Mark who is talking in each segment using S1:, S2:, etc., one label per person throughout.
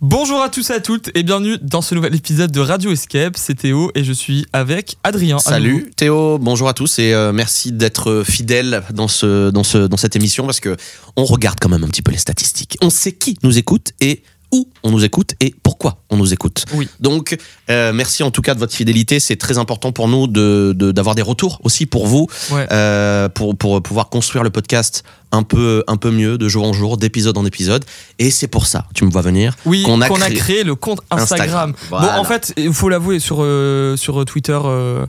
S1: Bonjour à tous et à toutes et bienvenue dans ce nouvel épisode de Radio Escape. C'est Théo et je suis avec Adrien. à nouveau.
S2: Salut Théo, bonjour à tous et euh, merci d'être fidèle dans, ce, dans, ce, dans cette émission parce que on regarde quand même un petit peu les statistiques. On sait qui nous écoute et où on nous écoute et pourquoi on nous écoute.
S1: Oui.
S2: Donc euh, merci en tout cas de votre fidélité, c'est très important pour nous de, de- d'avoir des retours aussi pour vous,
S1: Ouais.
S2: euh, pour, pour pouvoir construire le podcast un peu, un peu mieux de jour en jour, d'épisode en épisode. Et c'est pour ça, tu me vois venir,
S1: Oui, qu'on
S2: qu'on a
S1: a
S2: créé-
S1: créé le compte Instagram.
S2: Voilà.
S1: Bon, en fait, il faut l'avouer, sur, euh, sur Twitter, euh,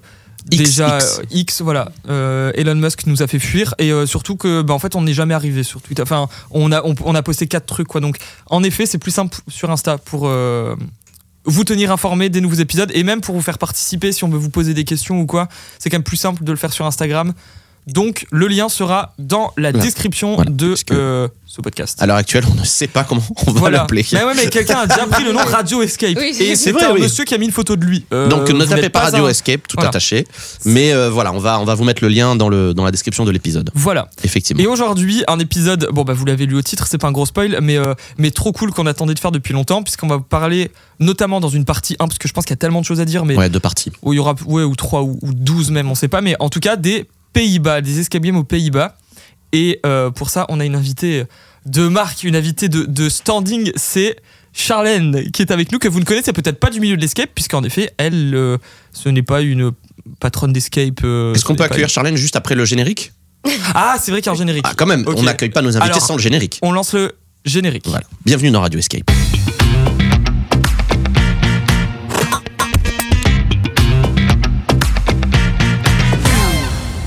S2: X,
S1: déjà
S2: X.
S1: euh, X, voilà, euh, Elon Musk nous a fait fuir et euh, surtout que, bah, en fait, on n'est jamais arrivé sur Twitter. Enfin, on a, on, on a posté quatre trucs, quoi. Donc, en effet, c'est plus simple sur Insta pour. euh, vous tenir informé des nouveaux épisodes et même pour vous faire participer si on veut vous poser des questions ou quoi, c'est quand même plus simple de le faire sur Instagram. Donc le lien sera dans la
S2: Là.
S1: description
S2: Voilà,
S1: de
S2: parce que-
S1: euh, ce podcast.
S2: à l'heure actuelle, on ne sait pas comment on va
S1: Voilà.
S2: l'appeler.
S1: Mais ouais, mais quelqu'un a déjà pris le nom Radio Escape.
S3: Oui,
S1: et
S3: c'est-
S1: c'est
S2: vrai,
S1: un
S2: oui.
S1: monsieur qui a mis une photo de lui. Euh,
S2: Donc ne
S1: vous
S2: tapez
S1: n'êtes
S2: pas Radio
S1: un-
S2: Escape, tout
S1: Voilà.
S2: attaché. Mais euh, voilà, on va, on va vous mettre le lien dans, le, dans la description de l'épisode,
S1: Voilà.
S2: effectivement.
S1: Et aujourd'hui, un épisode, bon bah vous l'avez lu au titre, c'est pas un gros spoil, mais, euh, mais trop cool qu'on attendait de faire depuis longtemps, puisqu'on va vous parler notamment dans une partie 1, parce que je pense qu'il y a tellement de choses à dire, mais
S2: Ouais, deux parties.
S1: où il y aura ouais, ou 3 ou, ou 12 même, on sait pas, mais en tout cas des Pays-Bas, des escape games aux Pays-Bas. Et euh, pour ça, on a une invitée de marque, une invitée de, de standing, c'est Charlène qui est avec nous, que vous ne connaissez peut-être pas du milieu de l'escape, puisqu'en effet, elle, euh, ce n'est pas une patronne d'escape. euh,
S2: Est-ce qu'on
S1: ce
S2: peut
S1: n'est pas
S2: accueillir Charlène juste après le générique
S1: une- Ah, c'est vrai qu'il y a un générique.
S2: Ah, quand même,
S1: Ok.
S2: on n'accueille pas nos invités
S1: Alors-
S2: sans le générique.
S1: On lance le générique.
S2: Voilà. Bienvenue dans Radio Escape.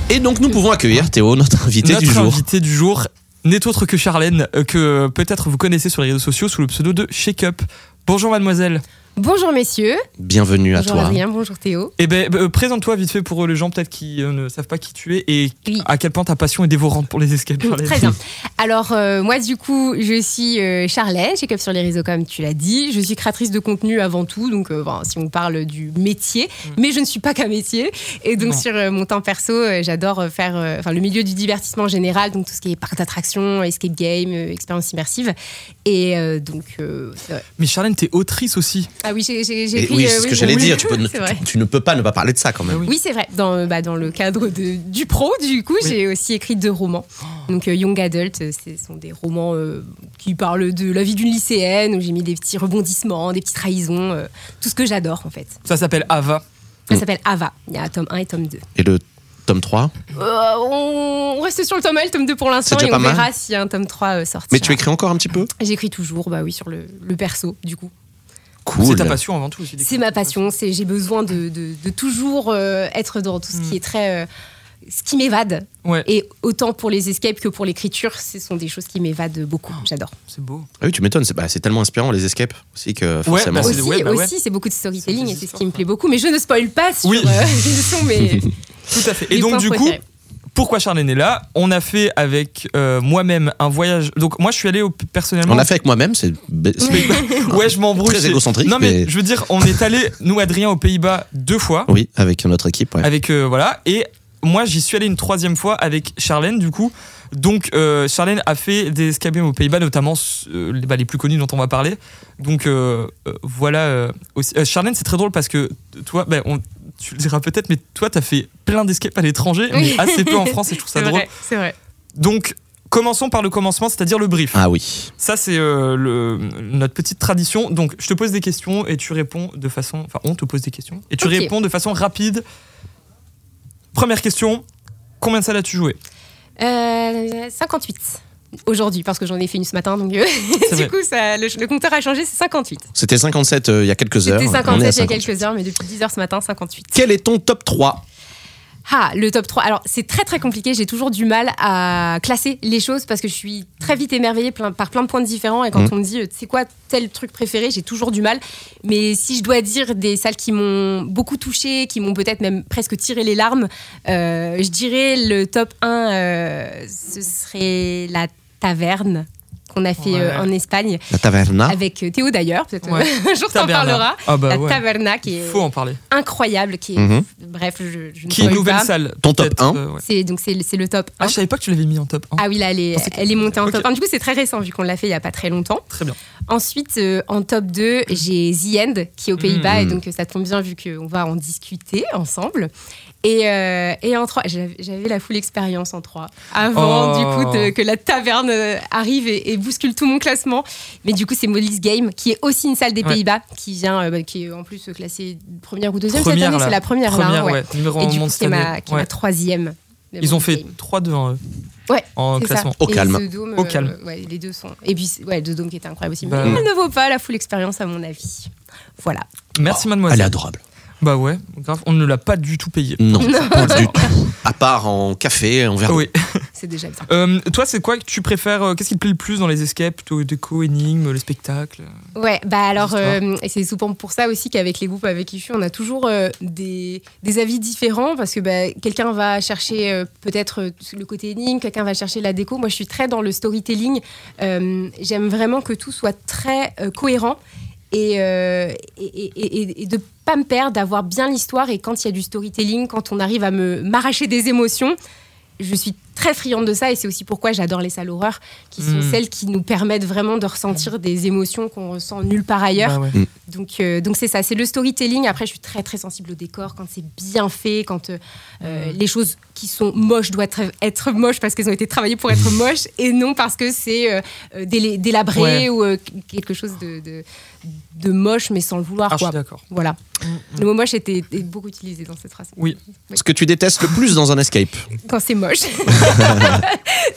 S2: Et donc nous pouvons accueillir Théo, notre invité
S1: Notre
S2: du jour.
S1: invité du jour n'est autre que Charlène, euh, que peut-être vous connaissez sur les réseaux sociaux sous le pseudo de Shake Up. Bonjour mademoiselle.
S3: Bonjour messieurs,
S2: Bienvenue à
S3: bonjour
S2: toi.
S3: Adrien, bonjour Théo.
S1: Eh ben, euh, présente-toi vite fait pour euh, les gens peut-être qui euh, ne savent pas qui tu es et
S3: Oui.
S1: à quel point ta passion est dévorante pour les escapes.
S3: Très bien. Alors euh, moi du coup je suis euh, Charlet, j'ai sur les réseaux comme tu l'as dit, je suis créatrice de contenu avant tout, donc euh, bon, si on parle du métier,
S2: Mm.
S3: mais je ne suis pas qu'un métier, et donc
S1: Non.
S3: sur euh, mon temps perso euh, j'adore euh, faire euh, enfin, le milieu du divertissement en général, donc tout ce qui est parc d'attractions, escape game, euh, expérience immersive, et euh, donc... euh, c'est vrai.
S1: Mais Charlène, t'es autrice aussi.
S3: ah oui j'ai j'ai- j'ai
S2: Et
S3: écrit...
S2: oui,
S3: euh,
S2: c'est ce que
S3: oui,
S2: j'allais
S3: oui,
S2: dire. Tu, peux ne-
S3: c'est vrai.
S2: tu- tu ne peux pas ne pas parler de ça quand même.
S1: Ah oui.
S3: Oui, c'est vrai. Dans, euh, bah, dans le cadre de- du pro, du coup,
S1: Oui.
S3: j'ai aussi écrit deux romans. Donc, euh, Young Adult, euh, ce sont des romans euh, qui parlent de la vie d'une lycéenne, où j'ai mis des petits rebondissements, des petites trahisons, euh, tout ce que j'adore, en fait.
S1: Ça s'appelle Ava.
S3: Ça
S2: Mm.
S3: s'appelle Ava. Il y a tome 1 et tome 2.
S2: Et le tome 3
S3: Euh, on on reste sur le tome 1 et le tome 2 pour
S2: C'est
S3: l'instant,
S2: déjà
S3: et
S2: pas
S3: on
S2: mal.
S3: verra si un tome 3 sorti.
S2: Mais tu écris encore un petit peu
S3: J'écris toujours, bah oui, sur le, le perso, du coup.
S2: Cool.
S1: C'est ta passion avant tout aussi.
S3: C'est ma passion, c'est j'ai besoin de, de- de toujours euh, être dans tout ce
S1: Mm.
S3: qui est très... euh, ce qui m'évade,
S1: Ouais,
S3: Et autant pour les escapes que pour l'écriture, ce sont des choses qui m'évadent beaucoup. J'adore.
S1: c'est beau.
S2: Ah oui, tu m'étonnes, c'est bah, c'est tellement inspirant les escapes aussi que forcément.
S1: bah, c'est-
S3: aussi,
S1: ouais, bah ouais.
S3: aussi, c'est beaucoup de storytelling
S1: C'est des
S3: et c'est ce
S1: histoires,
S3: qui me
S1: quoi.
S3: plaît beaucoup. Mais je ne spoil pas sur
S1: Oui.
S3: euh, quels sont mes,
S1: Tout à fait. Et
S3: mes
S1: donc
S3: points
S1: du coup,
S3: préférés.
S1: pourquoi Charlène est là On a fait avec euh, moi-même un voyage. Donc moi, je suis allé au... personnellement.
S2: on l'a fait avec moi-même, c'est c'est-
S1: Ouais, je m'embrouille.
S2: Très égocentrique,
S1: Non mais,
S2: mais-
S1: je veux dire, on est allé nous Adrien aux Pays-Bas deux fois.
S2: oui avec notre équipe. ouais.
S1: avec euh, voilà et moi j'y suis allé une troisième fois avec Charlène du coup donc euh, Charlène a fait des escape games aux Pays-Bas notamment euh, les- bah, les plus connus dont on va parler donc euh, euh, voilà euh, aussi. Euh, Charlène c'est très drôle parce que t- toi ben, on- tu le diras peut-être mais toi t'as fait plein d'escapes à l'étranger
S3: Oui.
S1: mais assez peu en France et je trouve ça
S3: C'est
S1: drôle
S3: vrai, c'est vrai.
S1: donc commençons par le commencement c'est-à-dire le brief
S2: Ah oui.
S1: ça c'est euh, le- notre petite tradition donc je te pose des questions et tu réponds de façon enfin on te pose des questions et tu
S3: Ok.
S1: réponds de façon rapide première question combien de salles as-tu joué
S3: Euh, 58 aujourd'hui, parce que j'en ai fait une ce matin. Donc, euh,
S1: C'est vrai.
S3: du coup, ça, le, le compteur a changé, c'est 58.
S2: C'était 57 euh, il y a quelques heures.
S3: C'était
S2: on est à
S3: 57 il y a
S2: 58.
S3: quelques heures, mais depuis 10 heures ce matin, 58.
S2: Quel est ton top 3
S3: Ah, le top 3. Alors, c'est très très compliqué. J'ai toujours du mal à classer les choses parce que je suis très vite émerveillée plein- par plein de points différents. Et quand
S2: Mhm.
S3: on me dit, euh, tu sais quoi, tel truc préféré, j'ai toujours du mal. Mais si je dois dire des salles qui m'ont beaucoup touchée, qui m'ont peut-être même presque tiré les larmes, euh, je dirais le top 1, euh, ce serait la taverne qu'on a fait euh,
S1: Ouais.
S3: en Espagne
S2: La taverna.
S1: Ah,
S3: avec euh, Théo d'ailleurs. Peut-être
S1: Ouais.
S3: euh, un jour t'en
S1: Taberna.
S3: parlera.
S1: Ah bah
S3: la
S1: ouais.
S3: Taverna qui est
S1: Faut en parler.
S3: incroyable, qui est
S2: Mhm.
S3: bref, je, je ne
S1: Qui est
S3: spoil
S1: nouvelle
S3: pas.
S1: salle
S2: Ton top
S1: peut-être,
S2: un.
S1: euh, ouais.
S3: C'est donc c'est le- c'est le top 1.
S1: Ah, je savais pas que tu l'avais mis en top 1.
S3: Hein Ah oui, là, elle est,
S1: pensais que-
S3: elle est montée en
S1: Ok.
S3: top 1. Du coup, c'est très récent, vu qu'on l'a fait il n'y a pas très longtemps.
S1: Très bien.
S3: Ensuite, euh, en top 2, j'ai The End, qui est aux Pays-Bas,
S2: Mhm.
S3: et
S1: Hmm.
S3: donc euh, ça tombe bien, vu qu'on va en discuter ensemble. Et, euh, et en 3, j'avais j'avais la full expérience en 3, avant
S1: Oh.
S3: du coup de- que la taverne euh, arrive et, et bouscule tout mon classement. Mais du coup, c'est Molly's Game, qui est aussi une salle des
S1: Ouais.
S3: Pays-Bas, qui vient, euh, bah, qui est en plus classée première ou deuxième
S1: Première,
S3: cette année,
S1: là.
S3: c'est la première, là, hein,
S1: Première,
S3: ouais.
S1: ouais. Numéro
S3: Et
S1: 1 au
S3: du coup,
S1: monde
S3: qui
S1: cette
S3: est ma,
S1: année.
S3: qui est ma
S1: Ouais.
S3: troisième. de
S1: Ils ont
S3: Molly's
S1: fait
S3: Game.
S1: 3 devant eux.
S3: Ouais,
S1: En
S3: C'est ça.
S1: classement.
S2: Au
S3: Et
S2: calme.
S3: The Dome,
S1: Au
S3: euh,
S1: calme.
S3: ouais, les deux sont. Et puis, ouais, The Dome qui était incroyable aussi.
S1: Bah,
S3: mais
S1: ouais.
S3: elle ne vaut pas la full expérience, à mon avis. Voilà.
S1: Merci,
S2: Elle est
S1: mademoiselle.
S2: adorable.
S1: Bah ouais, grave. On ne l'a pas du tout payé.
S2: Non, pas du tout. À part en café, en verre.
S1: Ah oui.
S3: C'est déjà bien.
S1: Euh, toi, c'est quoi que tu préfères euh, Qu'est-ce qui te plaît le plus dans les escapes Plutôt déco, énigmes, le spectacle
S3: Ouais, bah alors,
S1: Juste, hein.
S3: euh, et c'est souvent pour ça aussi qu'avec les groupes avec qui je suis, on a toujours euh, des, des avis différents parce que bah, quelqu'un va chercher euh, peut-être euh, le côté énigme, quelqu'un va chercher la déco. Moi, je suis très dans le storytelling. Euh, J'aime vraiment que tout soit très euh, cohérent et, euh, et, et- et- et de pas me perdre, d'avoir bien l'histoire. Et quand il y a du storytelling, quand on arrive à me m'arracher des émotions, je suis très friande de ça et c'est aussi pourquoi j'adore les salles horreur qui sont
S1: Mm.
S3: celles qui nous permettent vraiment de ressentir des émotions qu'on ressent nulle part ailleurs.
S1: Bah ouais.
S3: Donc euh, donc c'est ça, c'est le storytelling. Après, je suis très très sensible au décor quand c'est bien fait, quand euh, euh, les choses qui sont moches doivent être, être moches parce qu'elles ont été travaillées pour être moches et non parce que c'est euh, euh, délé-
S1: Ouais.
S3: délabré ou euh, quelque chose de, de, de moche mais sans le vouloir.
S1: Ah, je
S3: quoi.
S1: suis d'accord.
S3: Voilà.
S1: Mm, mm.
S3: Le mot moche était, est beaucoup utilisé dans cette phrase.
S1: Oui.
S2: Ce que tu détestes le plus dans un escape.
S3: Quand c'est moche.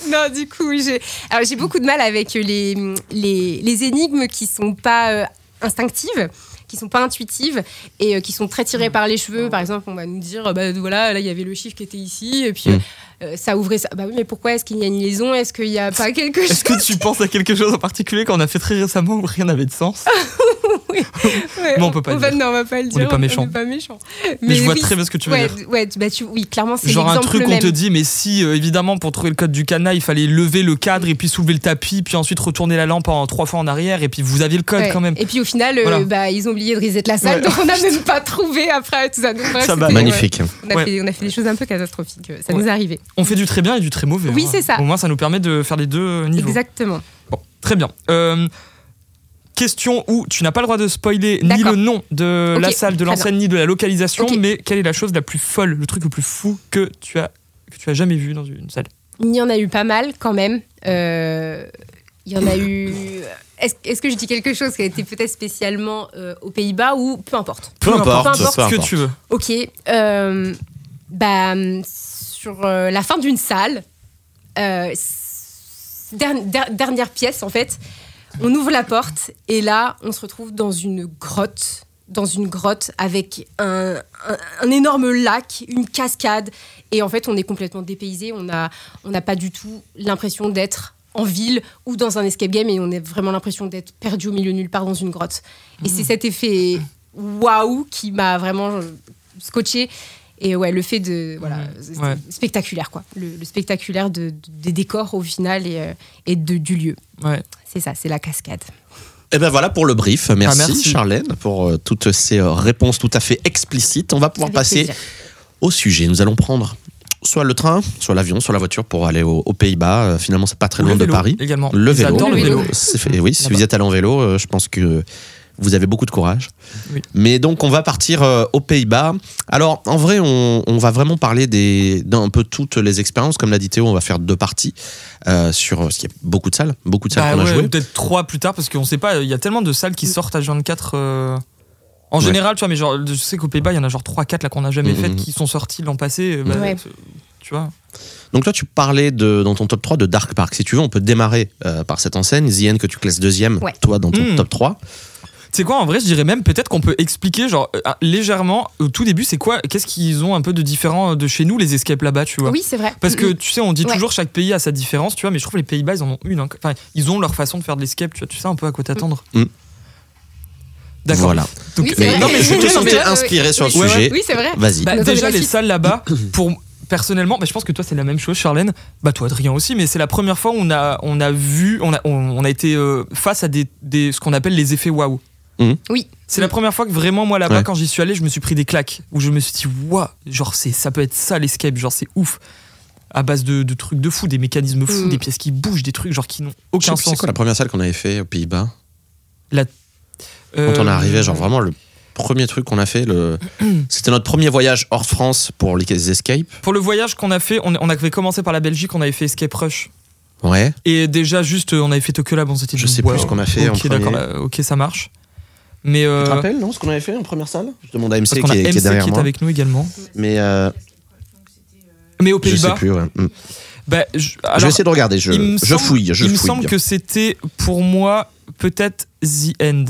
S3: non, du coup, oui, j'ai alors, j'ai beaucoup de mal avec euh, les, les, les énigmes qui sont pas euh, instinctives qui sont pas intuitives et euh, qui sont très
S1: Mm.
S3: tirées par les cheveux. Par exemple, on va nous dire, euh, bah, voilà, là, il y avait le chiffre qui était ici, et puis
S2: Mm.
S3: euh, ça ouvrait ça. Bah oui, mais pourquoi est-ce qu'il y a une liaison Est-ce qu'il n'y a pas quelque chose
S1: Est-ce que tu penses à quelque chose en particulier qu'on a fait très récemment où rien n'avait de sens
S3: Ah, Ouais,
S1: Non, on peut pas le dire.
S3: Non, on va pas le
S1: On
S3: dire.
S1: n'est pas méchant.
S3: pas méchant.
S1: Mais je vois
S3: oui,
S1: très bien ce que tu veux
S3: ouais,
S1: dire.
S3: ouais, bah, tu- oui, clairement, c'est
S1: Genre un
S3: l'exemple
S1: truc, on
S3: même.
S1: te dit, mais si, euh, évidemment, pour trouver le code du canal, il fallait lever le cadre et puis soulever le tapis, puis ensuite retourner la lampe en trois fois en arrière, et puis vous aviez le code
S3: Ouais.
S1: quand même.
S3: Et puis au final, euh,
S1: Voilà.
S3: bah, ils ont oublié de reset la salle,
S1: Ouais.
S3: donc on n'a même pas trouvé après tout ça. Donc, bref,
S1: Ça va.
S3: c'était- euh,
S2: Magnifique.
S3: On a,
S1: Ouais.
S3: fait, on a fait des choses un peu catastrophiques, euh, ça
S1: Ouais.
S3: nous est arrivé.
S1: On fait du très bien et du très mauvais.
S3: Oui,
S1: hein.
S3: c'est ça.
S1: Au moins, ça nous permet de faire les deux niveaux.
S3: Exactement.
S1: Bon, très bien. Euh, question où tu n'as pas le droit de spoiler ni
S3: D'accord.
S1: le nom de
S3: Ok,
S1: la salle, de
S3: très
S1: l'enseigne, ni de la localisation,
S3: Ok.
S1: mais quelle est la chose la plus folle, le truc le plus fou que tu as, que tu as jamais vu dans une salle
S3: Il y en a eu pas mal quand même. Euh, il y en a eu. euh, Est-ce est-ce que je dis quelque chose qui a été peut-être spécialement euh, aux Pays-Bas ou peu importe
S2: Peu importe.
S3: Peu importe
S2: peu
S1: Ce que
S2: importe.
S1: tu veux.
S3: Ok. euh, bah, sur euh, la fin d'une salle, euh, s- der- der- dernière pièce en fait, on ouvre la porte et là, on se retrouve dans une grotte, dans une grotte avec un, un- un énorme lac, une cascade. Et en fait, on est complètement dépaysé. On n'a on n'a pas du tout l'impression d'être en ville ou dans un escape game et on a vraiment l'impression d'être perdu au milieu de nulle part dans une grotte. Et c'est cet effet waouh qui m'a vraiment euh, scotché. Et ouais, le fait de. Voilà,
S1: Mhm.
S3: c'est- c'est
S1: Ouais.
S3: spectaculaire quoi. Le, le spectaculaire de- de- des décors au final et, euh, et de, du lieu.
S1: Ouais.
S3: C'est ça, c'est la cascade.
S2: Et ben voilà pour le brief. Merci,
S1: Ah, merci.
S2: Charlène pour euh, toutes ces euh, réponses tout à fait explicites. On va pouvoir
S3: Avec
S2: passer
S3: plaisir.
S2: au sujet. Nous allons prendre soit le train, soit l'avion, soit la voiture pour aller au- aux Pays-Bas. Euh, Finalement, c'est pas très
S1: Ou
S2: loin
S1: le
S2: de
S1: vélo
S2: Paris.
S1: Également.
S2: Le vélo.
S1: J'adore le
S3: Le
S1: vélo.
S3: vélo.
S2: C'est fait. Et oui, si
S1: Là-bas.
S2: vous êtes allant en vélo, euh, je pense que vous avez beaucoup de courage.
S1: Oui.
S2: Mais donc, on va partir euh, aux Pays-Bas. Alors, en vrai, on, on va vraiment parler des- d'un peu toutes les expériences. Comme l'a dit Théo, on va faire deux parties euh, sur parce qu'il y a beaucoup de salles, beaucoup de salles
S1: Bah
S2: qu'on a
S1: ouais,
S2: jouées.
S1: ou peut-être trois plus tard parce qu'on sait pas, il y a tellement de salles qui sortent à 24 euh, en
S2: Ouais.
S1: général, tu vois, mais genre je sais qu'aux Pays-Bas, il y en a genre 3 4 là qu'on n'a jamais
S2: Mhm.
S1: faites qui sont sorties l'an passé, euh, bah,
S3: Ouais.
S1: c'est- tu vois.
S2: Donc toi, tu parlais de, dans ton top 3 de Dark Park. Si tu veux, on peut démarrer euh, par cette enseigne. Zien que tu classes deuxième,
S3: Ouais.
S2: toi dans ton
S1: Mm.
S2: top 3.
S1: Tu sais quoi en vrai, je dirais même peut-être qu'on peut expliquer genre euh, légèrement au tout début, c'est quoi qu'est-ce qu'ils ont un peu de différent euh, de chez nous les escapes là-bas, tu vois.
S3: Oui, c'est vrai.
S1: Parce que
S3: Mhm.
S1: tu sais, on dit
S3: Ouais.
S1: toujours chaque pays a sa différence, tu vois, mais je trouve les Pays-Bas, ils en ont une. hein. Enfin, ils ont leur façon de faire de l'escape, tu vois, tu sais un peu à quoi t'attendre.
S2: Mm.
S1: D'accord.
S2: Voilà.
S1: Donc,
S3: Oui, c'est
S1: euh,
S3: vrai.
S1: non, mais je
S2: je te
S1: te
S3: sens
S2: sentais
S3: bien, oui.
S2: inspiré sur le
S1: Ouais, ouais.
S2: sujet.
S3: Oui, c'est vrai.
S2: Vas-y.
S1: Bah,
S3: Notre
S1: déjà, les
S3: géographie.
S1: salles là-bas, pour, personnellement, mais je pense que toi c'est la même chose, Charlène. Bah toi, Adrien aussi, mais c'est la première fois où on a on a vu, on a on, on a été euh, face à des, des- ce qu'on appelle les effets waouh.
S2: Mhm.
S3: Oui.
S1: C'est la première fois que vraiment moi là-bas
S2: Ouais.
S1: quand j'y suis allé, je me suis pris des claques où je me suis dit waouh, genre c'est ça peut être ça l'escape, genre c'est ouf. À base de, de trucs de fou, des mécanismes fous,
S3: Mhm.
S1: des pièces qui bougent, des trucs genre qui n'ont
S2: Je sais
S1: aucun
S2: plus C'est
S1: sens.
S2: quoi la première salle qu'on avait fait aux Pays-Bas
S1: Euh,
S2: Quand on est arrivé, genre vraiment le premier truc qu'on a fait, le... c'était notre premier voyage hors France pour les escapes.
S1: Pour le voyage qu'on a fait, on, on avait commencé par la Belgique, on avait fait Escape Rush.
S2: Ouais.
S1: Et déjà, juste, euh, on avait fait Tokyo Lab, on s'était
S2: Je
S1: dit,
S2: sais plus
S1: wow,
S2: ce qu'on a fait en
S1: Ok,
S2: premier.
S1: d'accord, là, ok, ça marche. Mais euh,
S2: Tu te rappelles, non, ce qu'on avait fait en première salle Je demande à MC
S1: parce
S2: qui,
S1: qu'on a
S2: est- qui est
S1: MC
S2: derrière
S1: qui est
S2: moi.
S1: avec nous également.
S2: Mais euh,
S1: Mais aux
S2: je sais
S1: Pays-Bas,
S2: plus, ouais. Mm.
S1: bah, je,
S2: je
S1: alors,
S2: vais essayer de regarder, je,
S1: il me
S2: je
S1: semble-
S2: fouille. Je
S1: il me
S2: fouille.
S1: semble que c'était pour moi peut-être The End.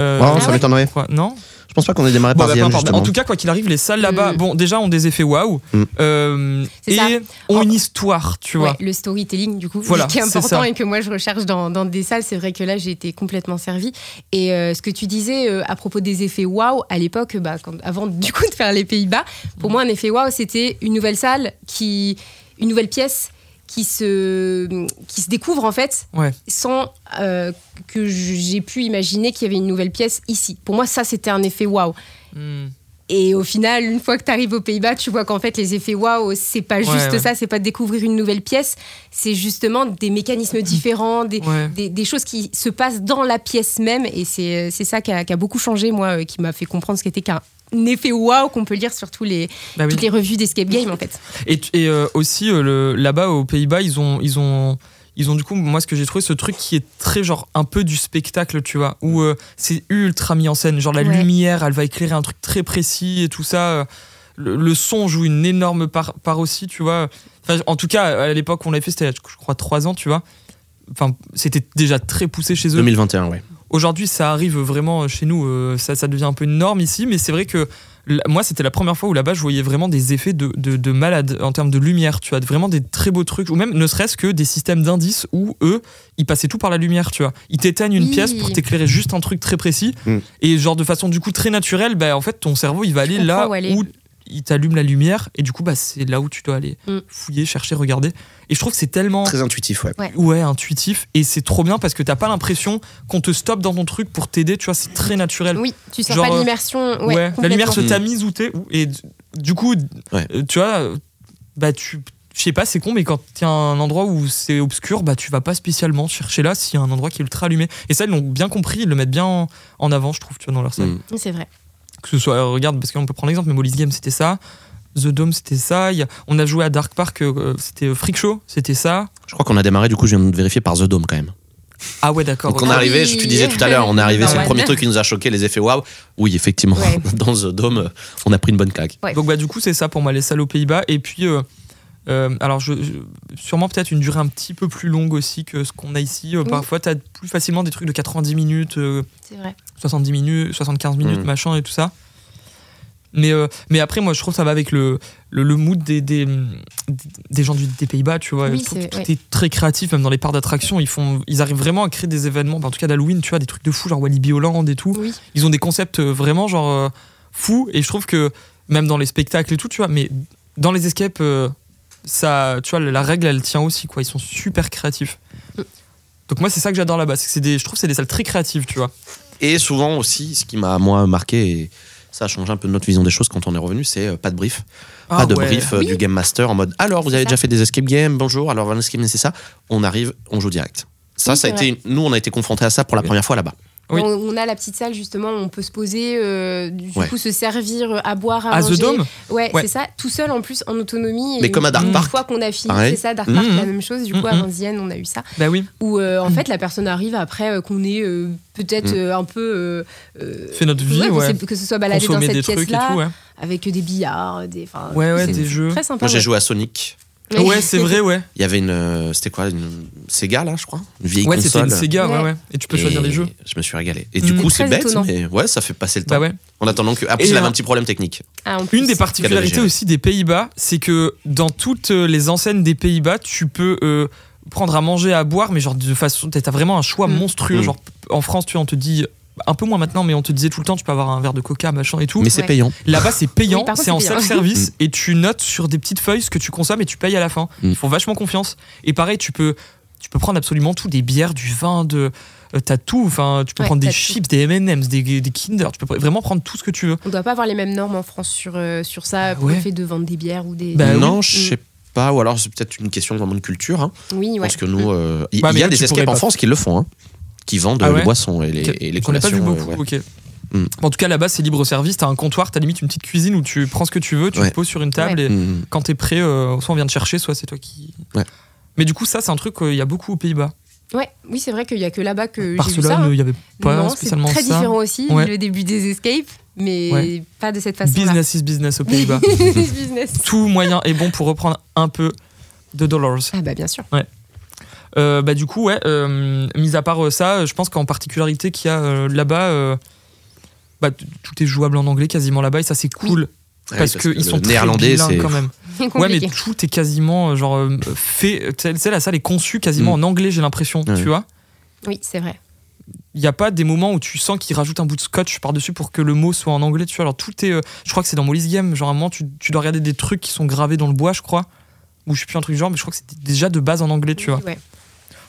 S1: Euh,
S2: Oh,
S3: Ah
S2: ça
S3: ouais.
S2: m'étonnerait.
S1: quoi, non
S2: Je pense pas qu'on ait démarré
S1: Bon,
S2: par
S1: bah,
S2: The
S1: peu
S2: End,
S1: importe.
S2: justement.
S1: En tout cas, quoi qu'il arrive, les salles là-bas,
S3: Mm.
S1: bon, déjà ont des effets waouh
S2: Mm.
S1: euh,
S3: C'est
S1: et
S3: ça. Oh.
S1: ont
S3: En-
S1: une histoire, tu
S3: Ouais,
S1: vois.
S3: le storytelling, du coup,
S1: Voilà,
S3: qui est
S1: c'est
S3: important
S1: ça.
S3: et que moi je recherche dans, dans des salles. C'est vrai que là, j'ai été complètement servie. Et euh, ce que tu disais euh, à propos des effets waouh, à l'époque, bah, quand- avant du coup de faire les Pays-Bas, pour moi, un effet waouh, c'était une nouvelle salle, qui, une nouvelle pièce qui se, qui se découvre en fait,
S1: Ouais.
S3: sans euh, que j'ai pu imaginer qu'il y avait une nouvelle pièce ici. Pour moi, ça, c'était un effet waouh.
S1: Mm.
S3: Et au final, une fois que tu arrives aux Pays-Bas, tu vois qu'en fait, les effets waouh, c'est pas juste
S1: ouais.
S3: ça, c'est pas de découvrir une nouvelle pièce, c'est justement des mécanismes différents, des,
S1: Mm. Ouais.
S3: des, des choses qui se passent dans la pièce même. Et c'est c'est ça qui a, qui a beaucoup changé, moi, euh, qui m'a fait comprendre ce qu'était qu'un effet waouh qu'on peut lire sur tous les,
S1: Bah oui.
S3: toutes les revues d'Escape Game, en fait.
S1: Et, tu- et, euh, aussi, euh, le- là-bas, aux Pays-Bas, ils ont, ils, ont, ils ont du coup, moi, ce que j'ai trouvé, ce truc qui est très, genre, un peu du spectacle, tu vois, où euh, c'est ultra mis en scène. Genre, la
S3: Ouais.
S1: lumière, elle va éclairer un truc très précis et tout ça. euh, le, le son joue une énorme part, part aussi, tu vois. Enfin, en tout cas, à l'époque où on l'avait fait, c'était, je crois, 3 ans, tu vois. Enfin, c'était déjà très poussé chez eux.
S2: 2021, ouais.
S1: Aujourd'hui, ça arrive vraiment chez nous, euh, ça, ça devient un peu une norme ici, mais c'est vrai que l- moi, c'était la première fois où là-bas, je voyais vraiment des effets de, de, de malade en termes de lumière, tu vois, vraiment des très beaux trucs, ou même ne serait-ce que des systèmes d'indices où eux, ils passaient tout par la lumière, tu vois. Ils t'éteignent une
S3: Oui.
S1: pièce pour t'éclairer juste un truc très précis,
S2: Mm.
S1: et genre de façon du coup très naturelle, bah, en fait, ton cerveau, il va aller
S3: comprends
S1: là
S3: où aller.
S1: où il t'allume la lumière, et du coup, bah, c'est là où tu dois aller
S3: Mm.
S1: fouiller, chercher, regarder. Et je trouve que c'est tellement
S2: Très intuitif, ouais.
S1: ouais intuitif et c'est trop bien parce que t'as pas l'impression qu'on te stoppe dans ton truc pour t'aider tu vois c'est très naturel
S3: Oui, tu sors
S1: Genre,
S3: pas
S1: euh,
S3: de l'immersion. Ouais,
S1: la lumière
S3: complètement.
S1: se
S2: complètement.
S1: tamise où t'es où- et d- du coup d-
S2: Mm. Ouais.
S1: euh, tu vois euh, bah tu je sais pas c'est con mais quand t'es à un endroit où c'est obscur bah tu vas pas spécialement chercher là s'il y a un endroit qui est ultra allumé et ça ils l'ont bien compris ils le mettent bien en, en avant je trouve tu vois dans leur scène
S2: Mm.
S3: C'est vrai.
S1: que ce soit euh, regarde parce qu'on peut prendre l'exemple mais Molly's Game c'était ça The Dome c'était ça Il y a- on a joué à Dark Park euh, c'était Freak Show c'était ça
S2: Je crois qu'on a démarré, du coup, je viens de vérifier par The Dome quand même.
S1: ah ouais d'accord
S2: Donc
S1: ok.
S2: on est
S3: Ah
S2: arrivé,
S3: oui.
S2: je te disais tout à l'heure, on est arrivé, c'est le
S1: Normal.
S2: premier truc qui nous a choqué, les effets waouh. Oui, effectivement,
S3: Ouais.
S2: dans The Dome, on a pris une bonne claque.
S3: Ouais.
S1: Donc bah du coup c'est ça pour moi les salles aux Pays-Bas et puis euh, euh, alors je, je- sûrement peut-être une durée un petit peu plus longue aussi que ce qu'on a ici Euh,
S3: Oui.
S1: parfois t'as plus facilement des trucs de 90 minutes euh,
S3: C'est vrai.
S1: 70 minutes 75 minutes
S2: Mm.
S1: machin et tout ça mais, euh, mais après moi je trouve que ça va avec le, le, le mood des, des, des gens du, des Pays-Bas tu vois
S3: Oui,
S1: Je trouve que
S3: c'est-
S1: tout
S3: ouais.
S1: est très créatif même dans les parcs d'attractions ils, font- ils arrivent vraiment à créer des événements bah, en tout cas d'Halloween tu vois des trucs de fou genre Walibi Holland et tout
S3: Oui.
S1: ils ont des concepts euh, vraiment genre euh, fous et je trouve que même dans les spectacles et tout tu vois mais dans les escapes euh, ça tu vois la règle elle tient aussi quoi ils sont super créatifs donc moi c'est ça que j'adore là-bas c'est que c'est des je trouve que c'est des salles très créatives tu vois
S2: Et souvent aussi, ce qui m'a, moi, marqué, et ça a changé un peu notre vision des choses quand on est revenu, c'est euh, pas de brief.
S1: Ah
S2: pas de brief euh,
S3: Oui.
S2: du Game Master en mode alors vous
S3: C'est
S2: avez
S3: ça.
S2: déjà fait des escape games, bonjour, alors un escape game c'est ça, on arrive, on joue direct. Ça,
S3: Oui,
S2: ça a
S3: c'est
S2: été, une- nous on a été confrontés à ça pour la première fois là-bas.
S1: Oui.
S3: On, on a la petite salle justement où on peut se poser, euh, du
S2: Ouais.
S3: coup se servir euh, à boire, à,
S1: à The
S3: manger.
S1: Dome
S3: Ouais,
S1: Ouais.
S3: c'est ça, tout seul en plus, en autonomie.
S2: Mais
S3: Et
S2: comme à Dark
S3: une
S2: Park,
S3: fois qu'on a fini,
S2: pareil.
S3: c'est ça, Dark
S1: Mhm.
S3: Park, la même chose. Du coup, à
S1: Mhm.
S3: Vinzienne, on a eu ça.
S1: bah oui
S3: Où euh, en fait, la personne arrive après euh, qu'on ait euh, peut-être
S2: Mhm.
S3: euh, un peu. euh, euh,
S1: fait notre vie
S3: ouais,
S1: ouais,
S3: que c'est- que ce soit baladé dans
S1: consommer
S3: cette
S1: des trucs et
S3: pièce-là,
S1: tout ouais
S3: avec des billards, des. enfin,
S1: ouais, ouais,
S3: c'est
S1: des jeux
S3: Très sympa.
S2: Moi j'ai
S3: ouais.
S2: joué à Sonic,
S1: ouais c'est vrai ouais
S2: il y avait une. euh, C'était quoi Une Sega là, je crois Une vieille
S1: ouais c'était
S2: console.
S1: une Sega ouais
S3: Ouais.
S1: ouais et tu peux choisir
S2: Et
S1: les jeux
S2: Je me suis régalé. Et du
S1: Mm.
S2: coup,
S3: C'est
S2: c'est
S3: très
S2: bête,
S3: étonnant.
S2: mais ouais, ça fait passer le temps.
S1: bah ouais
S2: En attendant que. Après,
S1: Et
S2: j'avais
S1: un-
S2: un petit problème technique.
S3: Ah, en plus.
S1: Une des particularités
S2: Cadre
S1: aussi des Pays-Bas, c'est que dans toutes les enseignes des Pays-Bas, tu peux euh, prendre à manger, à boire, mais genre de façon, t'as vraiment un choix
S3: Mm.
S1: monstrueux.
S2: Mm.
S1: Genre en France, tu vois, on te dit un peu moins maintenant, mais on te disait tout le temps, tu peux avoir un verre de coca, machin et tout.
S2: Mais c'est
S3: Ouais.
S2: payant.
S1: Là-bas, c'est payant,
S3: Oui, par contre,
S1: c'est en
S3: c'est payant.
S1: self-service et tu notes sur des petites feuilles ce que tu consommes et tu payes à la fin.
S2: Mm.
S1: Ils font vachement confiance. Et pareil, tu peux, tu peux prendre absolument tout des bières, du vin, de. euh, T'as tout, enfin, tu peux
S3: Ouais,
S1: prendre des
S3: t'as tout.
S1: chips, des MM's, des, des Kinder, tu peux pr- vraiment prendre tout ce que tu veux.
S3: On doit pas avoir les mêmes normes en France sur, euh, sur ça, pour
S1: Ah ouais.
S3: le fait de vendre des bières ou des.
S1: Bah oui.
S2: non, je sais pas. Ou alors, c'est peut-être une question vraiment de culture. hein.
S3: oui, ouais.
S2: Je pense que nous, euh, il
S1: Bah,
S2: il
S1: mais
S2: y a
S1: eux, tu
S2: des escapes
S1: pourrais
S2: en
S1: pas.
S2: France qui le font, hein, qui vendent
S1: Ah
S2: euh,
S1: ouais
S2: les boissons et les,
S1: Ok.
S2: et les
S1: J'en ai pas vu
S2: collations. euh,
S1: beaucoup,
S2: ouais.
S1: ok.
S2: Mm.
S1: En tout cas, là-bas, c'est libre service. T'as un comptoir, t'as limite une petite cuisine où tu prends ce que tu veux, tu
S2: Ouais.
S1: te poses sur une table et
S2: Mm.
S1: quand t'es prêt, euh, soit on vient te chercher, soit c'est toi qui.
S2: Ouais.
S1: Mais du coup, ça, c'est un truc euh, il y a beaucoup aux Pays-Bas.
S3: Ouais, oui, c'est vrai qu'il y a que là-bas que j'ai vu ça. hein.
S1: Barcelone, il y avait pas
S3: non, c'est
S1: spécialement
S3: très
S1: ça.
S3: différent aussi,
S1: Ouais.
S3: le début des escapes, mais
S1: Ouais.
S3: pas de cette façon-là.
S1: Business is business aux Pays-Bas.
S3: Business.
S1: Tout moyen est bon pour reprendre un peu de dollars.
S3: Ah bah bien sûr.
S1: Euh, bah, du coup, ouais, euh, mis à part euh, ça, euh, je pense qu'en particularité qu'il y a euh, là-bas, euh, bah, t- tout est jouable en anglais quasiment là-bas et ça c'est
S2: Ah
S1: cool
S2: Ouais,
S1: parce, qu'ils
S2: le
S1: sont très
S2: néerlandais,
S1: bilingues
S2: c'est
S1: quand même. Ouais, mais
S3: Compliqué.
S1: tout est quasiment euh, genre euh, fait. Tu sais, tu sais, la salle est conçue quasiment en anglais, j'ai l'impression,
S2: Mm. Ouais.
S1: tu vois.
S3: Oui, c'est vrai.
S1: Il n'y a pas des moments où tu sens qu'ils rajoutent un bout de scotch par-dessus pour que le mot soit en anglais, tu vois. Alors tout est. euh, je crois que c'est dans Molly's Game, genre à un moment, tu, tu dois regarder des trucs qui sont gravés dans le bois, je crois. Ou je sais plus un truc du genre, mais je crois que c'est déjà de base en anglais, tu vois.
S3: Ouais.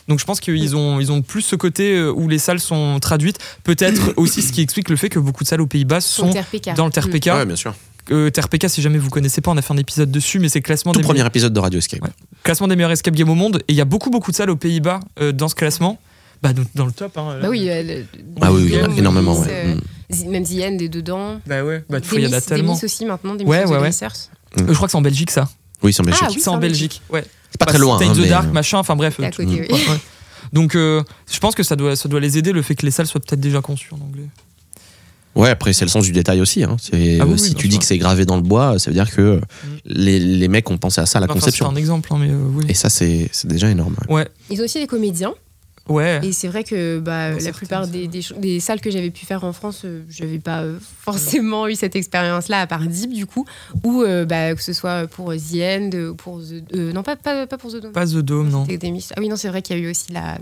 S1: Donc je pense qu'ils ont, ils ont plus ce côté euh, où les salles sont traduites. Peut-être aussi ce qui explique le fait que beaucoup de salles aux Pays-Bas
S3: Son Mm.
S1: sont
S3: TRPK.
S1: dans le TRPK.
S2: Ouais, bien sûr.
S1: Euh, TRPK, si jamais vous connaissez pas, on a fait un épisode dessus, mais c'est classement
S2: Tout
S1: des
S2: premier épisode de Radio Escape.
S1: Ouais. classement des meilleurs escape games au monde. Et il y a beaucoup, beaucoup de salles aux Pays-Bas euh, dans ce classement. Bah, dans, dans le top. Hein,
S3: Mm.
S1: euh.
S3: Bah oui, euh, le-
S2: Ah oui, oui, il y en
S1: Game,
S2: a énormément.
S3: Demis,
S2: ouais.
S3: euh,
S2: Mm.
S3: Z- même Yen est dedans.
S1: Bah ouais, bah, tu vois, il y en a
S3: Demis,
S1: tellement.
S3: Demis aussi maintenant, Demis
S1: Ouais,
S3: of the
S1: ouais, ouais.
S3: Demisers.
S1: Euh, je crois que c'est en Belgique, ça.
S2: Oui, c'est en Belgique.
S3: Ah oui,
S1: c'est en Belgique. Ouais. Bah,
S2: C'est pas très loin.
S1: Time
S2: hein,
S1: the
S2: mais-
S1: Dark, machin, enfin bref. euh,
S3: C'est à
S1: tout-
S3: côté, oui.
S1: ouais, ouais. Donc, euh, je pense que ça doit, ça doit les aider le fait que les salles soient peut-être déjà conçues en anglais.
S2: Ouais, après, c'est le sens du détail aussi. hein. C'est-
S1: Ah oui,
S2: euh,
S1: oui,
S2: si
S1: bien
S2: tu
S1: sûr.
S2: dis que c'est gravé dans le bois, ça veut dire que euh, les, les mecs ont pensé à ça, à la
S1: Enfin,
S2: conception.
S1: C'est un exemple, hein, mais euh, oui.
S2: Et ça, c'est c'est déjà énorme. ouais.
S1: Ouais,
S3: Ils ont aussi des comédiens.
S1: ouais.
S3: Et c'est vrai que bah,
S1: Ah. Dans
S3: la
S1: certaines
S3: plupart des,
S1: salles.
S3: des, cho- des salles que j'avais pu faire en France, euh, j'avais pas euh, forcément eu cette expérience-là, à part Deep du coup, ou euh, bah, que ce soit pour The End, euh, pour The. euh, non, pas, pas, pas pour The Dome.
S1: Pas The Dome, non.
S3: C'était Demis. Ah oui, non, c'est vrai qu'il y a eu aussi la,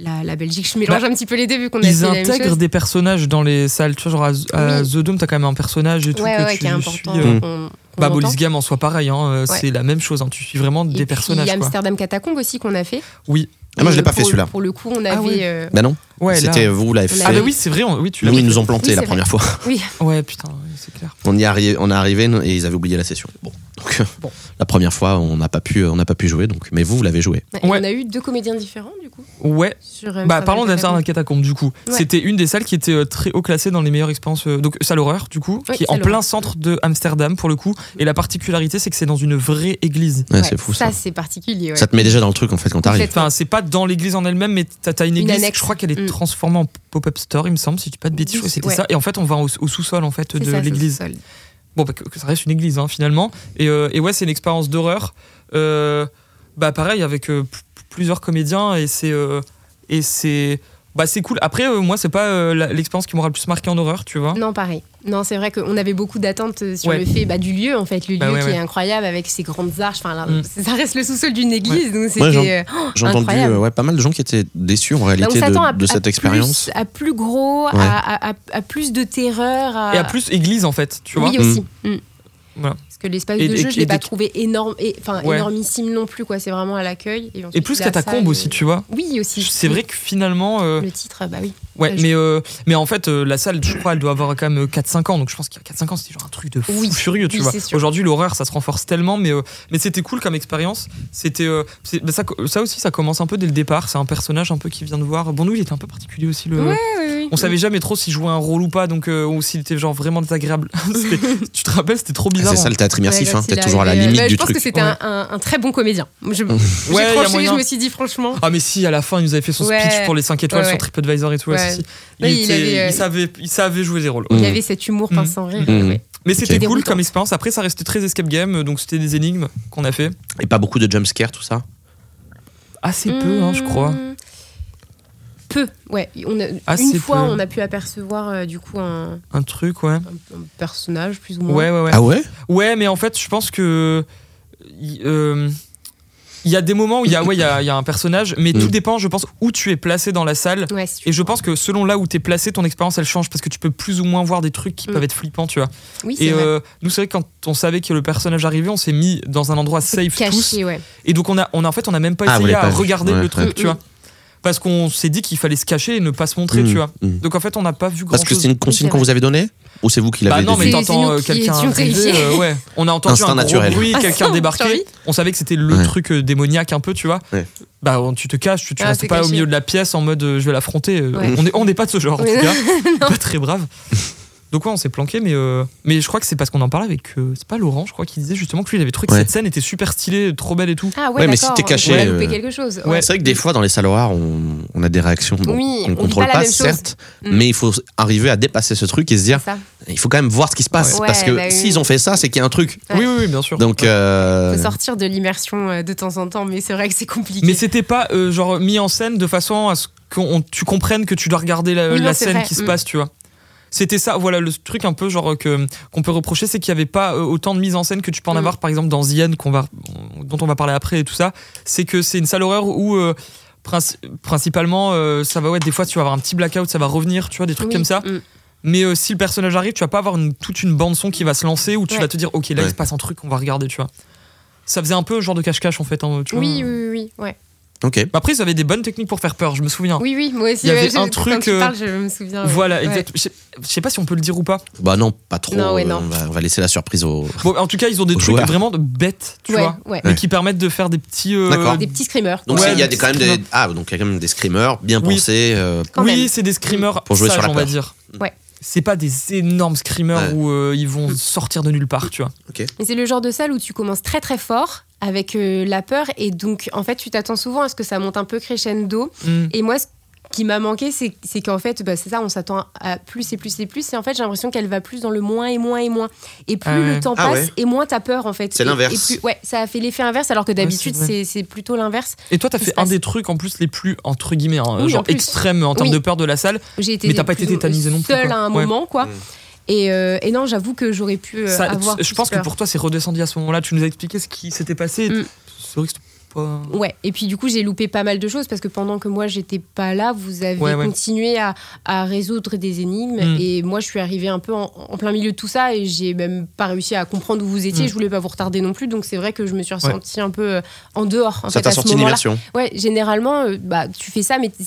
S3: la, la Belgique. Je mélange un petit peu les deux vu qu'on a fait
S1: Bah, Ils
S3: la même
S1: intègrent
S3: chose.
S1: des personnages dans les salles. Tu vois, genre à, Z- à
S3: Oui.
S1: The Dome, t'as quand même un personnage et tout
S3: Ouais,
S1: que
S3: ouais,
S1: tu
S3: qui est
S1: suis,
S3: important.
S1: euh,
S2: Mm.
S3: qu'on- qu'on
S1: Bah,
S3: entend.
S1: Bolis Game en soit pareil, hein, euh,
S3: Ouais.
S1: c'est la même chose. hein, tu suis vraiment
S3: Et
S1: des
S3: puis,
S1: personnages. quoi.
S3: Amsterdam Catacombe aussi qu'on a fait.
S1: Oui.
S2: Ah, moi, je l'ai
S3: Et
S2: pas fait,
S3: pour-
S2: celui-là.
S3: Pour le coup, on avait.
S1: Ah oui.
S3: euh,
S2: Bah non,
S1: Ouais, là-
S2: c'était vous, vous l'avez
S3: On
S2: fait.
S1: Ah,
S3: l'avait
S1: bah oui, c'est vrai, on- oui, tu l'as
S2: Nous,
S1: fait.
S2: ils nous ont planté
S3: Oui,
S2: la
S3: c'est
S2: première fois.
S1: Ouais, putain, ouais, c'est clair.
S2: On y arrivait, on est arrivé nous, et ils avaient oublié la session. Bon, donc euh,
S1: Bon.
S2: la première fois, on n'a pas pu, euh, on n'a pas pu jouer. Donc, mais vous, vous l'avez joué.
S3: et
S1: Ouais.
S3: On a eu deux comédiens différents, du coup.
S1: Ouais,
S3: Sur euh,
S1: bah
S3: Amsterdam
S1: parlons
S3: Catacombe.
S1: d'Amsterdam Catacombe du coup.
S3: Ouais.
S1: C'était une des salles qui était euh, très haut classée dans les meilleures expériences. euh, donc, salle horreur du coup,
S3: Oui,
S1: qui est en
S3: salle
S1: plein
S3: horreur.
S1: centre de Amsterdam pour le coup. Et la particularité, c'est que c'est dans une vraie église.
S2: Ouais,
S3: Ouais,
S2: c'est fou ça.
S3: c'est particulier. ouais.
S2: Ça te met déjà dans le truc en fait quand t'arrives.
S1: Enfin, c'est pas dans l'église en elle-même, mais t'as as une
S3: Une
S1: église.
S3: annexe.
S1: je crois qu'elle est
S3: Mm.
S1: transformée en pop-up store, il me semble, si je dis pas de bêtises. je crois que c'était
S3: Ouais.
S1: ça. Et en fait, on va au, au sous-sol en fait
S3: C'est
S1: de
S3: ça, c'est
S1: l'église.
S3: le sol.
S1: bon, bah, que, que ça reste une église hein, finalement. Et, euh, et ouais, c'est une expérience d'horreur. Euh, bah pareil avec euh, pl- plusieurs comédiens et c'est euh, et c'est bah c'est cool. Après, euh, moi, c'est pas euh, la- l'expérience qui m'aura le plus marqué en horreur, tu vois.
S3: Non, pareil. Non, c'est vrai qu'on avait beaucoup d'attentes euh, sur
S1: Ouais.
S3: le fait bah, du lieu, en fait. Le
S1: Bah
S3: lieu
S1: ouais,
S3: qui
S1: ouais.
S3: est incroyable avec ses grandes arches. Enfin, là,
S1: Mm.
S3: Ça reste le sous-sol d'une église. Donc
S2: Ouais, j'en-
S3: c'était. euh,
S2: J'ai entendu
S3: Incroyable.
S2: euh, ouais, pas mal de gens qui étaient déçus en
S3: bah, on
S2: réalité de,
S3: s'attend à-
S2: de
S3: à
S2: cette
S3: plus-
S2: expérience.
S3: À plus gros, à-
S2: Ouais.
S3: à, à- à plus de terreur. À...
S1: Et à plus église en fait, tu vois.
S3: Oui, aussi. Mm.
S1: Voilà.
S3: Parce que l'espace
S1: Et-
S3: de
S1: et-
S3: jeu, je
S1: et
S3: ne
S1: des-
S3: l'ai pas trouvé énorme, et, enfin,
S1: Ouais.
S3: énormissime non plus. quoi C'est vraiment à l'accueil.
S1: Et
S3: ensuite,
S1: plus
S3: la
S1: catacombe
S3: salle,
S1: aussi,
S3: euh,
S1: tu vois.
S3: Oui, aussi.
S1: C'est vrai que finalement, euh,
S3: Le titre, bah oui.
S1: ouais,
S3: je-
S1: mais euh, mais en fait, euh, la salle, je crois, elle doit avoir quand même 4-5 ans, donc je pense qu'il y a 4-5 ans, c'était genre un truc de fou
S3: Oui.
S1: furieux, tu
S3: Oui,
S1: vois.
S3: c'est sûr.
S1: Aujourd'hui, l'horreur, ça se renforce tellement, mais euh, mais c'était cool comme expérience. C'était euh, c'est- bah, ça, co- ça aussi, ça commence un peu dès le départ. C'est un personnage un peu qui vient de voir. Bon, nous, il était un peu particulier aussi le.
S3: Ouais, oui, oui.
S1: On savait jamais trop s'il jouait un rôle ou pas, donc euh, ou s'il était genre vraiment désagréable. C'était- tu te rappelles, c'était trop bizarre.
S2: C'est ça le théâtre immersif,
S3: Ouais,
S2: hein,
S3: quand
S2: t'es
S3: il
S2: toujours à la
S3: arrivait,
S2: limite
S3: bah,
S2: du
S3: Je pense
S2: truc.
S3: que c'était un, un- un très bon comédien. Je, j'ai
S1: y a
S3: tranché,
S1: moyen.
S3: je me suis dit
S2: Mm.
S3: franchement.
S1: Ah mais si, à la fin, il nous avait fait son
S3: Ouais.
S1: speech pour les 5 étoiles
S3: Ouais,
S1: sur
S3: ouais.
S1: TripAdvisor et tout. ouais,
S3: Ouais.
S1: si, si. Il,
S3: Ouais, il
S1: était-
S3: avait, euh,
S1: il savait, il savait jouer des rôles.
S3: Il y
S2: Mm.
S3: avait cet humour
S1: Mm.
S3: pince sans rire.
S2: Mm.
S3: ouais.
S1: Mais c'était cool
S3: Déroutante.
S1: comme expérience. Après, ça restait très escape game, donc c'était des énigmes qu'on a fait.
S2: Et pas beaucoup de jumpscares, tout ça.
S1: Assez peu, hein, je crois.
S3: Mm. Peu, ouais. On a-
S1: Assez
S3: une fois,
S1: peu.
S3: on a pu apercevoir euh, du coup un,
S1: Un truc, ouais.
S3: un- un personnage
S1: Ah
S3: plus ou moins.
S1: Ouais, ouais, ouais.
S2: Ah ouais
S1: Ouais, mais en fait, je pense que. y- euh, il y a des moments où il y, a- ouais, il y a, il y a un personnage, mais
S2: Mm.
S1: tout dépend, je pense, où tu es placé dans la salle.
S3: Ouais, si tu-
S1: Et je pense que selon là où t'es placé, ton expérience elle change parce que tu peux plus ou moins voir des trucs qui
S3: Mm.
S1: peuvent être flippants, tu vois.
S3: oui, c'est
S1: Et
S3: vrai.
S1: euh, nous, c'est vrai que quand on savait que le personnage arrivait, on s'est mis dans un endroit
S3: C'est
S1: safe tous.
S3: caché, ouais.
S1: Et donc on a, on a en fait, on a même pas
S2: Ah, vous
S1: essayé
S2: l'avez
S1: à
S2: pas vu.
S1: regarder
S2: Ouais,
S1: le truc,
S3: ouais.
S1: tu vois, parce qu'on s'est dit qu'il fallait se cacher et ne pas se montrer,
S2: Mmh,
S1: tu vois.
S2: mmh.
S1: Donc en fait, on n'a pas vu grand
S2: Parce que c'est
S1: chose.
S2: une consigne qu'on vous avait donnée Ou c'est vous qui
S1: Bah
S2: l'avez
S1: non, mais
S3: C'est-
S2: décidé
S1: t'entends
S3: c'est nous
S1: euh,
S3: qui
S1: quelqu'un
S3: étions
S1: arriver,
S3: terrifiés.
S1: euh, ouais. On a entendu
S2: Instinct
S1: un gros
S2: naturel.
S1: bruit, quelqu'un
S3: Instinct
S1: débarquer.
S3: naturel.
S1: On savait que c'était le
S2: Ouais.
S1: truc euh, démoniaque un peu, tu vois.
S2: Ouais.
S1: Bah on- tu te caches, tu, tu
S3: Ah,
S1: restes
S3: t'es
S1: pas au
S3: caché.
S1: milieu de la pièce en mode euh, je vais l'affronter. euh,
S3: Ouais.
S1: On est on n'est pas de ce genre en tout
S3: Oui,
S1: cas, pas très brave. Donc ouais, on s'est planqué, mais euh, mais je crois que c'est parce qu'on en parlait avec euh, c'est pas Laurent, je crois qu'il disait justement que lui il avait trouvé que
S2: Ouais.
S1: cette scène était super stylée, trop belle et tout.
S3: Ah ouais,
S2: Ouais, mais si
S3: d'accord,
S2: t'es
S3: on
S2: caché,
S3: pourrait louper
S2: euh,
S3: quelque chose.
S1: ouais.
S2: C'est vrai que des fois, dans les salles horaires, on, on a des réactions. Bon,
S3: Oui,
S2: on
S3: on
S2: ne
S3: vit
S2: contrôle
S3: pas
S2: pas,
S3: la même chose.
S2: certes,
S3: Mm.
S2: mais il faut arriver à dépasser ce truc et se dire
S3: C'est ça.
S2: il faut quand même voir ce qui se passe.
S3: Ouais,
S2: parce que
S3: bah oui.
S2: s'ils ont fait ça, c'est qu'il y a un truc.
S3: Ouais.
S1: Oui, oui, oui, bien sûr.
S2: Donc, euh,
S3: Faut sortir de l'immersion euh, de temps en temps, mais c'est vrai que c'est compliqué.
S1: Mais c'était pas euh, genre mis en scène de façon à ce que tu comprennes que tu dois regarder la,
S3: Oui, non,
S1: la
S3: c'est
S1: scène
S3: vrai,
S1: qui se
S3: mm.
S1: passe, tu vois. C'était ça, voilà le truc un peu genre que qu'on peut reprocher, c'est qu'il y avait pas euh, autant de mise en scène que tu peux en
S3: Mm.
S1: avoir par exemple dans The End, qu'on va dont on va parler après et tout ça. C'est que c'est une salle horreur où euh, princi- principalement euh, ça va ouais des fois tu vas avoir un petit blackout, ça va revenir, tu vois des trucs
S3: Oui,
S1: comme ça.
S3: mm.
S1: Mais euh, si le personnage arrive, tu vas pas avoir une- toute une bande son qui va se lancer où tu
S3: Ouais.
S1: vas te dire ok là
S2: Ouais.
S1: il se passe un truc, on va regarder, tu vois. Ça faisait un peu genre de cache-cache en fait, hein, tu vois.
S3: Oui, oui, oui, oui, ouais.
S2: ok.
S1: Bah Après, ils avaient des bonnes techniques pour faire peur, je me souviens.
S3: Oui, oui, moi aussi.
S1: Ah. Il y
S3: ouais,
S1: avait
S3: je-
S1: un truc,
S3: Quand tu
S1: euh,
S3: parles, je me souviens.
S1: Voilà,
S3: ouais.
S1: exact. Je sais- Je sais pas si on peut le dire ou pas.
S2: Bah non, pas trop.
S3: Non, ouais, non.
S2: On, va, on va laisser la surprise au.
S1: Bon, en tout cas, ils ont des
S2: Aux
S1: trucs
S2: joueurs.
S1: vraiment de bêtes, tu
S3: Ouais,
S1: vois,
S3: ouais.
S1: mais qui permettent de faire des petits. euh,
S2: D'accord.
S3: Des petits screamers.
S2: Donc
S1: Ouais,
S2: c'est- il y a
S1: mais
S2: des, quand même
S1: c'est
S2: des. Ah, donc il y a quand même des screamers bien
S1: Oui.
S2: pensés. euh,
S3: Quand
S1: oui,
S3: même.
S1: c'est des screamers
S2: Pour jouer
S1: sages,
S2: sur la
S1: on va
S2: peur.
S1: dire.
S3: Ouais. Mm.
S1: C'est pas des énormes screamers
S2: Ouais.
S1: où euh, ils vont sortir de nulle part, tu vois.
S3: Mais c'est le genre de salle où tu commences très très fort avec euh, la peur et donc en fait tu t'attends souvent à ce que ça monte un peu crescendo.
S1: Mm.
S3: Et moi ce qui m'a manqué c'est c'est qu'en fait bah, c'est ça on s'attend à plus et plus et plus et en fait j'ai l'impression qu'elle va plus dans le moins et moins et moins. Et plus
S1: Ah ouais.
S3: le temps
S2: Ah
S3: passe
S2: ouais.
S3: et moins t'as peur en fait.
S2: C'est
S3: Et-
S2: l'inverse.
S3: et plus- Ouais ça a fait l'effet inverse alors que d'habitude
S1: c'est vrai.
S3: c'est- c'est plutôt l'inverse.
S1: Et toi, t'as
S3: Qui
S1: fait
S3: se
S1: un
S3: passe.
S1: des trucs en plus les plus, entre guillemets, hein,
S3: Oui, en
S1: genre
S3: plus.
S1: extrêmes en termes
S3: Oui.
S1: de peur de la salle.
S3: J'ai été
S1: Mais t'as pas été
S3: plus ou-
S1: tétanisée non plus,
S3: Seule
S1: quoi.
S3: à un
S1: Ouais.
S3: moment quoi.
S2: Mm.
S3: Et, euh, et non j'avoue que j'aurais pu euh,
S1: Ça-
S3: avoir.
S1: je
S3: plus
S1: pense que
S3: peur.
S1: pour toi, c'est redescendu à ce moment-là. Tu nous as expliqué ce qui s'était passé.
S3: Mm.
S1: C'est vrai que c'était pas.
S2: Euh,
S3: Ouais, et puis du coup, j'ai loupé pas mal de choses parce que pendant que moi, j'étais pas là, vous avez
S1: Ouais, ouais.
S3: continué à, à résoudre des énigmes.
S2: Hmm.
S1: Mm.
S3: Et moi, je suis arrivée un peu en, en plein milieu de tout ça et j'ai même pas réussi à comprendre où vous étiez.
S2: Hmm.
S1: Mm.
S3: Je voulais pas vous retarder non plus, donc c'est vrai que je me suis ressentie un peu euh, en dehors. En
S2: ça
S3: fait,
S2: t'a
S3: à ce
S2: sorti une
S3: moment-là.
S2: immersion.
S3: Ouais, généralement, euh, bah, tu fais ça, mais t-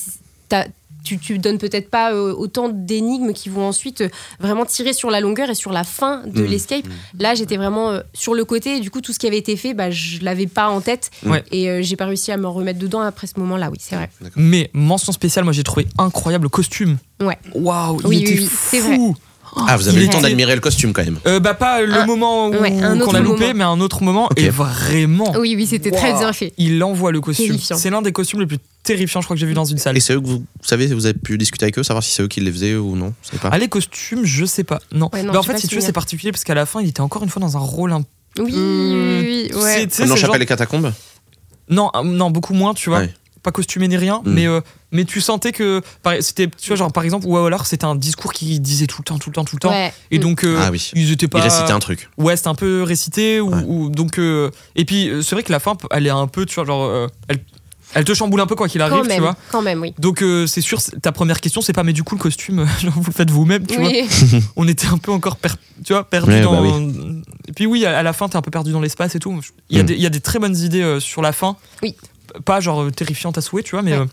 S3: t'as- tu, tu donnes peut-être pas euh, autant d'énigmes qui vont ensuite euh, vraiment tirer sur la longueur et sur la fin de
S2: Mm.
S3: l'escape. Là, j'étais vraiment euh, sur le côté, et du coup, tout ce qui avait été fait, bah, je l'avais pas en tête,
S1: Ouais.
S3: et euh, j'ai pas réussi à me remettre dedans après ce moment-là, oui, c'est vrai.
S1: Mais mention spéciale, moi j'ai trouvé incroyable le costume.
S3: Ouais.
S1: Waouh, il
S3: Oui,
S1: était
S3: oui, oui, c'est vrai.
S1: fou.
S3: Oh,
S2: Ah, vous avez
S1: Il
S2: eu le temps
S1: était-
S2: d'admirer le costume quand même.
S1: Euh, bah pas le
S3: Un-
S1: moment où-
S3: ouais, un
S1: qu'on
S3: autre
S1: a loupé,
S3: moment.
S1: mais un autre moment.
S2: Ok.
S1: Et vraiment,
S3: Oui, oui, c'était très
S1: Oh. Wow.
S3: bien fait.
S1: il envoie le costume.
S3: Terrifiant.
S1: C'est l'un des costumes les plus terrifiants, je crois que j'ai vu dans une salle.
S2: Et c'est eux que vous, vous savez, vous avez pu discuter avec eux, savoir si c'est eux qui les faisaient ou non. Je sais pas.
S1: Ah les costumes, je sais pas. Non.
S3: Ouais, non,
S1: Bah, en
S3: j'ai
S1: fait,
S3: pas
S1: si tu veux,
S3: souvenir.
S1: c'est particulier parce qu'à la fin, il était encore une fois dans un rôle un.
S3: Oui,
S1: Euh,
S3: oui, oui,
S1: c'est-
S3: ouais.
S1: tu sais,
S2: Ah non,
S1: c'est
S2: Chapelle
S1: genre-
S2: et Catacombes
S1: Non, euh, non, beaucoup moins, tu vois.
S2: Ouais.
S1: Pas costumé ni rien,
S2: Mm.
S1: mais euh, mais tu sentais que par- c'était, tu vois, genre par exemple, ou alors c'était un discours qui disait tout le temps, tout le temps, tout le temps.
S3: Ouais.
S1: Et donc euh,
S2: Ah oui.
S1: ils
S3: Bah,
S1: étaient pas.
S2: Il a cité un truc.
S1: ouais c'était un peu récité ou,
S2: Ouais.
S1: ou- donc euh, et puis euh, c'est vrai que la fin elle est un peu tu vois genre euh, elle, elle te chamboule un peu quoi qu'il
S3: quand
S1: arrive tu
S3: même,
S1: vois
S3: quand même, oui.
S1: donc euh, c'est sûr c'est- ta première question c'est pas mais du coup le costume genre, vous le faites vous-même tu vois
S3: Oui,
S1: on était un peu encore per- tu vois perdu
S2: Ouais, bah
S1: dans et puis oui à, à la fin t'es un peu perdu dans l'espace et tout il y, a
S2: Mm.
S1: des- il y a des très bonnes idées euh, sur la fin
S3: Oui.
S1: P- pas genre euh, terrifiante à souhait tu vois mais
S3: Ouais.
S1: euh,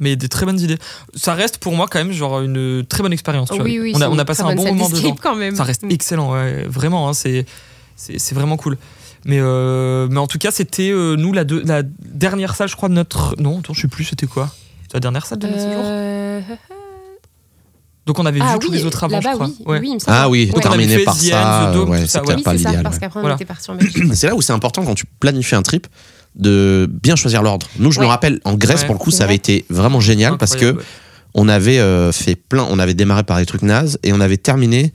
S1: mais des très bonnes idées ça reste pour moi quand même genre une très bonne expérience tu vois.
S3: oui, oui,
S1: on
S3: c'est
S1: a, on
S3: une
S1: a passé
S3: très
S1: un bon
S3: bonne salle
S1: moment
S3: d'escape,
S1: dedans
S3: quand même.
S1: ça reste
S3: Mm.
S1: excellent, ouais, vraiment. hein, c'est, c'est, c'est vraiment cool. Mais, euh, mais en tout cas, c'était euh, nous la, deux- la dernière salle, je crois, de notre. Non, attends, je sais plus, c'était quoi C'était la dernière salle de notre séjour
S3: Euh,
S1: Donc on avait vu
S3: Ah oui,
S1: tous les autres avant, je
S3: là-bas,
S1: crois.
S3: oui,
S1: Ouais.
S3: oui, il me semble.
S2: Ah oui,
S3: Ouais.
S1: On avait
S2: terminé
S1: fait
S2: par
S1: The
S2: ça.
S1: End, The Dome,
S2: ouais,
S1: tout ça,
S2: c'est
S1: ouais.
S2: clair,
S3: Ah Oui,
S2: pas
S3: c'est ça,
S2: l'idéal.
S3: parce qu'après on
S1: Voilà.
S3: était parti en Belgique.
S2: C'est là où c'est important quand tu planifies un trip de bien choisir l'ordre. Nous, je me
S3: Ouais.
S2: rappelle, en Grèce,
S1: Ouais.
S2: pour le coup,
S3: C'est
S2: ça avait
S3: vrai.
S2: été vraiment génial parce que
S1: Incroyable, ouais.
S2: on avait euh, fait plein, on avait démarré par des trucs nazes et on avait terminé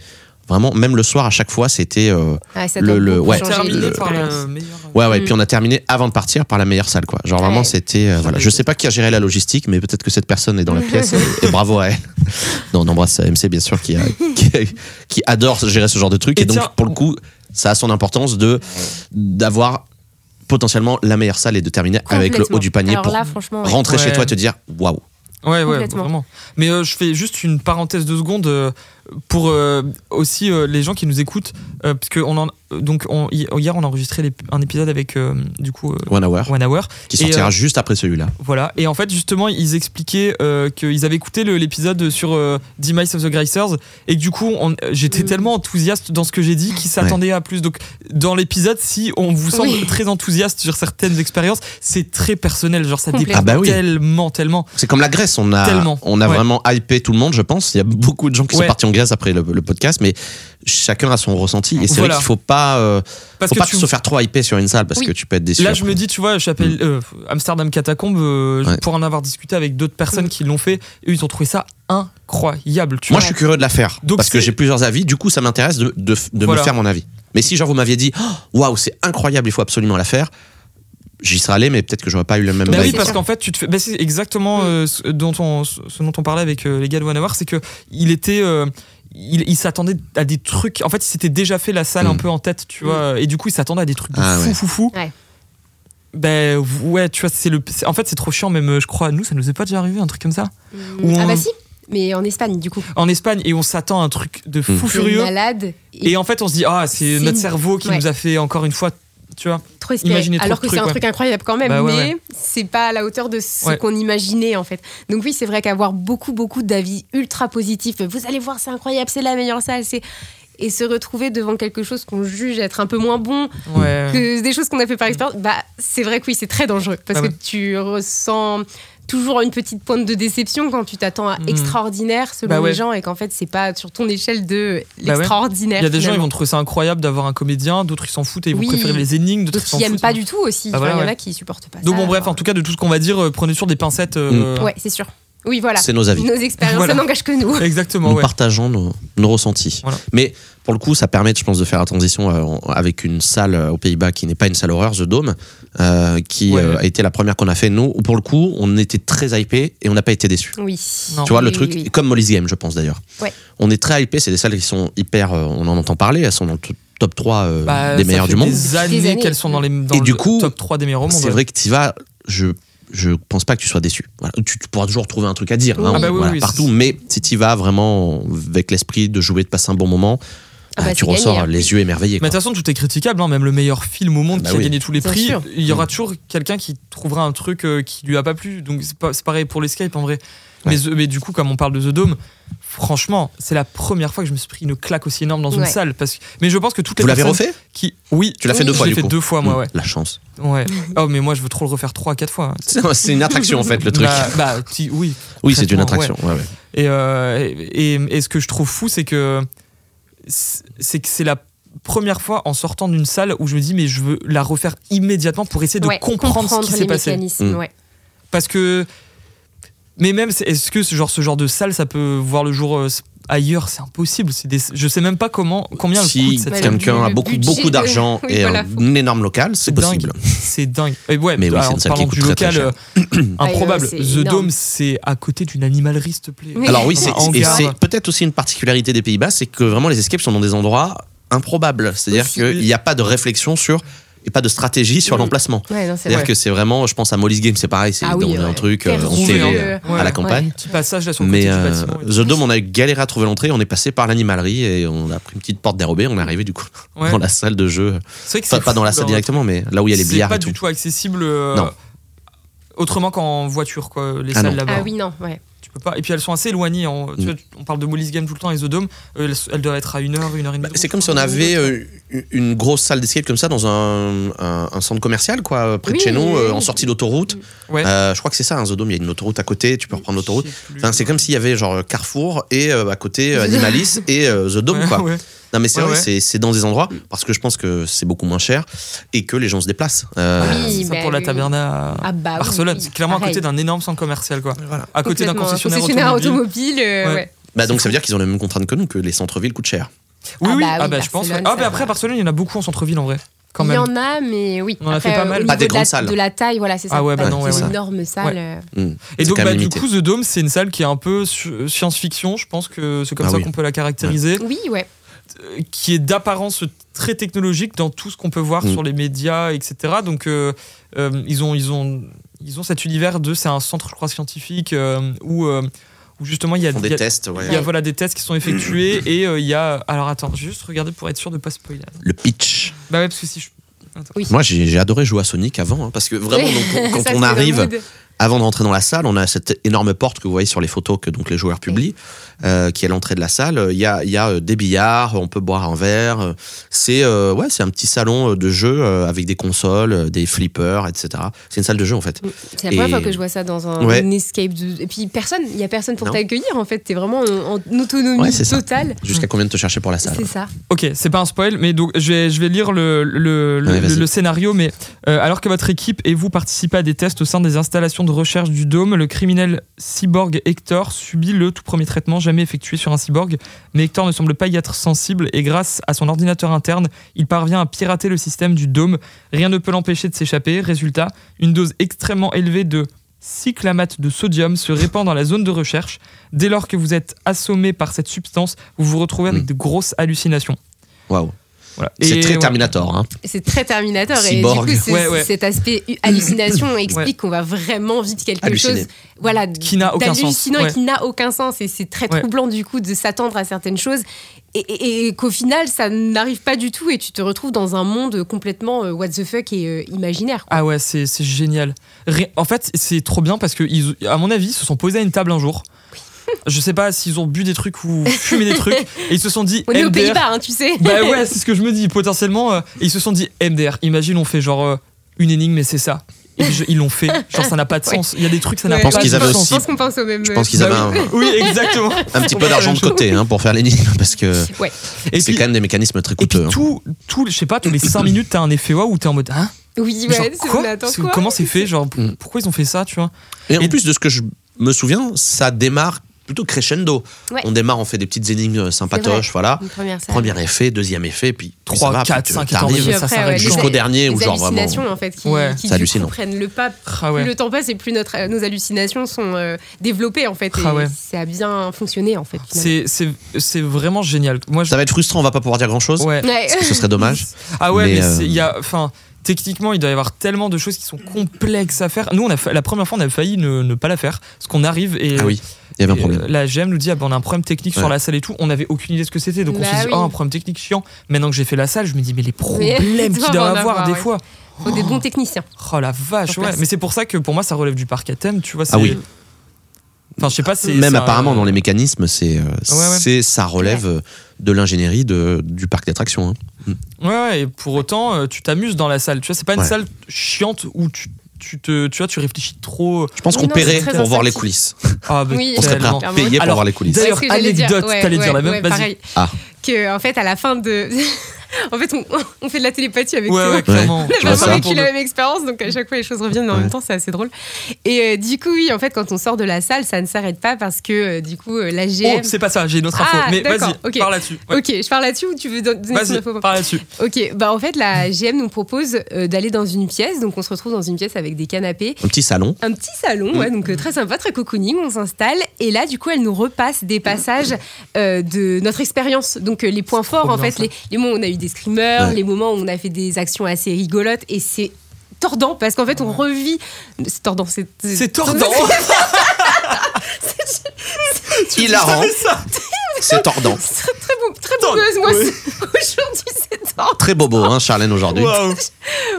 S2: vraiment, même le soir à chaque fois, c'était. euh,
S3: Ah, ça
S2: Le-
S3: doit
S2: le-
S3: beaucoup
S2: ouais.
S3: changer
S1: Terminé
S2: le-
S1: par
S3: l'expérience.
S1: le meilleur.
S2: Ouais, ouais, et
S3: Mm.
S2: puis on a terminé avant de partir par la meilleure salle, quoi. Genre vraiment,
S3: Ouais.
S2: c'était. euh, voilà, je sais pas qui a géré la logistique, mais peut-être que cette personne est dans la pièce et, et bravo à elle. Non, on embrasse MC, bien sûr, qui, a- qui, qui adore gérer ce genre de truc. Et,
S1: Et
S2: donc,
S1: tiens-
S2: pour le coup, ça a son importance de d'avoir potentiellement la meilleure salle est de terminer avec le haut du panier
S3: Alors
S2: pour
S3: là, franchement, ouais.
S2: rentrer chez
S1: Ouais.
S2: toi et te dire waouh.
S1: Ouais, ouais,
S3: Complètement.
S1: vraiment. Mais euh, je fais juste une parenthèse de secondes euh, pour euh, aussi euh, les gens qui nous écoutent, euh, parce que on en, donc on- hi- hier on a enregistré l'ép- un épisode avec euh, du coup euh,
S2: One Hour
S1: One Hour,
S2: qui
S1: Et,
S2: sortira
S1: euh,
S2: juste après celui-là.
S1: voilà. Et en fait justement ils expliquaient euh, qu'ils avaient écouté le- l'épisode sur euh, Demise of the Gracers et que du coup on- euh, j'étais
S3: Mm.
S1: tellement enthousiaste dans ce que j'ai dit qu'ils s'attendaient à plus. Donc dans l'épisode si on vous semble
S3: Oui.
S1: très enthousiaste sur certaines expériences, c'est très personnel, genre ça dépend
S3: Complètement.
S2: Ah bah oui.
S1: tellement, tellement.
S2: C'est comme la Grèce, on a,
S1: Tellement,
S2: on a
S1: ouais.
S2: vraiment hypé tout le monde, je pense. Il y a beaucoup de gens qui
S1: Ouais.
S2: sont partis en Grèce après le, le podcast, mais chacun a son ressenti. Et c'est
S1: Voilà.
S2: vrai qu'il faut pas, euh,
S1: Parce
S2: faut
S1: que
S2: pas
S1: tu
S2: se faire trop hyper sur une salle parce
S3: Oui.
S2: que tu peux être déçu.
S1: Là, je
S2: après.
S1: me dis, tu vois, j'appelle euh, Amsterdam Catacombe euh,
S2: Ouais.
S1: pour en avoir discuté avec d'autres personnes
S3: Mm.
S1: qui l'ont fait. Et ils ont trouvé ça incroyable. Tu
S2: Moi,
S1: vois.
S2: je suis curieux de la faire
S1: Donc
S2: parce que
S1: c'est-
S2: j'ai plusieurs avis. Du coup, ça m'intéresse de, de, de
S1: Voilà.
S2: me faire mon avis. Mais si, genre, vous m'aviez dit, Oh, waouh, c'est incroyable, il faut absolument la faire, j'y serais allé, mais peut-être que j'aurais pas eu le même
S1: Bah
S3: Bah
S1: oui,
S3: oui,
S2: avis.
S1: parce
S3: c'est
S1: qu'en fait, tu te fais. bah, c'est exactement
S3: Mm.
S1: euh, ce, dont on, ce ce dont on parlait avec euh, les gars de One Hour, c'est que il était. euh, il, il s'attendait à des trucs. En fait, il s'était déjà fait la salle
S2: Mm.
S1: un peu en tête, tu vois. Et du coup, il s'attendait à des trucs de
S2: Ah
S1: fou,
S2: ouais.
S1: fou, fou.
S3: Ouais.
S1: Ben ouais, tu vois, c'est le. c'est- En fait, c'est trop chiant, même, euh, je crois, à nous, ça nous est pas déjà arrivé, un truc comme ça.
S3: Mm. Ah bah si, mais en Espagne, du coup.
S1: En Espagne, et on s'attend à un truc de fou
S2: Mm.
S1: furieux.
S3: Malade.
S1: Et en fait, on se dit, ah, c'est
S3: C'est
S1: notre
S3: une-
S1: cerveau qui
S3: ouais.
S1: nous a fait encore une fois, tu vois.
S3: trop espéré.
S1: Imaginez trop
S3: Alors
S1: de
S3: que c'est
S1: trucs,
S3: un
S1: ouais.
S3: truc incroyable quand même,
S1: Bah ouais,
S3: mais c'est pas à la hauteur de ce
S1: Ouais.
S3: qu'on imaginait en fait. Donc oui, c'est vrai qu'avoir beaucoup beaucoup d'avis ultra positifs, vous allez voir, c'est incroyable, c'est la meilleure salle, c'est et se retrouver devant quelque chose qu'on juge être un peu moins bon
S1: Ouais.
S3: que des choses qu'on a fait par expérience, bah c'est vrai que oui, c'est très dangereux parce
S1: Mm. Ah
S3: que
S1: ouais.
S3: tu ressens toujours une petite pointe de déception quand tu t'attends à
S1: Mhm.
S3: extraordinaire selon
S1: Bah ouais.
S3: les gens et qu'en fait c'est pas sur ton échelle de
S1: Bah ouais.
S3: l'extraordinaire.
S1: Il y a des gens, ils
S3: finalement.
S1: vont trouver ça incroyable d'avoir un comédien, d'autres ils s'en foutent et ils vont
S3: Oui.
S1: préférer les énigmes, d'autres
S3: D'autres
S1: ils s'en
S3: qui aiment
S1: foutent.
S3: pas du tout aussi.
S1: Bah
S3: Enfin,
S1: voilà,
S3: Il y en
S1: ouais.
S3: a qui supportent pas
S1: Donc
S3: ça.
S1: bon bref,
S3: Enfin,
S1: en tout cas de tout ce qu'on va dire, euh, prenez sur des pincettes. euh,
S3: Mm. Ouais, c'est sûr. Oui, voilà.
S2: C'est nos avis.
S3: Nos expériences,
S1: Voilà.
S3: ça n'engage que nous.
S1: Exactement,
S2: nous
S1: ouais.
S2: partageons nos, nos ressentis.
S1: Voilà.
S2: Mais pour le coup, ça permet, je pense, de faire la transition euh, en- avec une salle euh, aux Pays-Bas qui n'est pas une salle horreur, The Dome, euh, qui
S1: Ouais.
S2: euh, a été la première qu'on a fait. Nous, pour le coup, on était très hypés et on n'a pas été déçus.
S3: Oui.
S1: Non.
S2: Tu vois,
S3: Oui,
S2: le
S3: oui,
S2: truc,
S3: oui.
S2: comme Molly's Game, je pense d'ailleurs.
S3: Ouais.
S2: On est très hypés, c'est des salles qui sont hyper. euh, on en entend parler, elles sont dans le t- top 3 euh,
S1: Bah,
S2: des
S1: ça
S2: meilleures
S1: fait
S2: du monde.
S1: Des
S3: Des
S1: années
S3: années.
S1: qu'elles sont dans les dans
S2: Et du
S1: le
S2: coup,
S1: top 3 des meilleurs au monde.
S2: C'est
S1: ouais.
S2: vrai que tu vas, je je pense pas que tu sois déçu. Voilà. Tu, tu pourras toujours trouver un truc à dire hein,
S1: Ah bah oui,
S2: voilà,
S1: oui,
S2: partout,
S1: c'est-
S2: mais si tu vas vraiment avec l'esprit de jouer, de passer un bon moment,
S3: Ah bah,
S2: euh,
S3: c'est
S2: tu
S3: gagné,
S2: ressors
S3: hein.
S2: les yeux émerveillés.
S1: Mais de
S2: quoi.
S1: toute façon, tout est critiquable, hein, même le meilleur film au monde
S2: Bah
S1: qui
S2: oui. Mm.
S1: a gagné tous les
S3: Bien
S1: prix,
S3: sûr.
S1: il y aura toujours quelqu'un qui trouvera un truc euh, qui lui a pas plu. Donc c'est pas- c'est pareil pour l'escape en vrai. Mais, The- mais du coup, comme on parle de The Dome, franchement, c'est la première fois que je me suis pris une claque aussi énorme dans une
S3: Ouais.
S1: salle. Parce que, mais je pense que toutes les
S2: Vous l'avez
S1: personnes
S2: refait
S1: qui, oui,
S2: Tu l'as fait
S1: oui,
S2: deux
S1: je
S2: fois,
S1: l'ai
S2: du
S1: fait
S2: coup. Mm.
S1: deux fois, moi, ouais.
S2: La chance.
S1: ouais. Oh, mais moi, je veux trop le refaire trois, quatre fois. hein.
S2: C'est une attraction en fait le truc.
S1: Bah, bah, ti- oui.
S2: oui, c'est une
S1: complètement,
S2: attraction. ouais, ouais.
S1: Et, euh, et, et- et ce que je trouve fou, c'est que c'est que c'est la première fois en sortant d'une salle où je me dis mais je veux la refaire immédiatement pour essayer de
S3: Ouais,
S1: comprendre, ce qui s'est
S3: les
S1: passé
S3: mécanismes,
S2: Mm.
S3: ouais.
S1: parce que mais même c'est- est-ce que ce genre ce genre de salle ça peut voir le jour euh, s- ailleurs c'est impossible c'est des, je sais même pas comment combien elle coûte
S2: Si
S1: cette
S3: Ouais,
S1: salle.
S3: le-
S2: quelqu'un a
S3: le
S2: beaucoup
S3: budget
S2: beaucoup
S3: de-
S2: d'argent
S3: Oui,
S2: et
S3: voilà,
S2: un,
S3: faut-
S2: énorme local, c'est
S1: C'est dingue.
S2: possible.
S1: c'est dingue et ouais
S2: Mais oui,
S1: alors,
S2: c'est une
S1: en
S2: salle qui
S1: parlant
S2: coûte
S1: du
S2: très, très
S1: local
S2: cher.
S1: euh, improbable
S3: Ah, c'est
S1: The
S3: énorme.
S1: Dome c'est à côté d'une animalerie s'il te plaît
S3: Oui.
S2: Alors oui,
S1: Enfin,
S2: c'est
S1: un
S2: et
S1: hangar.
S2: c'est peut-être aussi une particularité des Pays-Bas, c'est que vraiment les escapes sont dans des endroits improbables. C'est-à-dire
S3: Aussi.
S2: qu'il n'y a pas de réflexion sur et pas de stratégie sur
S3: Mm.
S2: l'emplacement.
S3: Ouais, non, c'est
S2: C'est-à-dire
S3: vrai.
S1: Ouais.
S2: que c'est vraiment, je pense à Molly's Game, c'est pareil, c'est
S3: Ah
S2: dans
S3: oui,
S2: un
S3: ouais.
S2: truc euh, en
S3: Perdu,
S2: télé
S1: euh,
S2: euh, à
S1: ouais.
S2: la campagne.
S1: petit passage là sur le
S2: Mais
S1: côté
S2: euh,
S1: du bâtiment et tout.
S2: The Dome, on a galéré à trouver l'entrée, on est passé par l'animalerie et on a pris une petite porte dérobée, on est arrivé du coup
S1: Ouais.
S2: dans la salle de
S1: c'est
S2: jeu.
S1: vrai que
S2: Enfin,
S1: c'est
S2: pas dans la
S1: fou,
S2: salle
S1: hein.
S2: directement, mais là où il y a les
S1: c'est
S2: billards
S1: pas
S2: et tout.
S1: du tout accessible euh,
S2: Non.
S1: autrement qu'en voiture quoi les
S2: Ah
S1: salles
S2: non.
S1: là-bas
S3: Ah oui, non, ouais.
S1: tu peux pas et puis elles sont assez éloignées en- tu
S2: Mm.
S1: vois, on parle de Molly's Game tout le temps et The Dome euh, elles, elles doivent être à une heure une heure et demie
S2: Bah,
S1: de
S2: c'est
S1: route,
S2: comme si on
S1: hein.
S2: avait euh, une grosse salle d'escape comme ça dans un, un- un centre commercial, quoi, euh, près de
S3: Oui,
S2: chez nous,
S3: oui,
S2: euh,
S3: oui.
S2: en sortie d'autoroute.
S1: Ouais.
S2: Euh, je crois que c'est ça, un The Dome, il y a une autoroute à côté, tu peux reprendre l'autoroute.
S1: Je sais plus.
S2: Enfin, c'est comme s'il y avait genre Carrefour et euh, à côté euh, Animalis et euh, The Dome,
S1: Ouais,
S2: quoi.
S1: ouais.
S2: Non, mais c'est
S1: Ouais,
S2: vrai,
S1: ouais. Mm.
S2: c'est- c'est dans des endroits parce que je pense que c'est beaucoup moins cher et que les gens se déplacent. Euh,
S3: Oui,
S1: C'est ça
S3: bah
S1: pour la
S3: oui.
S1: taberna à
S3: Ah bah oui,
S1: Barcelone
S3: oui,
S1: c'est clairement à
S3: pareil.
S1: côté d'un énorme centre commercial quoi
S2: voilà.
S1: à côté d'un
S3: Complètement,
S1: concessionnaire,
S3: concessionnaire
S1: automobile.
S3: automobile. euh,
S1: Ouais.
S3: ouais.
S2: Bah, donc ça veut dire qu'ils ont les mêmes contraintes que nous, que les centres-villes coûtent cher.
S1: oui
S3: Ah
S1: oui
S3: bah
S1: ah
S3: oui,
S1: bah je pense ouais.
S3: Barcelone,
S1: ah
S3: ça
S1: bah
S3: va.
S1: après Barcelone il y en a beaucoup en centre ville en vrai quand
S3: Il y
S1: même
S3: en a, mais oui.
S1: On en a
S3: Après,
S1: fait pas
S3: euh,
S1: mal.
S3: au
S2: Pas Ah, des
S3: niveau de la-
S2: grandes salles.
S3: De la taille, voilà, c'est ça.
S1: Ah ouais, bah
S3: Pas
S1: non,
S3: des
S1: ouais, ouais.
S3: énormes salles. euh,
S2: Hmm.
S1: Et
S2: C'est
S1: donc,
S2: quand
S1: bah,
S2: même
S1: du
S2: limité.
S1: coup, The Dome, c'est une salle qui est un peu su- science-fiction. Je pense que c'est comme
S2: Ah
S1: ça
S2: oui.
S1: qu'on peut la caractériser.
S3: Oui, ouais.
S1: euh, qui est d'apparence très technologique dans tout ce qu'on peut voir
S2: Mm.
S1: sur les médias, etc. Donc euh, euh, ils ont ils ont ils ont cet univers de c'est un centre je crois scientifique euh, où euh, où justement il y a
S2: Ils font
S1: il y
S2: des
S1: a-
S2: tests, ouais.
S1: il y a voilà des tests qui sont effectués et euh, il y a alors attends je vais juste regarder pour être sûr de pas spoiler.
S2: Le pitch.
S1: Bah ouais parce que si je...
S2: Moi, j'ai j'ai adoré jouer à Sonic avant, hein, parce que vraiment,
S3: Oui.
S2: donc, on- quand
S3: Ça, c'est
S2: on
S3: le
S2: arrive,
S3: mood.
S2: avant de rentrer dans la salle, on a cette énorme porte que vous voyez sur les photos que donc les joueurs publient, euh, qui est l'entrée de la salle. Il y a, il y a euh, des billards, on peut boire un verre. Euh, C'est euh, ouais, c'est un petit salon euh, de jeu euh, avec des consoles, euh, des flippers, etc. C'est une salle de jeu en fait.
S3: C'est la première
S2: Et-
S3: fois que je vois ça dans un
S2: Ouais.
S3: une escape. De... Et puis personne, il n'y a personne pour
S2: Non.
S3: t'accueillir en fait. T'es vraiment en, en autonomie
S2: Ouais, c'est ça.
S3: totale.
S2: Jusqu'à combien de te chercher pour la salle
S3: C'est ça.
S1: Ok, c'est pas un spoil, mais donc je vais, je vais lire le, le, le-
S2: Ouais, vas-y.
S1: le scénario. Mais euh, alors que votre équipe et vous participez à des tests au sein des installations de recherche du Dôme, le criminel cyborg Hector subit le tout premier traitement jamais effectué sur un cyborg. Mais Hector ne semble pas y être sensible et grâce à son ordinateur interne, il parvient à pirater le système du Dôme. Rien ne peut l'empêcher de s'échapper. Résultat, une dose extrêmement élevée de cyclamate de sodium se répand dans la zone de recherche. Dès lors que vous êtes assommé par cette substance, vous vous retrouvez avec
S2: Mm.
S1: de grosses hallucinations.
S2: Waouh.
S1: Voilà.
S2: C'est
S1: Et
S2: très
S1: ouais.
S2: Terminator. Hein.
S3: C'est très Terminator.
S2: Cyborg.
S3: Et du coup, c'est-
S1: Ouais, ouais.
S3: cet aspect hu- hallucination explique qu'on va vraiment vite quelque
S2: Halluciné.
S3: chose. Voilà, d-
S1: Qui n'a aucun sens,
S3: d'hallucinant
S1: ouais.
S3: et qui n'a aucun sens. Et c'est très
S1: Ouais.
S3: troublant du coup de s'attendre à certaines choses. Et, et- et qu'au final, ça n'arrive pas du tout. Et tu te retrouves dans un monde complètement euh, what the fuck et euh, imaginaire.
S1: Ah ouais, c'est c'est génial. Ré- En fait, c'est trop bien parce que, ils, à mon avis, ils se sont posés à une table un jour. Je sais pas s'ils ont bu des trucs ou fumé des trucs. Et ils se sont dit,
S3: On est aux
S1: MDR.
S3: Pays-Bas, hein, tu sais.
S1: Bah ouais, c'est ce que je me dis. Potentiellement, euh, et ils se sont dit, MDR, imagine, on fait genre euh, une énigme et c'est ça. Et je- ils l'ont fait. Genre, ça n'a pas de
S3: Ouais.
S1: sens. Il y a des trucs, ça n'a
S3: Ouais.
S1: pas
S2: pense
S1: de
S2: qu'ils avaient
S1: sens.
S3: Je
S2: aussi-
S3: pense qu'on pense au même. euh,
S2: Je pense qu'ils avaient
S1: Bah
S2: un,
S1: Oui, exactement.
S2: un petit peu d'argent de côté hein, pour faire l'énigme parce que
S3: Ouais.
S1: Et
S2: c'est
S1: puis,
S2: quand même des mécanismes très
S1: et puis
S2: coûteux. hein.
S1: tout, tout, je sais pas, tous les 5 minutes, t'as un effet waouh où t'es en mode, hein
S3: Oui,
S1: Mais genre,
S3: ouais, c'est-
S1: quoi
S3: on attend
S1: C'est-
S3: quoi
S1: Comment c'est fait Genre, pour-
S2: Mm.
S1: pourquoi ils ont fait ça, tu vois
S2: Et en
S1: Et-
S2: plus de ce que je me souviens, ça démarre plutôt crescendo.
S3: Ouais.
S2: On démarre, on fait des petites énigmes euh, sympatoches, voilà.
S3: Une première salle.
S2: Premier effet, deuxième effet, puis puis ça
S1: 3,
S2: va,
S1: 4,
S2: puis tu-
S1: 5 et
S2: t'arrives
S1: t'arrives,
S3: Puis
S1: ça
S3: après,
S1: s'arrête
S3: ouais,
S1: jamais.
S2: Jusqu'au
S3: les-
S2: dernier
S3: Les
S2: où genre vraiment.
S3: hallucinations en fait qui,
S1: Ouais.
S2: C'est
S3: qui du
S2: hallucinant.
S3: coup, prennent le pas.
S1: Ah
S3: Plus
S1: ouais.
S3: le temps passe et plus notre, nos hallucinations sont euh, développées en fait.
S1: Ah
S3: et
S1: ouais.
S3: Ça a bien fonctionné en fait.
S1: C'est-
S3: finalement.
S1: C'est c'est vraiment génial. Moi, je...
S2: Ça va être frustrant, on va pas pouvoir dire grand chose.
S1: ouais.
S3: Ouais.
S2: Ce serait dommage.
S1: Ah ouais,
S2: Mais,
S1: mais,
S2: euh,
S1: c'est- il y a, enfin, techniquement, il doit y avoir tellement de choses qui sont complexes à faire. Nous, on a fa- la première fois, on a failli ne, ne pas la faire, parce qu'on arrive et
S2: Ah oui, il y avait un
S1: et,
S2: problème.
S1: euh, la GM nous dit ah ben, on a un problème technique
S2: Ouais.
S1: sur la salle et tout. On avait aucune idée de ce que c'était, donc on
S3: Bah
S1: s'est dit
S3: oui.
S1: oh un problème technique chiant. Maintenant que j'ai fait la salle, je me dis mais les problèmes
S3: tu
S1: qu'il
S3: dois
S1: doit y
S3: en
S1: avoir,
S3: avoir,
S1: des
S3: ouais.
S1: fois.
S3: Faut des bons techniciens.
S1: Oh la vache,
S3: Sur
S1: ouais.
S3: place.
S1: Mais c'est pour ça que pour moi, ça relève du parc à thème, tu vois. c'est-
S2: Ah oui.
S1: Enfin, je sais pas. c'est-
S2: Même
S1: ça-
S2: apparemment dans les mécanismes, c'est euh,
S1: ouais.
S2: c'est- ça relève euh, de l'ingénierie de- du parc d'attractions. hein.
S1: Ouais, ouais, et pour autant, euh, tu t'amuses dans la salle. Tu vois, c'est pas une
S2: Ouais.
S1: salle chiante où tu, tu te, tu vois, tu réfléchis trop.
S2: Je pense
S3: Oui,
S2: qu'on
S3: non, c'est
S2: paierait
S3: très
S2: pour voir les
S3: instinctif.
S2: coulisses.
S1: Ah, bah,
S3: Oui.
S2: On serait prêt
S1: tellement.
S2: à payer pour
S1: Alors,
S2: voir les coulisses.
S1: d'ailleurs,
S3: C'est ce que j'allais dire.
S1: anecdote, t'allais dire la même, vas-y.
S3: pareil.
S2: Ah.
S3: Que en fait à la fin de, en fait on, on fait de la télépathie avec
S1: Ouais,
S3: Théo.
S1: ouais, clairement.
S2: Ouais.
S3: On
S2: Tu
S3: a
S2: vois
S1: Ouais,
S2: ça
S3: vraiment vécu
S1: pour
S3: la
S1: le-
S3: même expérience, donc à chaque fois les choses reviennent, mais en
S2: Ouais.
S3: même temps c'est assez drôle. Et euh, du coup, oui, en fait, quand on sort de la salle, ça ne s'arrête pas parce que euh, du coup, euh, la
S1: Oh,
S3: GM.
S1: c'est pas ça, j'ai une autre info.
S3: Ah,
S1: mais
S3: d'accord,
S1: vas-y,
S3: ok.
S1: parle là-dessus. Ouais.
S3: Ok, je parle là-dessus ou tu veux don- donner ton
S1: Vas-y,
S3: info
S1: parle là-dessus.
S3: Ok, bah en fait, la GM nous propose euh, d'aller dans une pièce, donc on se retrouve dans une pièce avec des canapés,
S2: Un petit salon.
S3: un petit salon,
S1: Mm.
S3: ouais, donc euh, très sympa, très cocooning, on s'installe, et là, du coup, elle nous repasse des passages euh, de notre expérience, donc euh, les points forts,
S1: trop
S3: en
S1: bien,
S3: fait,
S1: ça.
S3: les, les moments où on a eu des screamers,
S2: Ouais.
S3: les moments où on a fait des actions assez rigolotes, et c'est tordant, parce qu'en fait, on revit... C'est tordant, c'est...
S1: C'est tordant. Tu
S2: Hilarant.
S1: savais ça
S2: C'est tordant.
S3: C'est très, très, bon, très
S1: Tordant,
S3: bourgeoise, moi,
S1: ouais.
S3: c'est- aujourd'hui, c'est tordant.
S2: Très bobo, hein, Charlène, aujourd'hui.
S1: Waouh.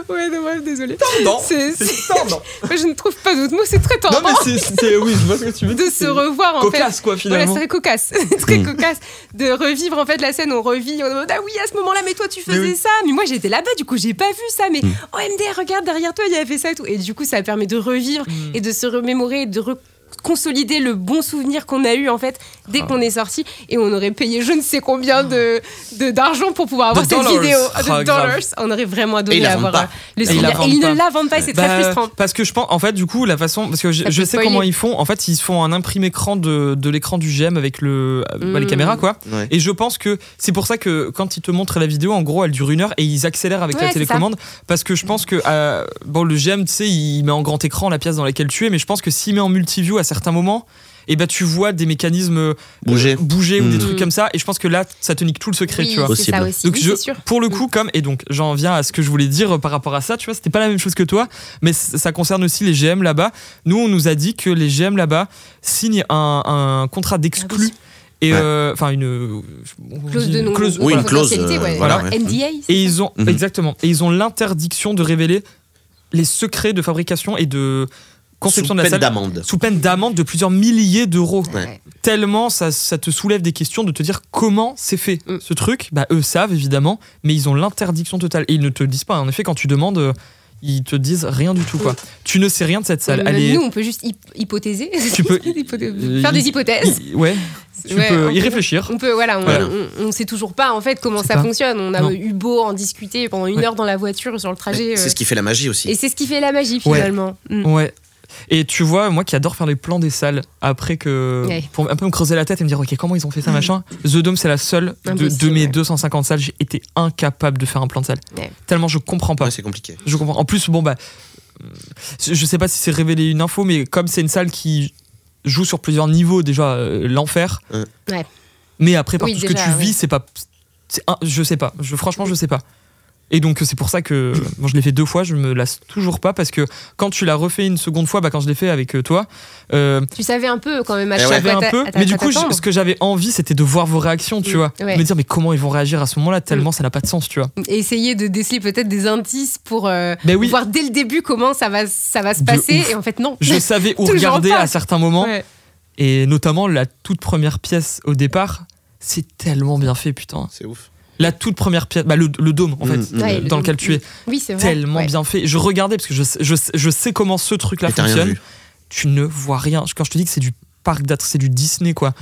S3: Ouais, non, bref, désolé.
S1: Tordant.
S3: C'est-
S1: C'est tordant.
S3: Moi, je ne trouve pas d'autres mots, c'est très tordant.
S1: Non, mais c'est- c'est. Oui, je vois ce que tu veux dire.
S3: de se revoir en fait.
S1: Cocasse, quoi,
S3: Voilà, c'est
S1: finalement. Hmm.
S3: très cocasse, très
S2: Mm.
S3: cocasse de revivre en fait la scène. On revit, on est en mode, ah oui, à ce moment-là, mais toi tu faisais
S1: Mais oui. Hmm.
S3: ça, mais moi j'étais là-bas, du coup j'ai pas vu ça, mais
S2: Mm.
S3: oh MDR, regarde derrière toi, il y avait ça et tout. Et du coup, ça permet de revivre
S1: Mm.
S3: et de se remémorer, et de re- consolider le bon souvenir qu'on a eu en fait dès
S1: Ah.
S3: qu'on est sorti et on aurait payé je ne sais combien de de- d'argent pour pouvoir avoir
S1: De
S3: cette
S1: dollars.
S3: vidéo
S1: Ah,
S3: de
S1: grave.
S3: dollars on aurait vraiment
S2: Et
S3: adoré
S2: ils la vendent
S3: avoir
S2: pas.
S3: euh, le
S2: Ils la
S3: souvenir et
S1: vendent
S3: ils ne
S1: pas.
S3: la vendent pas c'est
S1: Bah,
S3: très frustrant
S1: Parce que je pense, en fait, du coup, la façon. Parce que je,
S3: Ça
S1: je
S3: peut
S1: sais comment
S3: spoiler.
S1: ils font. En fait, ils se font un imprimé écran de, de l'écran du GM avec le, bah, les
S3: Mm.
S1: caméras, quoi.
S2: Ouais.
S1: Et je pense que c'est pour ça que quand ils te montrent la vidéo, en gros, elle dure une heure et ils accélèrent avec
S3: Ouais,
S1: la
S3: c'est
S1: télécommande. Parce que je pense que, euh, bon, le GM, tu sais, il met en grand écran la pièce dans laquelle tu es, mais je pense que s'il met en multiview à certains moments, et ben tu vois des mécanismes euh,
S2: Bouger.
S1: bouger ou des
S2: Mm.
S1: trucs
S3: Mm.
S1: comme ça. Et je pense que là, ça te nique tout le secret, tu vois.
S3: c'est ça
S2: Possible.
S3: aussi.
S1: Donc
S3: oui,
S1: je-
S3: c'est sûr. Mm.
S1: Pour le coup, comme et donc j'en viens à ce que je voulais dire euh, par rapport à ça, tu vois, c'était pas la même chose que toi, mais c- ça concerne aussi les GM là-bas. Nous, on nous a dit que les GM là-bas signent un, un contrat d'exclus et
S2: Ouais.
S1: euh, enfin une euh, on
S3: Ah Clause
S1: dit
S3: de
S1: une
S3: non
S1: clause-
S3: non-
S2: oui,
S1: voilà.
S2: une clause,
S3: confidentialité,
S2: euh,
S3: ouais.
S2: voilà,
S3: Un
S2: ouais.
S3: NDA. c'est
S1: Et
S3: ça
S1: ils ont
S2: Mhm.
S1: exactement et ils ont l'interdiction de révéler les secrets de fabrication et de conception
S2: Sous
S1: de la
S2: peine
S1: salle
S2: d'amende.
S1: sous peine d'amende de plusieurs milliers d'euros.
S2: Ouais.
S1: Tellement ça, ça te soulève des questions de te dire comment c'est fait
S3: Mm.
S1: ce truc. Bah, eux savent évidemment, mais ils ont l'interdiction totale. Et ils ne te le disent pas. En effet, quand tu demandes, euh, ils te disent rien du tout. Quoi.
S3: Mm.
S1: Tu ne sais rien de cette salle.
S3: Même
S1: Elle est-
S3: Nous, on peut juste hyp- hypothéser.
S1: Tu peux-
S3: Hypothé- Faire des
S1: il-
S3: hypothèses.
S1: il- ouais, tu
S3: Ouais,
S1: peux
S3: on
S1: y réfléchir.
S3: On peut, voilà, on,
S2: Voilà.
S3: on- on sait toujours pas en fait comment
S1: C'est
S3: ça
S1: pas.
S3: fonctionne. On a
S1: Non.
S3: eu beau en discuter pendant une
S1: Ouais.
S3: heure dans la voiture sur le trajet.
S2: Mais C'est
S3: euh,
S2: ce qui fait la magie
S3: Et
S2: aussi.
S3: c'est ce qui fait la magie
S1: Ouais.
S3: finalement. Mm.
S1: Ouais. Et tu vois, moi qui adore faire les plans des salles après que.
S3: Ouais. Mm.
S1: Pour un peu me creuser la tête et me dire, ok, comment ils ont fait ça, machin. The Dome, c'est la seule de, de
S3: Impossible,
S1: mes
S3: ouais.
S1: 250 salles, j'ai été incapable de faire un plan de salle.
S3: Ouais.
S1: Tellement je comprends pas.
S2: Ouais, c'est compliqué.
S1: Je comprends. En plus, bon, bah, euh, je sais pas si c'est révélé une info, mais comme c'est une salle qui joue sur plusieurs niveaux, déjà, euh, l'enfer.
S2: Ouais.
S3: Ouais.
S1: Mais après, par
S3: Oui,
S1: tout ce
S3: déjà,
S1: que tu
S3: ouais.
S1: vis, c'est pas. c'est un- je sais pas. Je, franchement, je sais pas. Et donc, c'est pour ça que bon, je l'ai fait deux fois, je me lasse toujours pas parce que quand tu l'as refait une seconde fois, bah, quand je l'ai fait avec euh, toi, euh,
S3: Tu savais un peu Bah, quand même à
S2: Eh
S1: je
S3: chaque
S2: ouais.
S1: savais
S3: fois
S1: un
S3: t'a-
S1: peu.
S3: à ta-
S1: Mais du
S3: à
S1: coup, je-
S3: t'attendre.
S1: ce que j'avais envie, c'était de voir vos réactions, tu
S3: Mm.
S1: vois.
S3: Ouais. Mm.
S1: De me dire, mais comment ils vont réagir à ce moment-là Tellement ça n'a pas de sens, tu vois.
S3: essayer de déceler peut-être des indices pour euh,
S1: Mais oui,
S3: voir dès le début comment ça va, ça va se
S1: De
S3: passer.
S1: ouf.
S3: Et en fait, non.
S1: je savais où
S3: Toujours
S1: regarder
S3: pas.
S1: à certains moments.
S3: Ouais.
S1: Et notamment la toute première pièce au départ, c'est tellement bien fait, putain.
S2: C'est ouf.
S1: La toute première pièce, bah, le, le dôme en
S2: Mm,
S1: fait,
S2: mm.
S3: Ouais, le
S1: dans
S3: dôme.
S1: lequel tu es,
S3: Oui, c'est vrai.
S1: tellement
S3: Ouais.
S1: bien fait. Je regardais parce que je, sais- je, sais- je sais comment ce truc-là
S2: Et t'as rien
S1: fonctionne.
S2: vu.
S1: Tu ne vois rien. Quand je te dis que c'est du parc d'attractions, c'est du Disney quoi.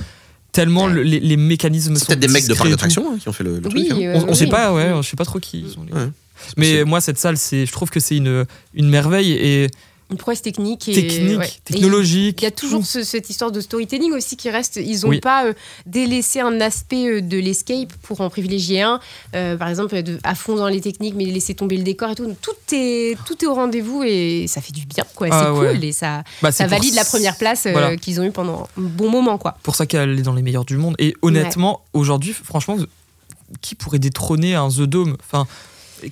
S1: Tellement le- les, les mécanismes
S2: C'est
S1: sont.
S2: peut-être des mecs de
S1: discrets et
S2: parc
S1: tout.
S2: d'attraction hein, qui ont fait le, le
S3: Oui,
S2: truc. hein.
S3: euh,
S1: On, on sait
S3: oui.
S1: pas, ouais, je sais pas trop qui. ils sont, les-
S2: Ouais,
S1: Mais
S2: possible.
S1: moi cette salle, c'est, je trouve que c'est une une merveille et
S3: Une prouesse technique. Et,
S1: technique,
S3: ouais. Et
S1: technologique.
S3: Il y a toujours
S1: tout.
S3: ce- cette histoire de storytelling aussi qui reste. Ils n'ont
S1: Oui.
S3: pas euh, délaissé un aspect euh, de l'escape pour en privilégier un. Euh, par exemple, de- à fond dans les techniques, mais laisser tomber le décor et tout. Donc, Tout est, tout est au rendez-vous et ça fait du bien. quoi. C'est
S1: Ah ouais.
S3: cool et ça,
S1: Bah, c'est
S3: ça
S1: pour
S3: valide la première place euh,
S1: Voilà.
S3: qu'ils ont eue pendant un bon moment. quoi.
S1: pour ça qu'elle est dans les meilleurs du monde. Et honnêtement, aujourd'hui, franchement, vous- qui pourrait détrôner un The Dome Enfin,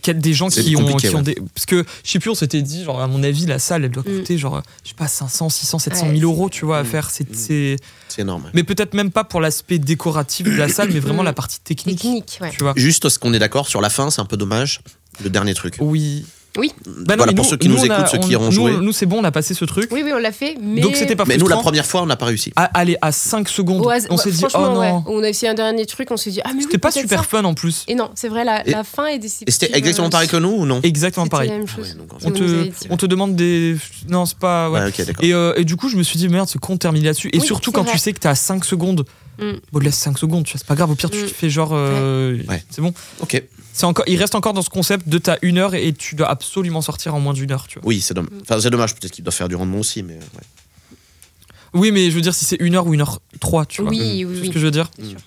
S1: quel- des gens
S2: C'est
S1: qui ont,
S2: compliqué,
S1: qui ont
S2: ouais.
S1: des. Parce que, je sais plus, on s'était dit, genre, à mon avis, la salle, elle doit
S3: Mm.
S1: coûter, genre, je sais pas, 500, 600, 700
S3: Ouais,
S1: 000
S3: c'est-
S1: euros, tu vois, à
S2: Mm.
S1: faire. C'est,
S2: Mm.
S1: c'est-
S2: C'est énorme. ouais.
S1: Mais peut-être même pas pour l'aspect décoratif de la salle, mais vraiment la
S3: Mm.
S1: partie technique.
S3: Technique, ouais.
S1: Tu vois
S2: Juste ce qu'on est d'accord sur la fin, c'est un peu dommage. Le dernier truc.
S1: Oui.
S3: Oui.
S1: Bah non,
S2: voilà
S1: mais
S2: pour ceux qui nous,
S1: on
S2: écoutent,
S1: a-
S2: ceux qui
S1: on-
S2: auront
S1: nous,
S2: joué.
S1: Nous, c'est bon, on a passé ce truc.
S3: Oui, oui, on l'a fait. Mais...
S1: Donc, c'était pas
S2: mais nous, la
S1: frustrant.
S2: première fois, on n'a pas réussi.
S1: À- Allez, à 5 secondes,
S3: Au hasard-
S1: on s'est
S3: ouais,
S1: dit, oh
S3: franchement,
S1: non.
S3: ouais. On a essayé un dernier truc, on s'est dit, ah, mais
S1: C'était
S3: oui,
S1: pas
S3: peut-être
S1: super
S3: ça.
S1: fun en plus.
S3: Et non, c'est vrai, la,
S2: Et-
S3: la fin est
S2: Et
S3: déceptive.
S2: c'était exactement pareil que nous ou non
S1: Exactement
S3: C'était
S1: pareil.
S3: la même
S2: Ah ouais,
S3: chose.
S2: donc, en
S3: On
S2: fait-
S1: on
S3: nous
S1: te,
S3: avait dit,
S1: on te demande des. Non, c'est pas. ouais.
S2: Ouais, ok, d'accord.
S1: Et, euh, et du coup, je me suis dit, merde, ce con termine là-dessus. Et
S3: Oui,
S1: surtout,
S3: c'est
S1: quand
S3: vrai.
S1: tu sais que t'as 5 secondes,
S3: Mm.
S1: bon, laisse 5 secondes, tu vois, c'est pas grave. Au pire, tu
S3: Mm.
S1: te fais genre. euh,
S2: Ouais.
S1: C'est bon.
S2: Ok.
S1: C'est encore, il reste encore dans ce concept de t'as une heure et tu dois absolument sortir en moins d'une heure, tu vois.
S2: Oui, c'est dommage. Enfin, c'est dommage. Peut-être qu'il doit faire du rendement aussi, mais. euh, ouais.
S1: Oui, mais je veux dire, si c'est une heure ou une heure trois, tu vois.
S3: Oui, oui,
S1: C'est ce
S3: oui.
S1: que je veux dire.
S2: C'est sûr.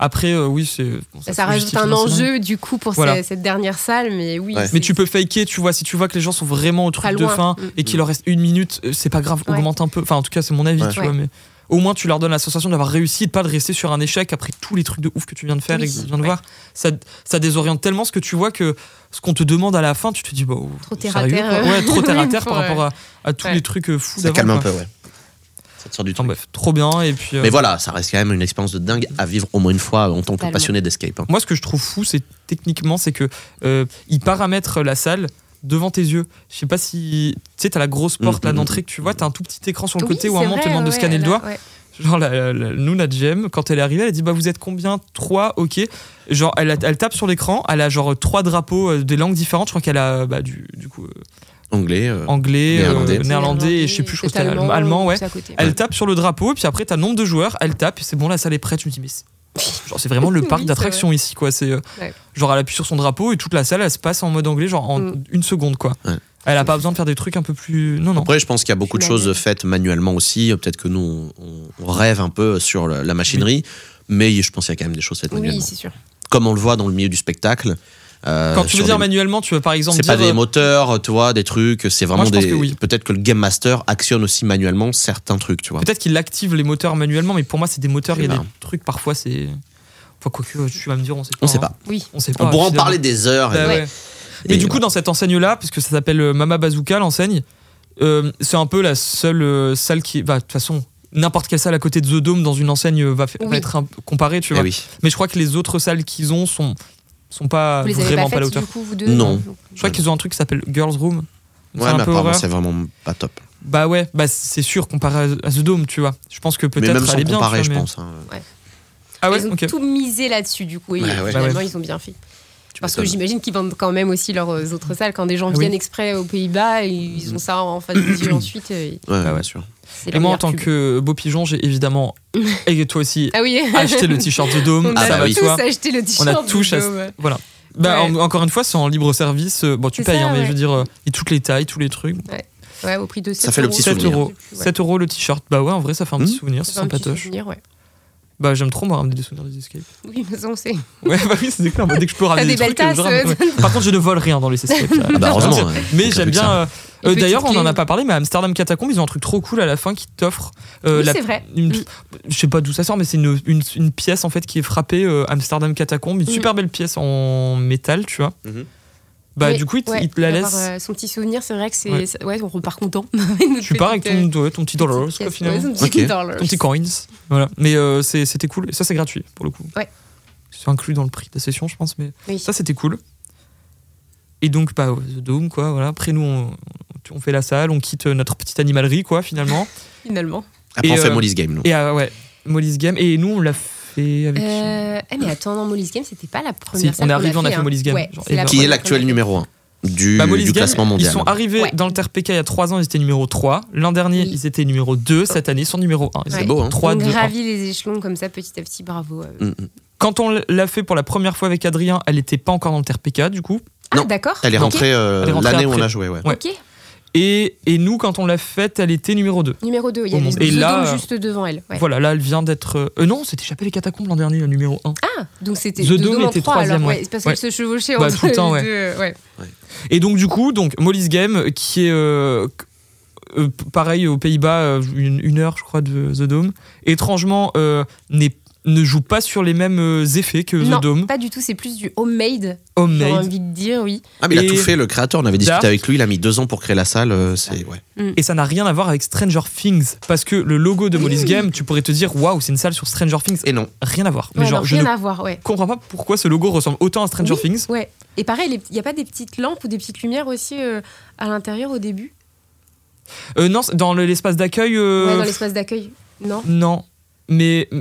S1: Après, euh, oui, c'est. bon,
S3: Ça,
S1: se
S3: rajoute
S1: justifie
S3: un
S1: forcément.
S3: enjeu du coup pour
S1: Voilà.
S3: ce- cette dernière salle, mais oui.
S2: Ouais.
S3: c'est-
S1: Mais tu peux faker, tu vois, si tu vois que les gens sont vraiment au
S3: Pas
S1: truc de
S3: loin.
S1: fin
S3: Mm.
S1: et qu'il leur reste une minute, euh, c'est pas grave,
S3: Ouais.
S1: augmente un peu. Enfin, en tout cas, c'est mon avis,
S2: Ouais.
S1: tu
S3: Ouais.
S1: vois, mais au moins tu leur donnes la sensation d'avoir réussi et de pas de rester sur un échec après tous les trucs de ouf que tu viens de faire
S3: Oui.
S1: et que tu viens de
S3: Ouais.
S1: voir. Ça, ça désoriente tellement ce que tu vois que ce qu'on te demande à la fin, tu te dis, bah, oh,
S3: Trop terre à
S1: sérieux,
S3: terre,
S1: quoi.
S3: euh.
S1: Ouais, trop terre à
S3: Oui,
S1: terre par
S3: pour, euh,
S1: rapport à, à tous
S3: ouais.
S1: les trucs euh, fous
S2: Ça
S1: d'avant.
S2: calme un
S1: quoi.
S2: peu, ouais. Ça te sort du
S1: Enfin,
S2: truc.
S1: bref, trop bien. Et puis, euh,
S2: Mais voilà, ça reste quand même une expérience de dingue à vivre au moins une fois en tant que
S3: Totalement.
S2: passionné d'escape. hein.
S1: Moi, ce que je trouve fou, c'est techniquement, c'est que euh, ils paramètrent la salle devant tes yeux. Je sais pas si tu sais, t'as la grosse porte
S2: Mm,
S1: là
S2: mm,
S1: d'entrée
S2: mm.
S1: que tu vois, t'as un tout petit écran sur le
S3: Oui,
S1: côté où à un
S3: c'est
S1: moment on te
S3: vrai,
S1: demande de
S3: ouais,
S1: scanner le
S3: là,
S1: doigt.
S3: ouais.
S1: Genre la, la- la- nous, la GM, quand elle est arrivée, elle a dit bah vous êtes combien 3, ok. Genre elle, a- elle tape sur l'écran, elle a genre trois drapeaux euh, des langues différentes. Je crois qu'elle a bah, du, du coup euh,
S2: Anglais. euh,
S1: anglais, euh, néerlandais,
S2: Néerlandais.
S1: et je sais plus, je crois que
S3: peut-être
S1: c'était allemand, allemand, ouais.
S3: c'est euh, à côté.
S1: Elle tape sur le drapeau, puis après, t'as nombre de joueurs, elle tape, et c'est bon, la salle est prête. Je me dis, mais c'est, genre, c'est vraiment le
S3: Oui,
S1: parc
S3: c'est
S1: d'attractions ici, quoi. C'est, euh,
S3: Ouais.
S1: Genre, elle appuie sur son drapeau, et toute la salle, elle se passe en mode anglais, genre en
S3: Mm.
S1: une seconde, quoi.
S2: Ouais.
S1: Elle a pas besoin de faire des trucs un peu plus. Non, non.
S2: Après, je pense qu'il y a beaucoup de
S3: Finalement.
S2: choses faites manuellement aussi. Peut-être que nous, on, on rêve un peu sur la, la machinerie, mais je pense qu'il y a quand même des choses faites
S3: Oui,
S2: manuellement.
S3: c'est sûr.
S2: Comme on le voit dans le milieu du spectacle, euh,
S1: Quand tu
S2: sur
S1: veux dire
S2: des-
S1: manuellement, tu veux par exemple
S2: c'est
S1: dire.
S2: pas des
S1: euh,
S2: moteurs, tu vois, des trucs. C'est vraiment
S1: Moi, je pense
S2: des.
S1: que oui.
S2: Peut-être que le game master actionne aussi manuellement certains trucs, tu vois.
S1: Peut-être qu'il active les moteurs manuellement, mais pour moi, c'est des moteurs. Il y a
S2: Eh ben.
S1: des trucs parfois, c'est. Enfin, quoique, tu vas me dire, on sait pas.
S2: On sait
S1: hein.
S2: pas.
S3: Oui.
S1: On sait pas.
S2: On pourra en
S1: finalement.
S2: parler des heures.
S1: Bah
S2: et-
S1: ouais. Mais
S2: et
S1: du coup,
S2: voilà.
S1: dans cette enseigne-là, puisque ça s'appelle euh, Mama Bazooka, l'enseigne, euh, c'est un peu la seule euh, salle qui. bah, De toute façon, n'importe quelle salle à côté de The Dome dans une enseigne euh, va, fa- va
S3: Oui.
S1: être un- comparée, tu
S2: Eh
S1: vois.
S2: oui.
S1: Mais je crois que les autres salles qu'ils ont sont, sont pas
S3: Vous les avez
S1: Ah, vraiment
S3: pas
S1: pas, à la
S3: faites,
S1: hauteur.
S3: du coup, vous deux
S2: Non.
S1: Je crois qu'ils ont un truc qui s'appelle Girls Room. C'est
S2: Ouais,
S1: un
S2: mais
S1: peu
S2: apparemment,
S1: horreur.
S2: c'est vraiment pas top.
S1: Bah ouais, bah c'est sûr comparé à- à The Dome, tu vois. Je pense que
S2: Mais même
S1: peut-être
S2: sans
S1: elle est bien.
S2: comparer,
S1: tu
S2: je
S1: vois, mais-
S2: pense. hein.
S1: Ah ouais,
S3: ils ont
S1: ok.
S3: tout misé là-dessus, du coup. Et
S2: Ouais, ouais.
S1: Bah
S3: finalement,
S1: ouais.
S3: ils ont bien fait.
S2: Tu
S3: Parce que
S2: m'étonnes.
S3: j'imagine qu'ils vendent quand même aussi leurs euh, autres salles. Quand des gens
S1: Ah oui.
S3: viennent exprès aux Pays-Bas, et ils ont ça en face des yeux ensuite. euh, et
S2: Bah, Ouais,
S1: Ah ouais.
S2: bien sûr.
S3: c'est
S1: Et
S3: la
S1: moi, en
S3: meilleure
S1: tant
S3: pub.
S1: que euh, beau pigeon, j'ai évidemment, et toi aussi,
S3: Ah oui
S1: acheté le t-shirt The Dome.
S3: On
S2: Ah
S1: ça
S2: bah
S3: a
S1: va de
S2: oui.
S3: tous
S1: soi.
S3: acheté le
S1: On
S3: t-shirt.
S1: a tous
S3: du
S1: acheté-
S3: Dome.
S1: Voilà. Bah,
S3: Ouais.
S1: en- encore une fois, c'est en libre service. euh, Bon, tu
S3: C'est
S1: payes,
S3: ça,
S1: hein, mais
S3: ouais.
S1: je veux dire, euh, et toutes les tailles, tous les trucs.
S3: euh, Ouais, au prix de 7
S2: fait le petit
S3: euros.
S1: 7
S2: souvenir.
S1: euros. 7 euros le t-shirt. Bah ouais, en vrai, ça fait un
S2: Hmm.
S1: petit souvenir, c'est
S3: C'est un petit
S1: sympatoche.
S3: souvenir, ouais.
S1: Bah j'aime trop me ramener des souvenirs des escapes.
S3: Oui, mais ça, on sait.
S1: Ouais, bah oui, c'est clair. Bah, dès que je peux ramener
S3: des
S1: des,
S3: belles
S1: trucs, euh, je
S3: tasses,
S1: ramène, ouais. Par contre, je ne vole rien dans les escapes. ça.
S2: Ah bah heureusement. ouais.
S1: Mais
S2: Aucun
S1: j'aime
S2: truc
S1: bien.
S2: ça.
S1: euh,
S3: Une
S1: euh,
S3: petite
S1: D'ailleurs, on
S3: clé.
S1: en a pas parlé, mais à Amsterdam Catacombe, ils ont un truc trop cool à la fin qui t'offre. euh,
S3: Oui,
S1: la-
S3: c'est vrai.
S1: une-
S3: Mm.
S1: Je sais pas d'où ça sort, mais c'est une, une- une pièce en fait qui est frappée euh, Amsterdam Catacombe, une
S3: Mm.
S1: super belle pièce en métal, tu vois.
S2: Mhm.
S1: Bah
S3: Mais,
S1: du coup, ils te-
S3: ouais,
S1: ils te la
S3: d'avoir,
S1: laissent.
S3: euh, son petit souvenir, c'est vrai que c'est.
S1: Ouais.
S3: ça- Ouais, on repart content. Notre
S1: Tu pars avec
S3: petite,
S1: ton,
S3: euh,
S1: ouais, ton petit dollar,
S3: petite
S1: quoi,
S3: pièce.
S1: finalement.
S3: Ouais, son petit
S2: Ok.
S3: dollars.
S1: Ton petit coins. Voilà. Mais euh, c'est- c'était cool. Et ça, c'est gratuit pour le coup.
S3: Ouais.
S1: C'est inclus dans le prix de la session, je pense. Mais
S3: Oui.
S1: ça, c'était cool. Et donc, bah, The Dome, quoi. Voilà. Après, nous, on, on fait la salle, on quitte notre petite animalerie, quoi, finalement.
S3: Finalement.
S2: Après, on
S1: Et,
S2: fait
S1: euh,
S2: Molly's Game, nous.
S1: Et ah ouais, Molly's Game. Et nous, on l'a fait avec.
S3: Euh, ah, mais attends, non, Molly's Game, c'était pas la première.
S1: Si,
S3: salle
S1: on est
S3: qu'on
S1: arrivé, on a fait
S3: hein.
S1: Molly's Game,
S3: Ouais,
S1: genre,
S3: c'est la
S1: ever.
S2: Qui est
S3: première
S2: l'actuel
S3: qu'on a
S2: numéro 1 du,
S1: Bah, Molly's
S2: du
S1: Game,
S2: classement mondial.
S1: Ils sont arrivés
S3: Ouais.
S1: dans le TRPK il y a 3 ans, ils étaient numéro 3. L'an dernier,
S3: Oui. Oh.
S1: ils étaient numéro 2. Cette année, ils sont numéro 1. Ils
S3: Ouais.
S1: étaient
S2: C'est beau, hein.
S1: 3,
S3: On
S1: 2, 1.
S3: gravit les échelons comme ça petit à petit, bravo. euh.
S2: Mm, mm.
S1: Quand on l'a fait pour la première fois avec Adrien, elle n'était pas encore dans le TRPK, du coup.
S3: Ah,
S2: Non,
S3: d'accord.
S2: Elle est
S3: Ok.
S2: rentrée euh,
S1: Elle est rentrée
S2: l'année où on
S1: après.
S2: a joué, ouais.
S1: Ouais.
S3: Ok,
S1: Et, et nous, quand on l'a faite, elle était numéro 2.
S3: numéro 2. Il
S1: Au
S3: y avait
S1: monde.
S3: The
S1: Et là,
S3: Dome
S1: euh,
S3: juste devant elle. ouais.
S1: Voilà, là, elle vient d'être. euh, euh, non, c'était échappé les catacombes l'an dernier, le numéro 1.
S3: Ah, donc c'était
S1: The
S3: The
S1: Dome
S3: Dome en
S1: était
S3: trois, alors,
S1: troisième,
S3: ouais,
S1: ouais.
S3: c'est parce
S1: Ouais.
S3: qu'elle se chevauchait
S1: Bah,
S3: entre
S1: tout le temps,
S3: les
S1: ouais.
S3: deux. euh, ouais.
S1: Et donc, du coup, donc, Molly's Game, euh, qui est. euh, euh, p- pareil aux Pays-Bas, euh, une, une heure, je crois, de The Dome. Étrangement, euh, n'est- ne joue pas sur les mêmes euh, effets que
S3: non, euh,
S1: The Dome.
S3: pas du tout, c'est plus du homemade, j'ai
S1: Homemade.
S3: envie de dire, oui.
S2: Ah, mais il a
S1: Et-
S2: tout fait, le créateur. On avait discuté
S1: Dark.
S2: avec lui. Il a mis deux ans pour créer la salle. euh, C'est ouais.
S1: Et ça n'a rien à voir avec Stranger Things. Parce que le logo de Molly's Game, tu pourrais te dire, waouh, c'est une salle sur Stranger Things.
S2: Et non.
S1: Rien à voir. Mais
S3: Ouais,
S1: genre,
S3: non,
S1: je
S3: rien
S1: ne
S3: à voir, ouais.
S1: comprends pas pourquoi ce logo ressemble autant à Stranger
S3: Oui.
S1: Things.
S3: Ouais. Et pareil, il n'y a pas des petites lampes ou des petites lumières aussi euh, à l'intérieur au début
S1: Euh, non, c'est dans le- l'espace d'accueil. euh,
S3: Ouais, dans l'espace d'accueil. Non
S1: Non, mais mm,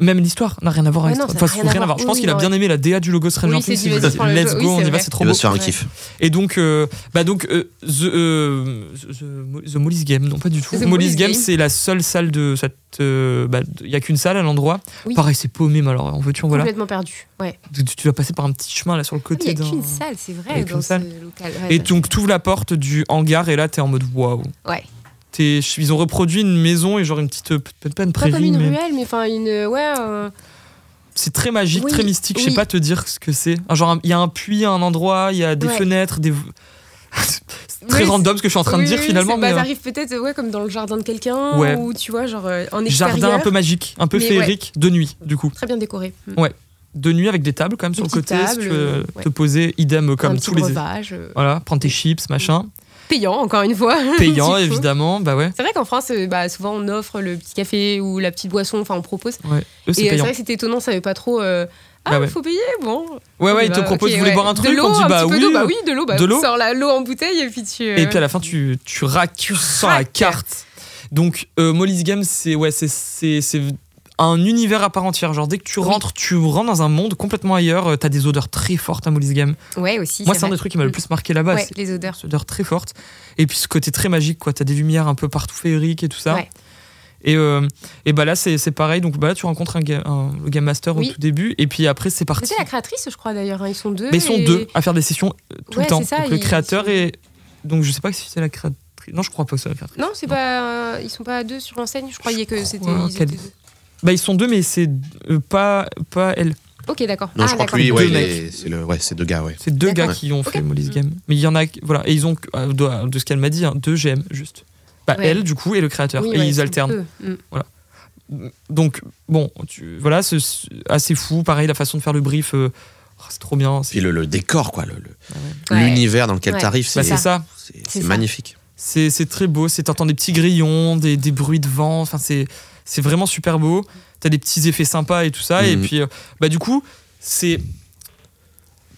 S1: même l'histoire n'a rien à voir avec
S3: Ouais, non,
S1: ça.
S3: ça n'a
S1: Enfin,
S3: rien
S1: faut
S3: à
S1: rien à
S3: voir.
S1: voir. Je pense
S3: Oui,
S1: qu'il a
S3: non,
S1: bien aimé la DA du logo Stranger
S3: Oui,
S1: Things.
S3: c'est
S1: Il
S3: du-
S1: s'est
S3: vas-y, prends
S1: dit,
S3: le
S1: Let's
S3: jeu.
S1: go,
S3: Oui,
S1: on
S3: c'est
S1: y va,
S3: vrai.
S1: c'est trop
S2: Il va
S1: beau.
S2: se faire un
S3: Ouais. Ah,
S2: kiff.
S1: Et donc, euh, bah donc euh, the, euh, the, the Molly's Game, non pas du tout.
S3: The
S1: Molly's
S3: Molly's
S1: Game,
S3: Game.
S1: c'est la seule salle de cette. euh, bah, Il y a qu'une salle à l'endroit.
S3: Oui.
S1: Pareil, c'est paumé, mais alors en veux-tu, en voilà.
S3: Complètement perdu. Ouais.
S1: Tu, tu vas passer par un petit chemin là sur le
S3: Ah, mais
S1: côté.
S3: Il n'y a
S1: d'un-
S3: qu'une salle, c'est
S1: il y
S3: vrai,
S1: a qu'une
S3: dans ce
S1: salle.
S3: local. Ouais,
S1: Et
S3: bah,
S1: donc, tu ouvres la porte du hangar et là, t'es en mode waouh.
S3: Ouais.
S1: T'es- Ils ont reproduit une maison et genre une petite. euh, Peut-être pas une
S3: Pas
S1: prairie,
S3: comme une
S1: mais-
S3: ruelle, mais enfin une. euh, Ouais. euh,
S1: c'est très magique,
S3: Oui,
S1: très mystique. Je sais
S3: oui.
S1: pas te dire ce que c'est. Un Genre, il y a un puits à un endroit, il y a des
S3: Ouais.
S1: fenêtres, des. c'est très
S3: Oui, c'est-
S1: random ce que je suis en train
S3: oui,
S1: de dire
S3: oui,
S1: finalement,
S3: c'est- bah,
S1: mais.
S3: ça
S1: euh,
S3: arrive peut-être ouais, comme dans le jardin de quelqu'un,
S1: Ouais.
S3: ou tu vois, genre euh, en extérieur.
S1: Jardin un peu magique, un peu
S3: Mais ouais.
S1: féerique, de nuit, du coup.
S3: Très bien décoré. Mm.
S1: Ouais, De nuit avec des tables quand même sur le
S3: petite
S1: côté, si tu
S3: table,
S1: veux
S3: euh, ouais.
S1: te poser, idem
S3: un
S1: comme
S3: petit
S1: tous les.
S3: breuvage, euh,
S1: Voilà, prendre tes chips, machin.
S3: payant encore une fois.
S1: Payant,
S3: Du coup.
S1: évidemment, bah ouais.
S3: C'est vrai qu'en France, euh, bah, souvent on offre le petit café ou la petite boisson, enfin on propose.
S1: ouais. Eux, c'est
S3: Et euh, c'est
S1: payant.
S3: vrai que c'était étonnant, on savait pas trop. euh, ah,
S1: Bah ouais.
S3: faut payer, bon.
S1: Ouais, ouais, ils
S3: Bah,
S1: te proposent,
S3: ok,
S1: vous voulez
S3: ouais.
S1: boire un
S3: De
S1: truc,
S3: l'eau,
S1: on dit
S3: un
S1: bah
S3: petit peu
S1: oui.
S3: d'eau, bah oui, de l'eau, bah,
S1: de l'eau.
S3: sors la- l'eau en bouteille et puis tu. euh,
S1: Et puis à la fin, tu, tu raques, tu sors la
S3: raques.
S1: carte. Donc, euh, Molly's Game, c'est ouais, c'est- c'est c'est un univers à part entière. Genre, dès que tu
S3: Oui.
S1: rentres, tu rentres dans un monde complètement ailleurs. Euh, T'as des odeurs très fortes à Molly's Game.
S3: Ouais, aussi.
S1: Moi, c'est un
S3: vrai.
S1: des trucs qui m'a le
S3: Mm.
S1: plus marqué là-bas.
S3: Ouais,
S1: c'est
S3: les odeurs.
S1: Cette odeur très forte. Et puis, ce côté très magique, quoi. T'as des lumières un peu partout féeriques et tout ça.
S3: Ouais.
S1: Et, euh, et bah là, c'est c'est pareil. Donc, bah là, tu rencontres un, ga- un- le Game Master
S3: Oui.
S1: au tout début. Et puis après, c'est parti.
S3: C'était la créatrice, je crois d'ailleurs. hein, Ils sont deux.
S1: Mais ils sont
S3: et-
S1: deux à faire des sessions euh, tout
S3: Ouais,
S1: le temps.
S3: c'est ça,
S1: Donc, le
S3: ils-
S1: créateur
S3: ils
S1: et. Donc, je sais pas si c'est la créatrice. Non, je crois pas que c'est la créatrice.
S3: Non, c'est
S1: Non.
S3: pas. euh, Ils sont pas deux sur l'enseigne. Je croyais que c'était.
S1: crois
S3: ils étaient
S1: qu'elle-
S3: deux.
S1: Bah, ils sont deux, mais c'est euh, pas, pas elle.
S3: Ok, d'accord.
S2: Non,
S3: Ah,
S2: je crois que
S3: d'accord.
S2: lui,
S1: Deux
S2: ouais, il
S1: mecs.
S2: est- c'est le, ouais, c'est deux gars, ouais.
S1: C'est deux gars
S3: D'accord.
S1: qui ont fait
S3: Ok. Mm.
S1: Molly's Game. Mais il y en a, voilà, et ils ont, euh, de, de ce qu'elle m'a dit, hein, deux GM juste. Bah,
S3: Ouais.
S1: elle, du coup, et le créateur.
S3: Oui,
S1: et
S3: ouais,
S1: ils
S3: c'est un
S1: alternent. Mm.
S3: peu, mm.
S1: Donc, bon, tu, voilà, c'est c'est assez fou. Pareil, la façon de faire le brief, euh, oh, c'est trop bien.
S2: Puis
S1: C'est
S2: le, le décor, quoi, le- le-
S3: Ouais.
S2: l'univers dans lequel
S3: Ouais.
S2: t'arrives,
S1: bah,
S2: c'est
S1: c'est ça.
S2: c'est-
S3: C'est
S2: c'est
S3: ça.
S2: magnifique.
S1: C'est c'est très beau. C'est t'entends des petits grillons, des, des bruits de vent. Enfin, c'est c'est vraiment super beau. T'as des petits effets sympas et tout ça. Et
S2: Mhm.
S1: puis, euh, bah, du coup, c'est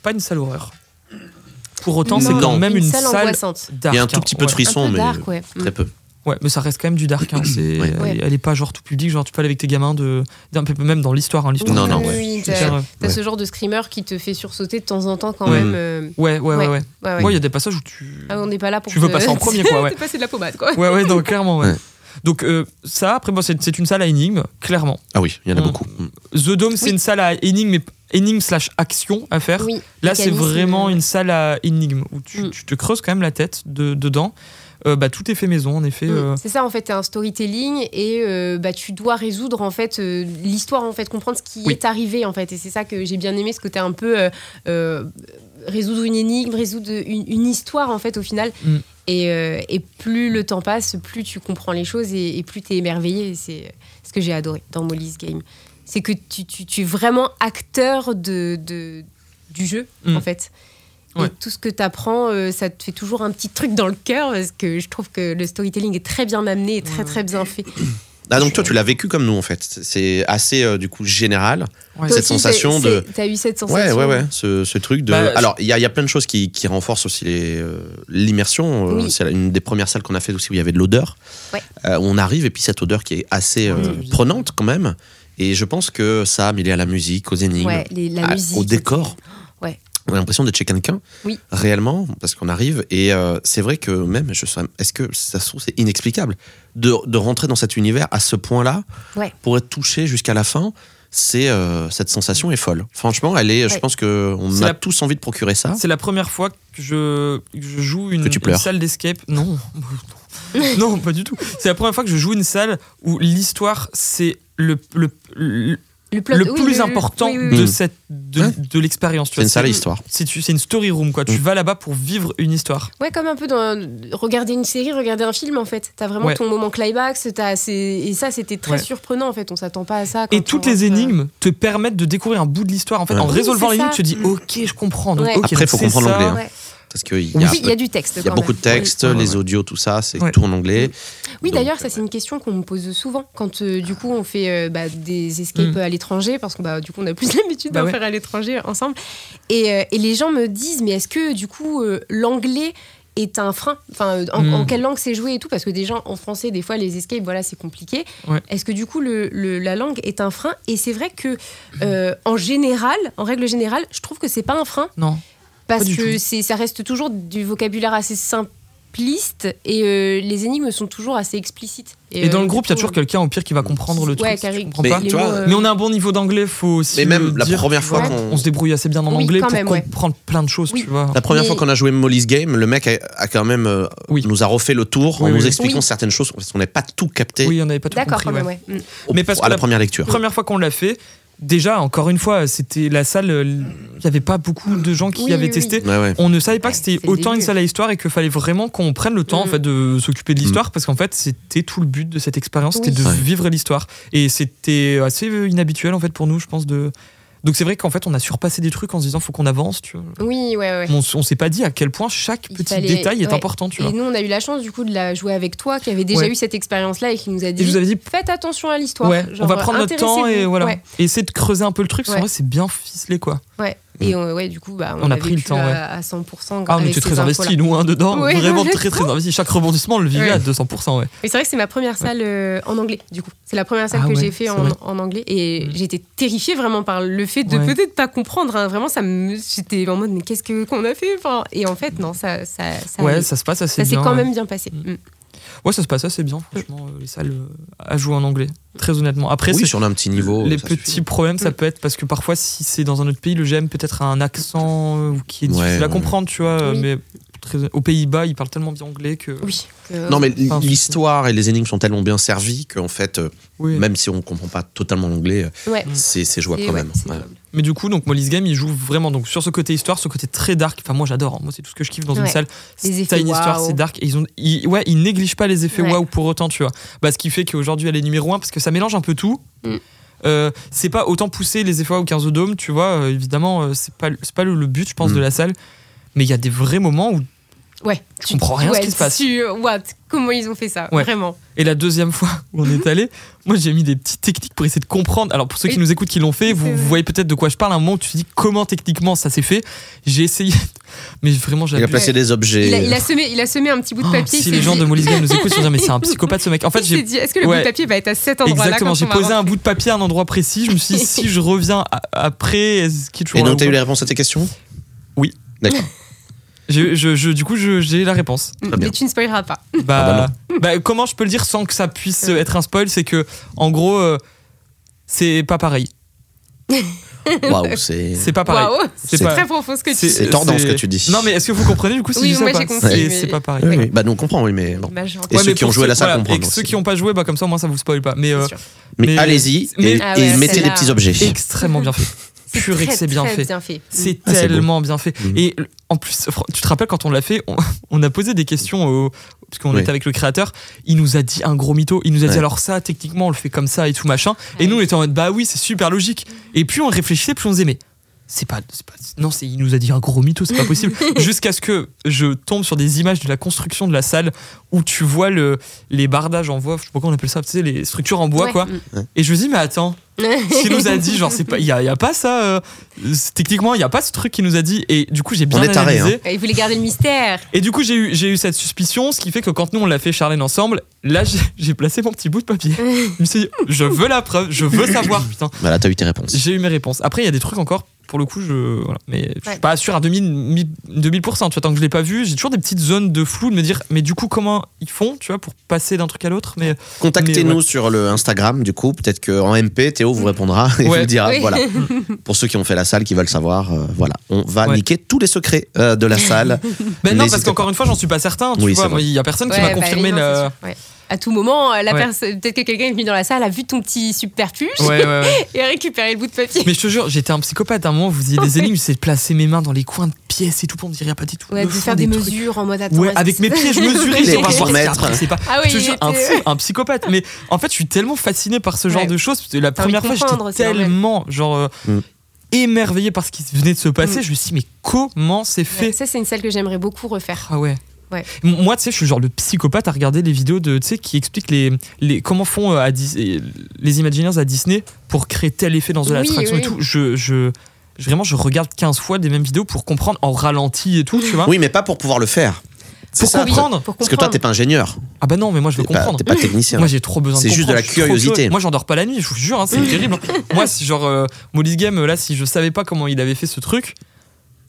S1: pas une sale horreur. Pour autant,
S3: Non.
S1: c'est quand
S2: Non.
S1: même une,
S3: salle
S1: salle
S3: angoissante.
S1: dark.
S2: Il y a un
S1: hein.
S2: tout petit peu de
S1: Ouais.
S2: frisson,
S3: un peu
S2: mais
S3: dark, ouais. Mm.
S2: très peu.
S1: Ouais, mais ça reste quand même du dark. Hein. C'est,
S2: Ouais.
S1: elle,
S3: Ouais.
S1: est- elle est pas genre tout public, genre tu peux aller avec tes gamins de, d'un peu même dans l'histoire, hein, l'histoire.
S2: Non, non,
S1: euh,
S2: ouais.
S3: Oui,
S1: c'est
S3: t'as
S1: sûr.
S3: t'as
S2: Ouais.
S3: ce genre de screamer qui te fait sursauter de temps en temps quand
S1: Ouais.
S3: même. euh,
S1: ouais, ouais, ouais, ouais. Ouais,
S3: ouais,
S1: il
S3: ouais.
S1: y a des passages où tu.
S3: Ah, on n'est pas là pour.
S1: Tu veux
S3: te-
S1: passer en premier, quoi, ouais.
S3: te passer de la pommade, quoi.
S1: Ouais, ouais, donc clairement, ouais.
S2: Ouais.
S1: Donc euh, ça, après, bon, c'est, c'est une salle à énigmes, clairement.
S2: Ah oui, il y en a
S1: Mm.
S2: beaucoup. Mm.
S1: The Dome, c'est
S3: Oui.
S1: une salle à énigmes, mais énigme slash action à faire.
S3: Oui,
S1: Là, c'est
S3: mécanisme, euh,
S1: vraiment une salle à énigmes où tu,
S3: Mm.
S1: tu te creuses quand même la tête de, dedans. Euh, bah, tout est fait maison, en effet.
S3: Mm.
S1: euh,
S3: C'est ça en fait, t'as un storytelling et euh, bah, tu dois résoudre en fait euh, l'histoire en fait, comprendre ce qui
S1: Oui.
S3: est arrivé en fait. Et c'est ça que j'ai bien aimé, ce côté un peu euh, euh, résoudre une énigme, résoudre une, une histoire en fait au final.
S1: Mm.
S3: Et, euh, et plus le temps passe, plus tu comprends les choses et, et plus t'es émerveillé. Et C'est ce que j'ai adoré dans Molly's Game. C'est que tu, tu- tu es vraiment acteur de, de- du jeu
S1: Mm.
S3: en fait. Et
S1: Ouais.
S3: tout ce que tu apprends, ça te fait toujours un petit truc dans le cœur parce que je trouve que le storytelling est très bien amené et très
S1: Ouais.
S3: très bien fait.
S2: Ah donc toi, tu l'as vécu comme nous, en fait. C'est- C'est assez, euh, du coup, général.
S1: ouais,
S2: Cette sensation de-
S3: T'as eu cette
S2: Ouais,
S3: sensation.
S2: ouais, ouais. Ce, ce truc de.
S1: Bah,
S2: Alors, il y, a- il y a plein de choses qui, qui renforcent aussi les, euh, l'immersion. Euh,
S3: Oui.
S2: C'est une des premières salles qu'on a fait aussi où il y avait de l'odeur.
S3: Ouais.
S2: Euh, on arrive et puis cette odeur qui est assez euh,
S1: Oui.
S2: prenante quand même. Et je pense que ça a mêlé à la musique, aux énigmes,
S3: Ouais, les- la
S2: à-
S3: musique.
S2: Ah, au décor.
S3: Ouais.
S2: On a l'impression d'être chez quelqu'un,
S3: Oui.
S2: réellement, parce qu'on arrive. Et euh, c'est vrai que même, je sais- est-ce que ça se trouve, c'est inexplicable de, de rentrer dans cet univers à ce point-là
S3: Ouais.
S2: pour être touché jusqu'à la fin c'est euh, cette sensation est folle. Franchement, elle est. Je
S3: Ouais.
S2: pense que on
S1: C'est
S2: a
S1: la-
S2: tous envie de procurer ça.
S1: C'est la première fois que je, que je joue une,
S2: Ah. Que tu
S1: une
S2: pleures.
S1: salle d'escape. Non. non, pas du tout. C'est la première fois que je joue une salle où l'histoire, c'est le, le, le,
S3: plot-
S1: le
S3: oui,
S1: plus
S3: le-
S1: important
S3: oui, oui, oui.
S1: de,
S2: Mm.
S1: cette, de,
S2: Ouais.
S1: de l'expérience. tu
S2: C'est
S1: vois.
S2: une salle à histoire.
S1: C'est tu- c'est une story room, quoi. Tu
S2: Mm.
S1: vas là-bas pour vivre une histoire.
S3: Ouais, comme un peu dans regarder une série, regarder un film en fait. T'as vraiment
S1: Ouais.
S3: ton moment climax. t'as ces- Et ça, c'était très
S1: Ouais.
S3: surprenant en fait. On s'attend pas à ça. quand
S1: Et
S3: on
S1: toutes
S3: rentre,
S1: les
S3: euh,
S1: énigmes te permettent de découvrir un bout de l'histoire. En fait,
S2: Ouais.
S1: en
S3: Oui,
S1: résolvant
S3: c'est
S1: l'énigme,
S3: ça.
S1: tu dis
S3: Mm.
S1: Ok, je comprends. Donc,
S3: Ouais.
S1: ok,
S2: Après,
S1: donc
S2: faut
S1: c'est
S2: comprendre
S1: ça.
S2: l'anglais, hein.
S3: ouais.
S2: Parce qu'il y
S3: Oui,
S2: a,
S3: Il y a du texte.
S2: Ah, il y a
S3: quand
S2: beaucoup de
S3: même.
S2: textes,
S1: Ouais, ouais,
S2: les audios, tout ça, c'est
S1: Ouais.
S2: tout en anglais.
S3: Oui,
S2: Donc,
S3: d'ailleurs,
S2: euh,
S3: ça, c'est une question qu'on me pose souvent quand euh, du coup on fait euh, bah, des
S1: Mm.
S3: escapes à l'étranger, parce que bah, du coup on a plus l'habitude
S1: Bah
S3: d'en
S1: ouais.
S3: faire à l'étranger ensemble. Et, euh, et les gens me disent, mais est-ce que du coup euh, l'anglais est un frein Enfin, euh, en,
S1: Mm.
S3: en quelle langue c'est joué et tout Parce que des gens en français, des fois, les escapes, voilà, c'est compliqué.
S1: Ouais.
S3: Est-ce que du coup le- le- la langue est un frein Et c'est vrai que euh, en général, en règle générale, je trouve que c'est pas un frein
S1: Non. Pas
S3: parce
S1: du
S3: que
S1: tout.
S3: c'est- ça reste toujours du vocabulaire assez simpliste et euh, les énigmes sont toujours assez explicites.
S1: Et dans
S3: euh,
S1: le
S3: du
S1: groupe, il y a
S3: coup,
S1: toujours quelqu'un au pire qui va comprendre le
S3: Mm. Ouais,
S1: truc. si tu
S3: carré-
S1: comprends
S2: Mais
S1: pas.
S2: tu
S3: les
S2: vois,
S3: mots, euh,
S1: Mais on a un bon niveau d'anglais, faut aussi.
S2: Mais même
S1: le
S2: la
S1: dire,
S2: première
S1: tu
S2: fois
S1: vois.
S2: qu'on-
S1: on se débrouille assez bien en
S3: Oui,
S1: anglais
S3: quand
S1: pour
S3: même, ouais.
S1: comprendre plein de choses,
S3: Oui.
S1: tu vois.
S2: La première
S3: Mais-
S2: fois qu'on a joué Molly's Game, le mec a, a quand même euh,
S1: Oui.
S2: nous a refait le tour en
S1: Oui,
S2: nous
S1: oui.
S2: expliquant
S3: Oui.
S2: certaines choses parce qu'on n'avait pas tout capté
S1: Oui, on n'avait pas tout
S3: D'accord,
S1: compris.
S3: quand même,
S1: ouais.
S3: ouais. Mm.
S2: au-
S1: Mais parce
S2: à
S1: que
S2: la
S1: la-
S2: première lecture.
S1: Première fois qu'on l'a fait, déjà, encore une fois, c'était la salle. euh, Il n'y avait pas beaucoup de gens qui
S3: Oui,
S1: avaient
S3: oui,
S1: testé.
S2: Ouais, ouais.
S1: On ne savait pas
S3: Ouais,
S1: que c'était
S3: c'est le
S1: autant une
S3: début.
S1: salle à histoire et qu'il fallait vraiment qu'on prenne le temps
S3: Mm.
S1: en fait, de s'occuper de l'histoire parce qu'en fait c'était tout le but de cette expérience,
S3: Oui.
S1: c'était de
S2: Ouais.
S1: vivre l'histoire et c'était assez inhabituel en fait pour nous, je pense. De... Donc c'est vrai qu'en fait on a surpassé des trucs en se disant faut qu'on avance, tu vois.
S3: Mm. Oui, ouais, ouais.
S1: On, s- on s'est pas dit à quel point chaque
S3: Il
S1: petit
S3: fallait-
S1: détail est
S3: ouais.
S1: important, Mm, tu vois.
S3: Et nous, on a eu la chance du coup de la jouer avec toi, qui avait déjà
S1: Ouais.
S3: eu cette expérience-là et qui nous a
S1: Et je
S3: dit
S1: vous avais dit
S3: faites attention à l'histoire.
S1: Ouais, on
S3: Genre,
S1: va prendre notre temps et
S3: intéressez-vous.
S1: voilà.
S3: Ouais.
S1: Et essayer de creuser un peu le truc, parce
S3: Ouais.
S1: qu'en vrai, c'est bien ficelé quoi.
S3: Et euh, ouais, du coup, bah, on,
S1: On a
S3: l'a
S1: pris le
S3: vécu
S1: temps,
S3: à,
S1: ouais.
S3: à 100%.
S1: Ah, on
S3: avec
S1: était
S3: ces
S1: très investis,
S3: infos-là.
S1: nous, hein, dedans.
S3: Ouais,
S1: Vraiment
S3: complètement.
S1: très, très investis. Chaque rebondissement, on le vivait
S3: Ouais.
S1: à 200%, ouais.
S3: Mais c'est vrai que c'est ma première salle euh, en anglais, du coup. C'est la première salle
S1: Ah
S3: que
S1: ouais,
S3: j'ai fait
S1: c'est
S3: en,
S1: vrai.
S3: en anglais et
S1: Mm.
S3: j'étais terrifiée vraiment par le fait de
S1: Ouais.
S3: peut-être pas comprendre. hein. Vraiment, ça me... j'étais en mode mais qu'est-ce que qu'on a fait Enfin, Et en fait, non, ça, ça, ça,
S1: Ouais, ça se passe assez
S3: Ah ça s'est
S1: bien.
S3: quand
S1: ouais.
S3: même bien passé.
S1: Mm.
S3: Mm.
S1: Ouais, ça se passe assez bien, franchement, euh, les salles euh, à jouer en anglais. Très honnêtement. Après,
S2: Oui,
S1: c'est
S2: si on a un petit niveau.
S1: les
S2: ça
S1: petits
S2: suffit.
S1: problèmes, ça
S3: Mm.
S1: peut être parce que parfois, si c'est dans un autre pays, le GM peut-être a un accent euh, ou qui est
S2: Ouais,
S1: difficile à
S2: ouais.
S1: comprendre, tu vois. euh,
S3: Oui.
S1: Mais très- aux Pays-Bas, ils parlent tellement bien anglais que.
S3: Oui. Euh,
S2: Non, mais
S1: Pas un souci.
S2: l'histoire et les énigmes sont tellement bien servies qu'en fait, euh,
S1: Oui. Mm.
S2: même si on comprend pas totalement l'anglais, euh,
S3: Ouais.
S2: c'est c'est jouable
S3: Et
S2: quand
S3: ouais,
S2: même.
S3: c'est
S2: Ouais.
S3: jouable.
S1: Mais du coup, donc Molly's Game, il joue vraiment donc sur ce côté histoire, ce côté très dark. Enfin, moi, j'adore. hein. Moi, c'est tout ce que je kiffe dans une
S3: Ouais.
S1: salle.
S3: Les
S1: C'est-
S3: effets
S1: T'as une histoire,
S3: waouh.
S1: c'est dark. Et ils ont, ils- ouais, ils négligent pas les effets
S3: Ouais.
S1: waouh pour autant, tu vois. Bah, ce qui fait qu'aujourd'hui, elle est numéro 1 parce que ça mélange un peu tout.
S3: Mm.
S1: Euh, c'est pas autant poussé les effets waouh qu'un The Dome, tu vois. Euh, évidemment, euh, c'est pas, c'est pas le, le but, je pense,
S2: Mm.
S1: de la salle. Mais il y a des vrais moments où.
S3: Ouais.
S1: Je comprends rien à ce qui se passe.
S3: tu- euh, what Comment ils ont fait ça
S1: Ouais.
S3: Vraiment.
S1: Et la deuxième fois où on est allé, moi j'ai mis des petites techniques pour essayer de comprendre. Alors pour ceux qui
S3: Oui.
S1: nous écoutent qui l'ont fait, vous,
S3: C'est vrai.
S1: vous voyez peut-être de quoi je parle. À un moment, où tu te dis comment techniquement ça s'est fait. J'ai essayé, mais vraiment j'ai
S2: Il a
S1: appelé-
S2: placé des objets.
S3: Il a, il a semé, il a semé un petit bout de
S1: Oh,
S3: papier. il
S1: si
S3: s'est
S1: les gens
S3: dit-
S1: de Molly's Game nous écoutent, ils vont dire mais c'est un psychopathe ce mec. En fait,
S3: il s'est
S1: j'ai
S3: dit, est-ce que le
S1: ouais.
S3: bout de papier va être à cet endroit-là
S1: exactement,
S3: quand
S1: j'ai
S3: on va
S1: posé
S3: avoir-
S1: un bout de papier à un endroit précis. Je me suis dit si je reviens a- après, est-ce qu'il est
S2: Et
S1: toujours là
S2: donc, t'as
S1: ou
S2: eu
S1: pas
S2: les réponses à tes questions
S1: Oui.
S2: D'accord.
S1: J'ai- je- je- du coup, je- j'ai la réponse.
S2: Très bien.
S3: Mais tu ne spoileras pas.
S2: Ah
S1: Bah, bah, comment je peux le dire sans que ça puisse euh, être un spoil C'est que en gros, euh, c'est pas pareil.
S2: Waouh, c'est.
S1: C'est pas pareil.
S3: Waouh, c'est
S1: pas-
S3: très profond ce que tu
S2: C'est tordant, ce que tu dis.
S1: Non, mais est-ce que vous comprenez du coup si
S3: Oui,
S1: je dis
S3: moi,
S1: ça ou
S3: j'ai
S1: pas
S3: compris,
S1: C'est-
S3: mais-
S1: C'est pas pareil.
S2: Oui, oui. Bah, nous, on comprend, oui, mais bon.
S3: Bah, j'en-
S2: Et
S1: Ouais,
S2: ceux
S1: mais
S2: qui ont
S1: pour
S2: joué à la salle
S1: voilà,
S2: comprendront
S1: Et que ceux
S2: aussi.
S1: qui n'ont pas joué, bah, comme ça, moi, ça vous spoil pas. Mais euh,
S3: Bien sûr.
S2: Mais,
S1: Mais-
S2: allez-y
S1: mais-
S2: et,
S3: Ah
S2: et
S3: ouais,
S2: mettez des
S3: celle-là.
S2: petits objets.
S1: extrêmement bien fait.
S3: C'est
S1: Purée que
S3: très,
S1: c'est bien
S3: très
S1: fait.
S3: bien fait.
S1: C'est
S2: Ah, c'est beau.
S1: tellement bien fait.
S2: Mhm.
S1: Et en plus, fr- tu te rappelles quand on l'a fait, on, on a posé des questions au, parce qu'on
S2: Oui.
S1: était avec le créateur. Il nous a dit un gros mytho. Il nous a dit
S2: Ouais.
S1: alors ça, techniquement, on le fait comme ça et tout machin. Et
S3: Mm. Ouais.
S1: nous, on était en mode bah oui, c'est super logique. Et puis on réfléchissait, puis on se disait mais c'est pas, c'est pas- non, c'est il nous a dit un gros mytho, c'est pas possible. Jusqu'à ce que je tombe sur des images de la construction de la salle où tu vois le les bardages en bois, je sais pas comment on appelle ça, tu sais les structures en bois
S3: Ouais. Mm.
S1: quoi. Et je me dis mais attends qui nous a dit genre c'est pas il y, a- il y a pas ça euh, c'est- techniquement il y a pas ce truc qui nous a dit et du coup j'ai bien
S2: On est taré, hein.
S1: analysé
S3: Il voulait garder le mystère.
S1: et du coup j'ai eu j'ai eu cette suspicion ce qui fait que quand nous on l'a fait Charlène ensemble là j'ai- j'ai placé mon petit bout de papier je me suis dit je veux la preuve je veux savoir putain
S2: Voilà, t'as eu tes réponses.
S1: j'ai eu mes réponses après il y a des trucs encore pour le coup je voilà mais je
S3: Ouais.
S1: suis pas sûr à 2000 mi- 2000% tu vois tant que je l'ai pas vu j'ai toujours des petites zones de flou de me dire mais du coup comment ils font tu vois pour passer d'un truc à l'autre mais Mais
S2: Contactez-nous
S1: ouais.
S2: sur le Instagram, du coup. Peut-être qu'en MP, Théo vous répondra et vous
S1: Ouais.
S2: le dira.
S3: Oui.
S2: Voilà. Pour ceux qui ont fait la salle, qui veulent savoir, euh, voilà. On va
S1: Ouais.
S2: niquer tous les secrets euh, de la salle.
S1: ben non parce
S2: N'hésitez
S1: qu'encore une fois j'en suis pas certain tu
S2: Oui, c'est
S1: vois
S2: vrai.
S1: moi, il y a personne qui
S3: Ouais,
S1: m'a
S3: bah
S1: confirmé
S3: oui, non,
S1: la-
S3: c'est sûr. Ouais. À tout moment, euh, la
S1: Ouais.
S3: personne- peut-être que quelqu'un est venu dans la salle, a vu ton petit subterfuge
S1: ouais ouais, ouais.
S3: et a récupéré le bout de papier.
S1: Mais je te jure, j'étais un psychopathe. À un moment, vous faisiez des énigmes, c'est de placer mes mains dans les coins de pièces et tout pour me dire, y a pas du tout.
S3: Ouais,
S1: le
S3: de
S1: fond
S3: faire des,
S1: trucs.
S3: mesures en mode attends.
S1: Ouais,
S3: est-ce
S1: avec
S3: que
S1: mes pieds,
S3: c'est-
S1: je mesurais,
S2: Les
S1: j'ai pas
S2: 300 mètres.
S1: C'est pas.
S3: Ah
S1: je te
S3: oui,
S1: jure, un fou, un psychopathe. Mais en fait, je suis tellement fasciné par ce genre
S3: Ouais.
S1: de choses. parce que La
S3: T'as envie
S1: première
S3: de
S1: fois,
S3: comprendre,
S1: j'étais
S3: c'est normal.
S1: tellement genre euh,
S2: Mm.
S1: émerveillé par ce qui venait de se passer.
S3: Mm.
S1: Je me suis dit, mais comment c'est fait
S3: Ça, c'est une salle que j'aimerais beaucoup refaire.
S1: Ah ouais.
S3: Ouais.
S1: M- Moi, tu sais, je suis le genre le psychopathe à regarder les vidéos de, tu sais, qui expliquent les, les, comment font euh, à Dis- euh, les Imagineers à Disney pour créer tel effet dans une
S3: Oui,
S1: attraction et
S3: oui.
S1: tout. Je, je, je- vraiment, je regarde 15 fois des mêmes vidéos pour comprendre en ralenti et tout, tu vois.
S2: Oui, mais pas pour pouvoir le faire. C'est
S1: Pour
S2: ça,
S1: comprendre.
S3: Pour
S2: Parce que toi,
S3: comprendre.
S2: t'es pas ingénieur.
S1: Ah bah non, mais moi, je veux
S2: T'es pas,
S1: comprendre.
S2: t'es pas technicien.
S1: Moi, j'ai trop besoin de
S2: C'est juste de la
S1: comprendre, je suis trop
S2: curiosité.
S1: curieux. Moi, j'en dors pas la nuit, je vous jure, hein, c'est terrible. Moi, si genre euh, Molly's Game, euh, là, si je savais pas comment il avait fait ce truc.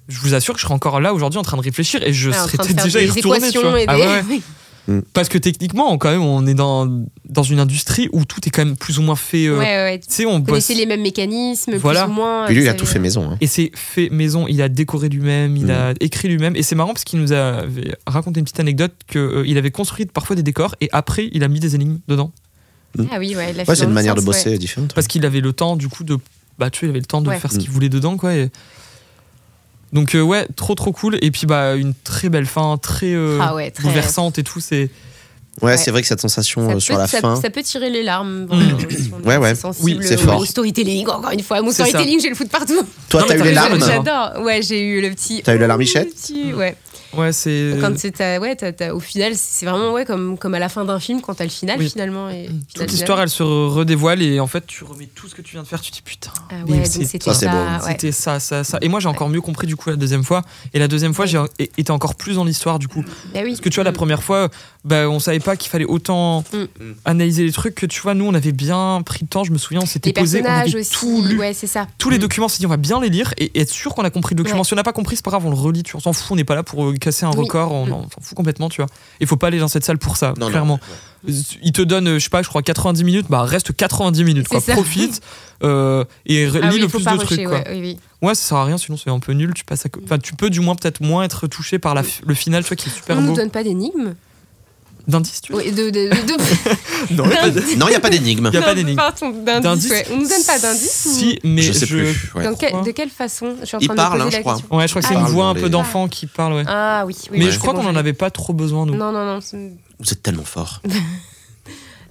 S1: Je vous assure que je serais encore là aujourd'hui en train de réfléchir et je
S3: Ouais, en
S1: serais
S3: train de
S1: peut-être
S3: faire
S1: déjà y
S3: des
S1: retourner. tu
S3: équations
S1: vois.
S3: et
S1: Ah
S3: des-
S1: ouais, ouais. Parce que techniquement, quand même, on est dans, dans une industrie où tout est quand même plus ou moins fait. euh,
S3: Ouais, ouais.
S1: Tu sais, on
S3: Vous
S1: bosse.
S3: connaissez les mêmes mécanismes,
S1: Voilà.
S3: plus ou moins.
S2: Puis lui, il a
S3: vous
S2: tout
S3: savez.
S2: fait maison. hein.
S1: Et c'est fait maison. Il a décoré lui-même, il
S2: Mm.
S1: a écrit lui-même. Et c'est marrant parce qu'il nous avait raconté une petite anecdote qu'il avait construit parfois des décors et après, il a mis des énigmes dedans.
S3: Ah oui, ouais, il l'a fait
S2: Ouais, c'est
S3: dans
S2: une
S3: le
S2: manière de
S3: sens, ouais.
S2: bosser différente.
S1: Parce qu'il avait le temps, du coup, de. Bah, tu vois, il avait le temps de
S3: Ouais. Mm.
S1: faire ce qu'il voulait dedans, quoi. et- Donc, euh, ouais, trop, trop cool. Et puis, bah, une très belle fin, très, euh,
S3: Ah ouais, très-
S1: bouleversante et tout. C'est.
S2: Ouais,
S3: Ouais.
S2: c'est vrai que cette sensation euh,
S3: peut-
S2: sur la
S3: ça-
S2: fin.
S3: ça peut tirer les larmes.
S1: Mm.
S3: si on est
S2: Ouais, ouais.
S1: Oui,
S3: sensible
S2: c'est fort.
S3: Au storytelling, encore une fois. Mon
S1: C'est ça.
S3: storytelling, j'ai le foot partout.
S2: Toi,
S1: Non,
S2: t'as
S1: mais
S2: eu
S1: t'as
S2: les
S1: raison,
S2: larmes.
S1: mais ça-
S3: J'adore. Ouais, j'ai eu le petit.
S2: T'as eu la larmichette
S3: larmichette Ouais.
S1: Ouais, c'est. euh,
S3: Quand c'est ta- ouais, t'as- t'as- au final, c'est vraiment ouais, comme, comme à la fin d'un film, quand t'as le final,
S1: Oui.
S3: finalement. Et, final,
S1: Toute l'histoire, elle se re- redévoile et en fait, tu remets tout ce que tu viens de faire, tu te dis putain.
S3: Ah
S1: mais
S3: ouais,
S1: c'est-
S3: donc
S2: Ça,
S3: c'était
S2: c'est
S3: ça.
S2: beau.
S3: ouais.
S1: c'était ça, ça, ça. Et moi, j'ai encore mieux compris du coup la deuxième fois. Et la deuxième fois, j'ai en- é- été encore plus dans l'histoire du coup.
S3: Bah oui.
S1: Parce que tu vois, la première fois, bah, on savait pas qu'il fallait autant
S3: Mm.
S1: analyser les trucs que tu vois, nous on avait bien pris le temps, je me souviens, on
S3: Les
S1: s'était posé, on
S3: personnages
S1: avait
S3: aussi.
S1: tout lu.
S3: Ouais, c'est ça.
S1: Tous les
S3: Mm.
S1: documents, on s'est dit on va bien les lire et, et être sûr qu'on a compris le document.
S3: Ouais.
S1: Si on n'a pas compris, c'est pas grave, on le relit, tu vois, on s'en fout, on n'est pas là pour euh, casser un
S3: Oui.
S1: record, on,
S3: Mm.
S1: on s'en fout complètement, tu vois. Il faut pas aller dans cette salle pour ça,
S2: Non, non,
S1: clairement. Il te donne, euh, je sais pas, je crois 90 minutes, bah reste 90 minutes,
S3: C'est
S1: quoi.
S3: ça.
S1: Profite euh, et re-
S3: Ah
S1: lis
S3: oui,
S1: le
S3: faut
S1: plus
S3: pas
S1: de trucs,
S3: rusher,
S1: quoi.
S3: ouais, oui, oui.
S1: Ouais, ça sert à rien, sinon c'est un peu nul. Tu passes à... co- Enfin, tu peux du moins peut-être moins être touché par la fi- le final, tu vois, qui est super
S3: On nous
S1: beau.
S3: donne pas d'énigmes.
S1: D'indice, tu vois
S3: Oui, de, de, de- de-
S1: Non,
S2: Ouais. Non, il n'y a pas d'énigme.
S1: Y a pas
S3: Non,
S1: d'énigme.
S3: pardon, D'indice. ouais. On nous donne pas d'indice. ou-
S1: Si, mais
S2: Je sais plus. ouais.
S3: Dans quel-
S1: crois.
S3: de quelle façon Je suis en
S2: Il
S3: train
S2: parle,
S3: de me
S2: hein,
S3: poser
S2: je
S3: la
S2: crois.
S3: question.
S1: Ouais, je crois que c'est
S2: Ah,
S1: une
S2: oui.
S1: voix un
S2: Dans
S1: peu
S2: les-
S1: d'enfant qui parle, ouais.
S3: Ah oui, oui.
S1: mais
S3: oui,
S1: je
S3: c'est
S1: crois
S3: bon,
S1: qu'on en
S3: j'avais-
S1: avait pas trop besoin, nous.
S3: Non, non, non. c'est- Non,
S2: Vous êtes tellement fort.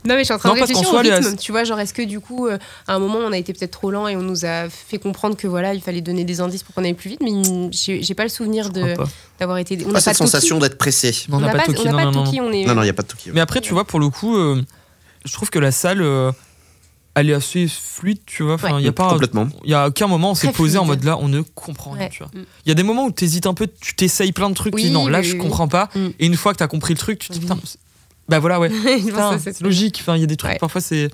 S3: mais je suis en train
S1: Non,
S3: de
S1: parce
S3: réfléchir
S1: qu'en soi,
S3: au
S1: les-
S3: rythme. euh, Tu vois, genre, est-ce que du coup, euh, à un moment, on a été peut-être trop lent et on nous a fait comprendre que voilà, il fallait donner des indices pour qu'on aille plus vite, mais mm, j'ai j'ai pas le souvenir
S1: Je crois
S3: de-
S1: pas.
S3: d'avoir été. On n'a
S2: Pas
S3: pas
S2: Ah, cette
S3: de Toki.
S2: sensation d'être pressé.
S1: Non, on n'a pas, toqué,
S3: on n'a
S1: non,
S3: pas
S1: non,
S3: de
S1: non.
S3: Toki, on est.
S2: Non, non, il n'y a pas de Tokyo.
S1: Mais après, tu vois, pour le coup, euh, je trouve que la salle, euh, elle est assez fluide, tu vois. Enfin, il
S3: Ouais.
S1: y a pas.
S2: Complètement.
S1: Il y a aucun moment, on s'est
S3: Très
S1: posé en
S3: fluide.
S1: mode là, on ne comprend rien,
S3: Ouais.
S1: tu vois.
S3: Mm.
S1: Il y a des moments où tu hésites un peu, tu t'essayes plein de trucs, tu
S3: Oui,
S1: dis non, là
S3: oui,
S1: je
S3: oui,
S1: comprends pas.
S3: Mm.
S1: Et une fois que tu as compris le truc, tu te dis
S3: Oui.
S1: putain, c'est- bah voilà, ouais.
S3: Je pense
S1: Putain,
S3: que c'est-
S1: C'est logique, enfin, il y a des trucs,
S3: Ouais.
S1: parfois c'est.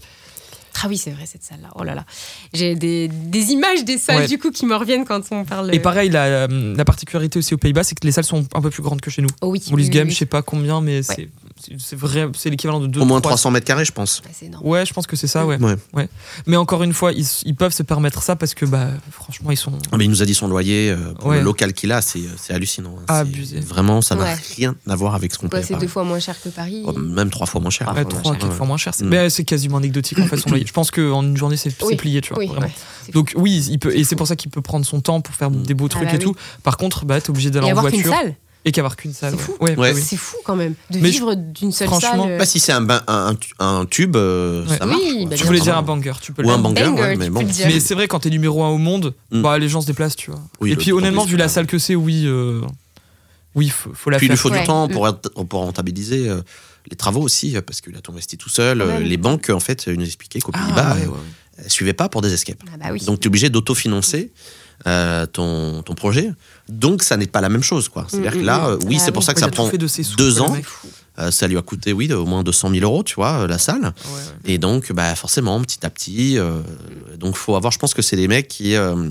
S3: Ah oui, c'est vrai, cette salle-là. Oh là là. J'ai des, des images des salles,
S1: Ouais.
S3: du coup, qui me reviennent quand on parle.
S1: Et pareil, la, la particularité aussi aux Pays-Bas, c'est que les salles sont un peu plus grandes que chez nous.
S3: Oh oui.
S1: Molus
S3: oui,
S1: Game,
S3: oui,
S1: je sais pas combien, mais c'est- c'est c'est vrai, c'est l'équivalent de deux
S2: Au moins
S1: trois-
S2: 300 mètres carrés, je pense.
S3: oui. Ah, C'est énorme.
S1: Ouais, je pense que c'est ça, ouais.
S2: Ouais.
S1: Mais encore une fois, ils, ils peuvent se permettre ça parce que, bah, franchement, ils sont.
S2: Ah, Mais il nous a dit son loyer, euh, pour
S1: Ouais.
S2: le local qu'il a, c'est c'est hallucinant. hein. C'est-
S1: Abusé.
S2: Vraiment, ça n'a
S3: Ouais.
S2: rien à voir avec ce qu'on
S3: Bah,
S2: paye. à
S3: c'est deux
S2: Paris.
S3: fois moins cher que Paris.
S2: Oh, Même trois fois moins cher.
S1: Ouais,
S2: Ouais,
S1: Ah, trois,
S2: ouais.
S1: quatre fois moins cher. c'est-
S2: Mm.
S1: Mais c'est quasiment anecdotique en fait son loyer. Je pense qu'en une journée c'est c'est
S3: Oui,
S1: plié, tu vois.
S3: oui,
S1: vraiment.
S3: ouais, c'est fou.
S1: Donc oui, il peut, et c'est pour ça qu'il peut prendre son temps pour faire
S2: Mm.
S1: des beaux trucs
S3: bah
S1: et
S3: oui.
S1: tout. Par contre, bah t'es obligé d'aller
S3: Et
S1: en
S3: avoir qu'une
S1: voiture
S3: salle.
S1: et qu'avoir qu'une salle.
S3: C'est
S1: ouais.
S3: fou.
S1: Ouais,
S2: Ouais.
S1: bah oui.
S3: C'est fou quand même de
S1: Mais je-
S3: vivre d'une seule
S1: franchement,
S3: salle. euh,
S2: Bah, si c'est un, bain- un, un tube, euh,
S1: Ouais.
S2: ça marche. quoi.
S3: Oui, bah,
S1: Tu
S3: bien
S1: voulais
S3: sûr.
S1: dire un banger, tu peux le
S2: Ou un
S1: dire.
S2: banger,
S3: Banger,
S2: ouais,
S3: tu
S2: mais
S3: peux
S2: bon.
S3: le dire.
S1: Mais c'est vrai quand t'es numéro un au monde,
S2: Mm.
S1: bah les gens se déplacent, tu vois.
S2: Oui,
S1: et
S2: le-
S1: puis
S2: le-
S1: honnêtement,
S2: le-
S1: vu la salle que c'est, oui, euh, oui, faut, faut la euh,
S2: hein. Puis il lui
S1: faire.
S2: faut
S3: Ouais.
S2: du temps
S3: Mm.
S2: pour, rent- pour rentabiliser euh, les travaux aussi, euh, parce qu'il a tout investi tout seul.
S3: Quand
S2: Euh,
S3: même.
S2: Les banques, en fait, ils nous expliquaient qu'aux
S1: Ah,
S2: Pays-Bas,
S1: ouais,
S2: euh,
S1: ouais, ouais.
S2: elles suivaient pas pour des escapes.
S3: Ah bah oui.
S2: Donc, tu es obligé d'autofinancer euh, ton, ton projet. Donc, ça n'est pas la même chose. quoi. C'est-à-dire
S3: Mm,
S2: que là,
S3: mm,
S2: euh, oui,
S3: Ah,
S2: c'est pour
S3: oui.
S2: ça que
S1: Ouais, il
S2: ça
S1: a tout
S2: prend.
S1: fait de ses sous,
S2: deux
S1: quoi, le
S2: ans.
S1: mec.
S2: euh, ça lui a coûté, oui, de- au moins 200 000 euros, tu vois, euh, la salle.
S1: Ouais, ouais.
S2: Et donc, bah, forcément, petit à petit, euh, donc faut avoir. Je pense que c'est des mecs qui, euh,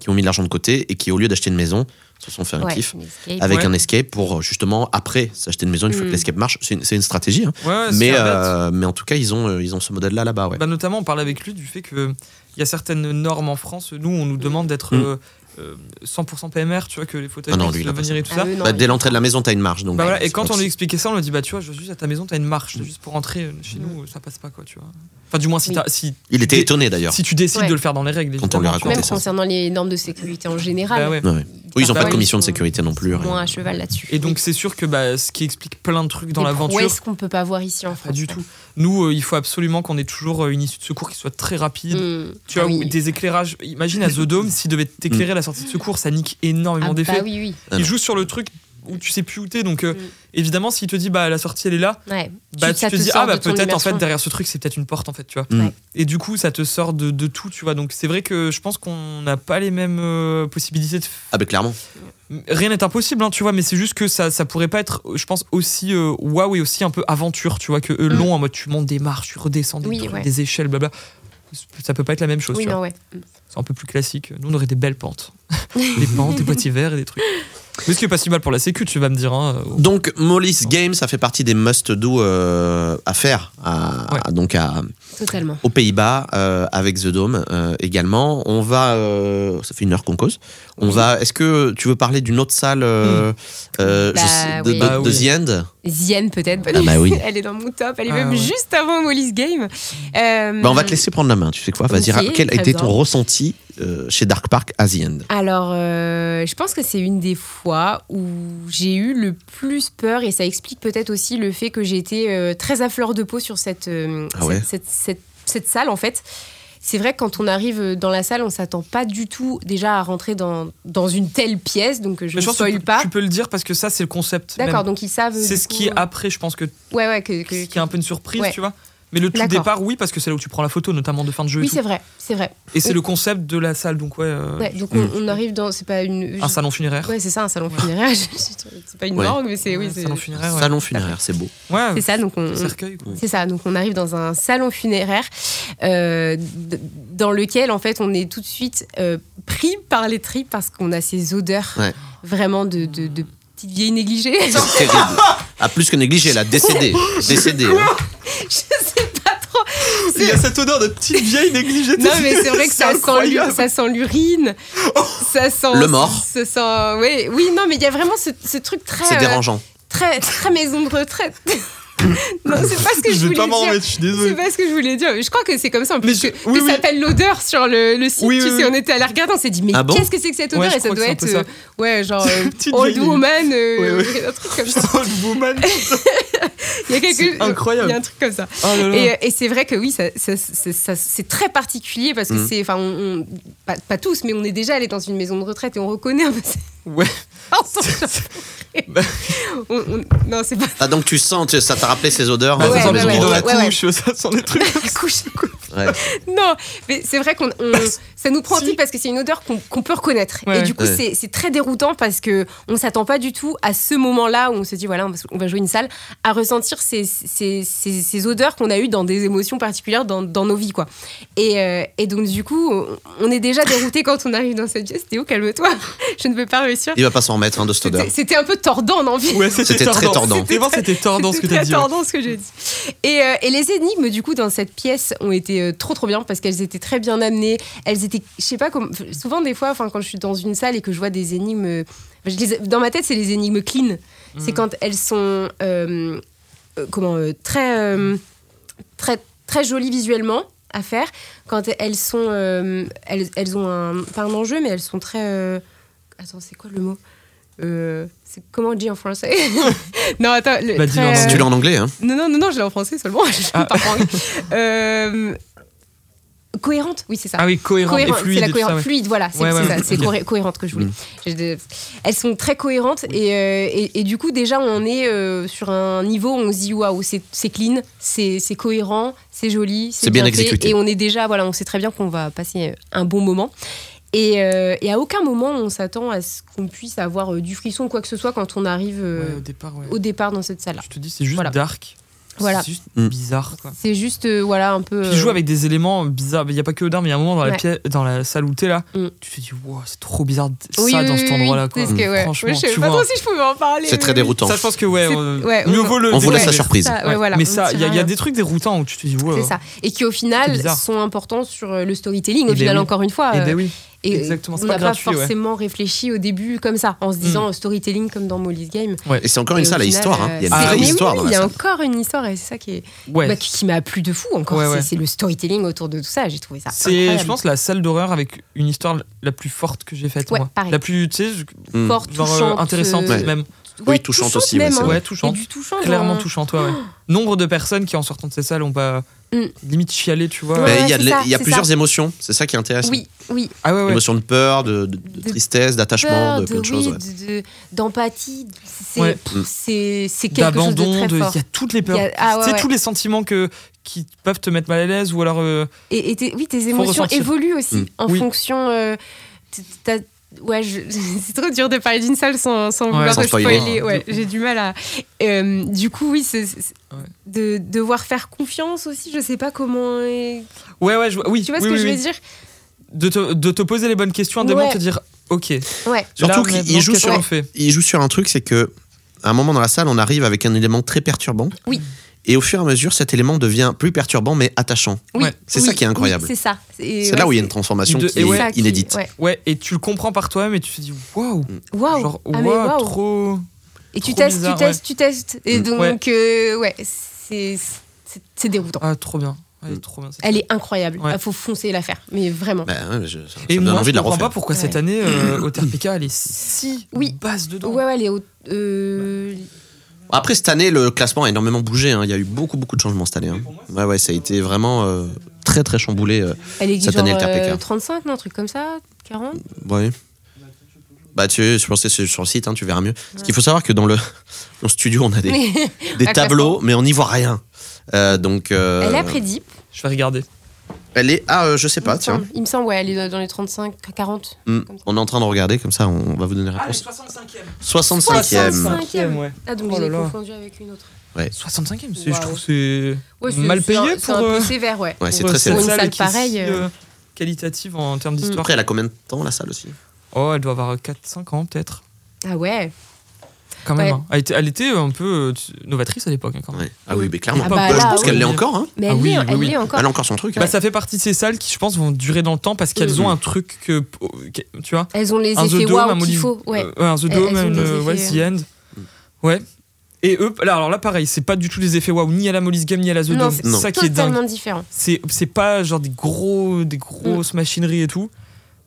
S2: qui ont mis de l'argent de côté et qui, au lieu d'acheter une maison, se sont fait un
S3: Ouais,
S2: kiff
S3: une escape.
S2: avec
S1: Ouais.
S2: un escape pour euh, justement après s'acheter une maison une fois
S3: Mm.
S2: que l'escape marche. C'est une, c'est une stratégie, hein.
S1: Ouais, ouais, c'est
S2: mais,
S1: pas bête.
S2: euh, mais en tout cas, ils ont, euh, ils ont ce modèle-là là-bas, ouais.
S1: Bah, notamment, on parlait avec lui du fait que il y a certaines normes en France. Nous, on nous demande d'être
S2: Mm.
S1: euh, euh, 100% PMR, tu vois, que les fauteuils
S2: Ah non,
S1: puissent
S2: lui, il a pas
S1: venir
S2: ça.
S1: et tout
S3: Ah,
S1: ça.
S3: eux, non,
S2: Bah,
S3: ils-
S2: dès l'entrée de la maison, t'as une marge. Donc,
S1: Bah voilà,
S2: ouais,
S1: et
S2: c'est
S1: quand
S2: pas Mm.
S1: on lui
S2: possible.
S1: expliquait ça, on lui dit bah tu vois, je suis à ta maison, t'as une marche, c'est juste pour rentrer euh, chez nous, ça passe pas quoi, tu vois. Enfin du moins si,
S3: Mm. Oui.
S1: t'as- si,
S2: Il était
S1: Dès-
S2: étonné d'ailleurs.
S1: si tu décides
S3: Ouais.
S1: de le faire dans les règles.
S2: Quand on lui
S1: évidemment, tu vois.
S2: racontait
S3: Même
S2: ça.
S3: concernant les normes de sécurité en général.
S1: Bah ouais.
S2: Ouais. Oui, ils n'ont
S3: Bah,
S2: pas de
S3: ouais,
S2: commission
S3: ils
S2: de
S3: sont-
S2: sécurité non plus.
S3: ils sont
S2: rien.
S3: Moins à cheval là-dessus.
S1: Et donc c'est sûr que bah, ce qui explique plein de trucs dans
S3: Des
S1: l'aventure,
S3: prouesses qu'on peut pas voir ici en France.
S1: pas du tout. Nous, euh, il faut absolument qu'on ait toujours euh, une issue de secours qui soit très rapide.
S3: Mm.
S1: Tu vois,
S3: Ah oui.
S1: ou des éclairages. Imagine à The Dome, s'il devait t'éclairer la sortie de secours, ça nique
S3: Ah
S1: énormément
S3: bah
S1: d'effets.
S3: oui, oui.
S2: Ah
S1: Il
S2: non.
S1: joue sur le truc où tu sais plus où t'es. Donc, euh,
S3: Mm.
S1: évidemment, s'il te dit, bah, la sortie, elle est là,
S3: Ouais.
S1: bah, tu
S3: ça
S1: te
S3: te
S1: dis,
S3: sort
S1: ah, bah,
S3: de ton
S1: peut-être, en fait,
S3: immersion.
S1: derrière ce truc, c'est peut-être une porte, en fait, tu vois.
S2: Mm.
S3: Ouais.
S1: Et du coup, ça te sort de, de tout, tu vois. Donc, c'est vrai que je pense qu'on n'a pas les mêmes euh, possibilités de. f-
S2: Ah, bah, clairement.
S1: Rien n'est impossible, hein, tu vois, mais c'est juste que ça, ça pourrait pas être, je pense, aussi euh, waouh et aussi un peu aventure, tu vois, que eux
S3: Mm.
S1: long en mode tu montes des marches, tu redescends des,
S3: Oui,
S1: trucs,
S3: ouais.
S1: des échelles, blabla. Ça peut pas être la même chose,
S3: Oui,
S1: tu vois.
S3: non, ouais.
S1: C'est un peu plus classique. Nous, on aurait des belles pentes. des pentes, des boîtiers verts et des trucs. Mais ce qui est pas si mal pour la sécu, tu vas me dire. hein, au-
S2: Donc, Molly's Game, ça fait partie des must-do euh, à faire. à-
S1: Ouais.
S2: à- donc, à,
S3: Totalement.
S2: aux Pays-Bas euh, avec The Dome euh, également. On va, euh, ça fait une heure qu'on cause. On
S1: Mhm.
S2: va. Est-ce que tu veux parler d'une autre salle euh, euh,
S3: Bah
S2: je sais- de,
S3: oui.
S2: de-
S1: Bah
S2: de
S1: Mhm. oui.
S2: The End
S3: Zienne peut-être.
S2: Ah bah oui.
S3: Elle est dans mon top. Elle est
S1: Ah
S3: même
S1: ouais.
S3: juste avant Molly's Game. Euh,
S2: Bah, On va te laisser prendre la main. Tu sais quoi Vas-y.
S3: Ok,
S2: ra- quel a
S3: très
S2: été
S3: bien.
S2: ton ressenti euh, chez Dark Park à The End
S3: Alors, euh, je pense que c'est une des fois où j'ai eu le plus peur et ça explique peut-être aussi le fait que j'ai été euh, très à fleur de peau sur cette, euh,
S2: Ah
S3: cette-
S2: ouais.
S3: cette, cette- cette salle en fait. C'est vrai que quand on arrive dans la salle, on s'attend pas du tout déjà à rentrer dans, dans une telle pièce, donc euh, je
S1: Mais
S3: ne
S1: je pense que tu,
S3: spoil pas.
S1: tu peux le dire parce que ça, c'est le concept. même.
S3: D'accord, donc ils savent.
S1: C'est
S3: du
S1: ce
S3: coup,
S1: qui est
S3: euh,
S1: après, je pense que
S3: Ouais, ouais, que, que-
S1: ce qui est un peu une surprise,
S3: Ouais.
S1: tu vois. Mais le tout
S3: D'accord.
S1: départ, oui, parce que c'est là où tu prends la photo, notamment de fin de jeu. et
S3: Oui,
S1: tout.
S3: c'est vrai, c'est vrai.
S1: et c'est le concept de la salle, donc ouais, euh,
S3: Ouais, donc
S2: Mm.
S3: on, on arrive dans. C'est pas une.
S1: un salon funéraire.
S3: Ouais, c'est ça, un salon funéraire. c'est pas une
S2: Ouais.
S3: morgue, mais c'est.
S1: Ouais,
S3: Oui, c'est
S1: salon funéraire. ouais.
S2: Salon funéraire, c'est beau.
S1: Ouais,
S3: c'est ça, donc on. on-
S1: cercueil. quoi.
S3: C'est ça, donc on arrive dans un salon funéraire euh, d- dans lequel en fait on est tout de suite euh, pris par les tripes parce qu'on a ces odeurs
S2: Ouais.
S3: vraiment de, de, de petites vieilles négligées.
S2: C'est terrible. Ah, plus que négligé, là, décédé. Décédé. hein.
S3: Je sais pas trop.
S1: Il y a cette odeur de petite vieille négligée.
S3: Non, mais c'est vrai que ça sent,
S1: incroyable.
S3: l'u- ça sent l'urine, ça sent.
S2: Oh. Le mort.
S3: Ça sent. Oui, oui non, mais il y a vraiment ce, ce truc très.
S2: C'est
S3: euh,
S2: dérangeant.
S3: très, très maison de retraite. non, c'est pas ce que je,
S1: Je vais
S3: voulais
S1: pas m'en
S3: dire.
S1: remettre, je suis
S3: C'est
S1: désolé.
S3: pas ce que je voulais dire. Je crois que c'est comme ça. En
S1: Mais
S3: plus,
S1: je-
S3: que-
S1: oui,
S3: que
S1: oui.
S3: ça s'appelle l'odeur sur le, le site.
S1: Oui,
S3: tu
S1: oui,
S3: sais,
S1: oui.
S3: on était à la regarder, on s'est dit, mais
S2: Ah bon
S3: qu'est-ce que c'est que cette
S1: Ouais,
S3: odeur
S1: je
S3: Et ça
S1: crois que
S3: doit
S1: c'est
S3: être.
S1: un peu
S3: euh, ouais, genre. euh,
S1: Petite
S3: Old
S1: vieille
S3: Woman, euh,
S1: Ouais,
S3: un truc comme ça.
S1: Old woman.
S3: Il y a quelque-
S1: C'est incroyable.
S3: Il y a un truc comme ça.
S1: Oh là là.
S3: Et, euh, et c'est vrai que oui, ça, ça- ça- ça- c'est très particulier parce que
S1: Mm.
S2: Mhm.
S3: c'est, enfin, on- on- pas, pas tous, mais on est déjà allé dans une maison de retraite et on reconnaît un peu. ces-
S1: Ouais. Bah.
S3: Oh, on- on- non, c'est pas
S2: Ah, donc tu sens, tu- ça t'a rappelé ces odeurs.
S1: Bah,
S2: euh,
S1: ça
S3: Ouais,
S1: sent
S3: ouais,
S1: les
S2: maison
S1: bruits
S3: ouais,
S1: dans la
S2: de-
S3: ouais, ouais.
S1: touche, ça sent les trucs.
S3: la couche.
S2: Ouais.
S3: Non, mais c'est vrai qu'on on- ça nous prend au
S1: Si.
S3: trip parce que c'est une odeur qu'on qu'on peut reconnaître.
S1: Ouais.
S3: Et du coup,
S2: Ouais.
S3: c'est- c'est très déroutant parce que on s'attend pas du tout à ce moment-là où on se dit voilà, on va- on va jouer une salle, à ressentir ces, ces, ces- ces odeurs qu'on a eues dans des émotions particulières dans, dans nos vies, quoi. Et, euh, et donc du coup, on, on est déjà dérouté quand on arrive dans cette pièce. Théo, calme-toi, je ne peux pas réussir.
S2: Il va pas s'en remettre hein, de cette odeur.
S3: C'était- C'était un peu tordant, non vie.
S1: Ouais,
S2: C'était
S1: c'était
S2: très tordant.
S1: tordant. C'était vraiment- c'était tordant ce que
S3: C'était
S1: t'as
S3: très
S1: dit. ouais.
S3: tendance ce que j'ai dit. Et, euh, et les énigmes, du coup, dans cette pièce ont été euh, trop, trop bien parce qu'elles étaient très bien amenées. Elles étaient, je sais pas, comme, souvent, des fois, enfin, quand je suis dans une salle et que je vois des énigmes. euh, je les ai- dans ma tête, c'est les énigmes clean.
S1: Mm.
S3: C'est quand elles sont. euh, euh, comment euh, Très. euh, très, très jolies visuellement à faire. Quand elles sont. euh, elles, elles ont un. Pas un enjeu, mais elles sont très. euh, attends, c'est quoi le mot Euh, c'est- Comment on dit en français Non, attends. le-
S1: Bah, dis-le en
S3: très-
S2: Si tu l'as en anglais, hein.
S3: non, non, non, non, je l'ai en français seulement. Je l'ai
S1: Ah.
S3: pas en anglais. Euh, cohérente, oui, c'est ça.
S1: Ah oui, cohérent et
S3: Cohérent, c'est
S1: fluide.
S3: la
S1: et tout
S3: cohérente,
S1: ça, ouais.
S3: fluide, voilà, c'est
S1: Ouais,
S3: c'est
S1: ouais,
S3: ça,
S1: ouais.
S3: c'est
S1: Ok.
S3: cohé- cohérente que je voulais.
S2: Mm.
S3: J'ai des- Elles sont très cohérentes et, euh, et, et du coup déjà on est euh, sur un niveau où on se dit waouh, c'est c'est clean, c'est c'est cohérent, c'est joli,
S2: C'est bien
S3: fait,
S2: exécuté.
S3: et on est déjà voilà, on sait très bien qu'on va passer un bon moment. Et, euh, et à aucun moment on s'attend à ce qu'on puisse avoir euh, du frisson ou quoi que ce soit quand on arrive euh,
S1: Ouais, au départ, ouais.
S3: au départ dans cette salle-là.
S1: Je te dis, c'est juste
S3: Voilà.
S1: dark.
S3: Voilà.
S1: C'est juste
S2: Mm.
S1: bizarre, quoi.
S3: C'est juste euh, voilà un peu.
S1: Puis il joue
S3: euh,
S1: avec des éléments bizarres. Il n'y a pas que Odin, mais il y a un moment dans la,
S3: Ouais.
S1: pièce, dans la salle où t'es là,
S3: Mm.
S1: tu te dis, wow, c'est trop bizarre d- ça
S3: Oui, oui,
S1: dans
S3: oui,
S1: cet
S3: oui,
S1: endroit-là. quoi.
S3: parce que, ouais.
S1: Franchement,
S3: Ouais, je sais
S1: tu
S3: pas
S1: vois.
S3: trop si je pouvais en parler.
S2: C'est très
S3: mais-
S2: déroutant.
S1: Ça, je pense que, ouais.
S3: C'est-
S1: euh,
S3: ouais,
S1: mieux
S3: on-
S1: vaut le.
S2: On vous laisse la
S1: découvrir.
S2: surprise.
S3: Ça, ouais, voilà,
S1: mais
S3: on
S1: ça,
S3: tire
S1: il y, a- il y a
S3: rien.
S1: des trucs déroutants où tu te dis, wow.
S3: C'est ça. Et qui, au final,
S1: C'est bizarre.
S3: sont importants sur euh, le storytelling.
S1: Eh
S3: Au
S1: ben
S3: final,
S1: oui.
S3: encore une fois.
S1: Et
S3: euh,
S1: ben oui.
S3: et
S1: exactement, c'est
S3: on
S1: pas
S3: n'a pas
S1: gratuit, ouais.
S3: forcément réfléchi au début comme ça, en se disant euh, storytelling comme dans Molly's Game.
S2: Et c'est encore une
S3: Et au
S2: salle à
S3: final,
S2: histoire. hein. Il y
S3: euh,
S2: a une
S3: c'est-
S2: vraie
S3: mais oui,
S2: histoire dans
S3: Il
S2: la
S3: y a
S2: salle.
S3: encore une histoire et c'est ça qui, est-
S1: Ouais.
S3: bah, qui, qui m'a plu de fou encore.
S1: Ouais,
S3: c'est,
S1: ouais.
S3: c'est le storytelling autour de tout ça. J'ai trouvé ça.
S1: C'est, je
S3: incroyable.
S1: pense, la salle d'horreur avec une histoire la plus forte que j'ai faite.
S3: Ouais,
S1: moi.
S3: pareil.
S1: La plus, tu sais, je-
S2: Mm.
S3: fort,
S1: genre, euh,
S3: touchante,
S1: intéressante
S3: euh,
S2: Ouais.
S1: même.
S2: Oui, touchante aussi, ouais,
S3: même,
S2: c'est
S3: hein.
S2: vrai.
S1: Ouais,
S3: Et
S1: touchante.
S3: du touchant,
S1: Clairement
S3: genre,
S1: touchante, ouais, ouais. Nombre de personnes qui, en sortant de ces salles, ont pas
S3: Mm.
S1: limite chialé, tu vois.
S3: Ouais,
S2: Hmm. Mais il y a,
S3: c'est
S2: de la-
S3: ça,
S2: il y a
S3: c'est
S2: plusieurs
S3: ça.
S2: émotions, c'est ça qui est intéressant.
S3: Oui, oui.
S1: Ah ouais, ouais.
S2: Émotion de peur, de, de- de
S3: De
S2: tristesse, d'attachement,
S3: peur,
S2: de, plein de choses.
S3: oui,
S2: ouais. Mm.
S3: de- de- d'empathie. C'est
S1: Ouais.
S3: pff, c'est- c'est quelque chose de
S1: d'abandon,
S3: très
S1: de- il
S3: fort.
S1: y a toutes les peurs,
S3: Il y a- ah ouais,
S1: tu sais,
S3: ouais.
S1: tous les sentiments que qui peuvent te mettre mal à l'aise ou alors euh,
S3: Et, et tes- oui, tes émotions
S1: ressentir.
S3: évoluent aussi
S2: Mm.
S3: en
S1: Oui.
S3: fonction. euh, t- t'as- ouais, je- c'est trop dur de parler d'une salle sans, sans
S1: Ouais.
S3: vouloir
S2: Sans
S3: te
S2: spoiler.
S3: spoiler. Ouais, j'ai du mal à. Euh, du coup, oui, c'est, c'est-
S1: Ouais.
S3: de devoir faire confiance aussi. Je sais pas comment. est-
S1: ouais ouais, je vois- oui,
S3: Tu
S1: oui,
S3: vois ce que
S1: oui,
S3: je veux
S1: oui.
S3: dire
S1: de te, de te poser les bonnes questions, à des
S3: Ouais.
S1: moments te dire OK.
S3: Ouais.
S2: Surtout
S1: là,
S2: qu'il
S1: maintenant,
S2: joue
S1: qu'est-ce
S2: sur-
S1: qu'on fait
S2: Il joue sur un truc, c'est que à un moment dans la salle, on arrive avec un élément très perturbant.
S3: Oui.
S2: Et au fur et à mesure, cet élément devient plus perturbant, mais attachant.
S3: Oui,
S1: Ouais.
S2: C'est
S3: oui,
S2: ça qui est incroyable.
S3: oui, c'est ça. Et
S2: C'est
S3: ouais,
S2: là où il y a une transformation
S1: Une de-
S2: qui
S1: et
S2: est
S1: ouais.
S3: ça qui-
S2: inédite.
S3: ouais.
S1: Ouais, et tu le comprends par toi-même et tu te dis waouh,
S3: Waouh.
S1: genre
S3: Ah, mais
S1: waouh,
S3: waouh.
S1: trop
S3: Et tu
S1: Trop
S3: testes,
S1: bizarre,
S3: tu testes, tu testes. Et
S2: Mm.
S3: donc,
S1: Ouais.
S3: euh, ouais, c'est, c'est, c'est déroutant.
S1: ah trop bien. Ouais,
S2: Mm.
S1: trop bien. cette
S3: Elle est incroyable. Il
S1: Ouais.
S3: faut foncer l'affaire. Mais vraiment.
S2: Bah, ouais, mais je- ça
S1: Et
S2: me
S1: moi,
S2: donne envie
S1: je
S2: de la
S1: comprends
S2: refaire.
S1: pas pourquoi cette
S3: Ouais.
S1: année, euh, Auterpica, elle est si
S3: Oui.
S1: basse dedans.
S3: Ouais, ouais, les hautes- euh,
S2: Après, cette année, le classement a énormément bougé. hein. Il y a eu beaucoup, beaucoup de changements cette année. hein. Ouais, ouais, ça a été vraiment euh, très, très chamboulé. euh.
S3: Elle est
S2: Cette
S3: genre
S2: année, elle tape les
S3: euh,
S2: cartes.
S3: 35, non, un truc comme ça 40
S2: Ouais. Bah, tu, je pensais sur sur le site, hein, tu verras mieux. Parce qu'il faut savoir que dans le en studio, on a des, des
S3: Un
S2: tableaux, mais on n'y voit rien. Euh, donc, euh,
S3: Elle est après Deep.
S1: Je vais regarder.
S2: elle est- ah, euh, je sais
S3: il
S2: pas,
S3: me
S2: tiens.
S3: semble. Il me semble, ouais, elle est dans les 35, 40.
S2: Hmm, on est en train de regarder, comme ça, on va vous donner la réponse.
S1: 65e.
S3: Ah
S2: 65e.
S3: 65e.
S1: ouais.
S3: Ah, donc
S1: Oh
S3: je l'ai
S1: là là.
S3: confondu avec une autre.
S1: 65e, c'est- je
S3: Waouh.
S1: trouve que c'est.
S3: Ouais, c'est-
S1: Mal
S3: c'est un-
S1: payé
S3: c'est
S1: pour,
S3: un
S1: euh,
S3: peu sévère, ouais.
S2: Ouais, c'est
S1: pour,
S2: très
S1: euh,
S2: serré.
S3: Pour une salle
S1: qui est si,
S3: pareille, euh. Mm.
S1: euh, qualitative en termes d'histoire.
S2: Après, elle a combien de temps, la salle aussi
S1: Oh, elle doit avoir 4-5 ans peut-être.
S3: Ah ouais.
S1: Quand même.
S3: Ouais.
S1: hein. Elle, était, elle était un peu euh, tu- novatrice à l'époque. hein, quand même.
S2: Ouais. Ah oui, mais clairement.
S3: Ah bah,
S2: je
S3: là,
S2: pense
S3: oui.
S2: qu'elle l'est encore. Hein.
S3: Mais
S1: Ah
S3: elle
S1: oui,
S3: l'est
S1: oui,
S3: elle
S1: oui.
S3: l'est encore.
S2: Elle a encore son truc. hein.
S1: Bah, ça fait partie de ces salles qui, je pense, vont durer dans le temps parce qu'elles
S3: Mhm.
S1: ont un truc que. qu'est- Tu vois
S3: Elles ont les
S1: un
S3: effets
S1: The Dome, un
S3: waouh qu'il
S1: Molly-
S3: faut. Ouais.
S1: euh, ouais, un The
S3: Elles-
S1: Dome,
S3: elles ont
S1: une,
S3: des
S1: euh, ouais,
S3: effets,
S1: The End. Ouais. Et eux, là, alors là, pareil, c'est pas du tout les effets waouh, ni à la Molly's Game, ni à la The
S3: Non,
S1: Dome.
S3: c'est
S1: C'est ça qui est dingue.
S3: totalement différent.
S1: C'est c'est pas genre des gros, des grosses machineries et tout,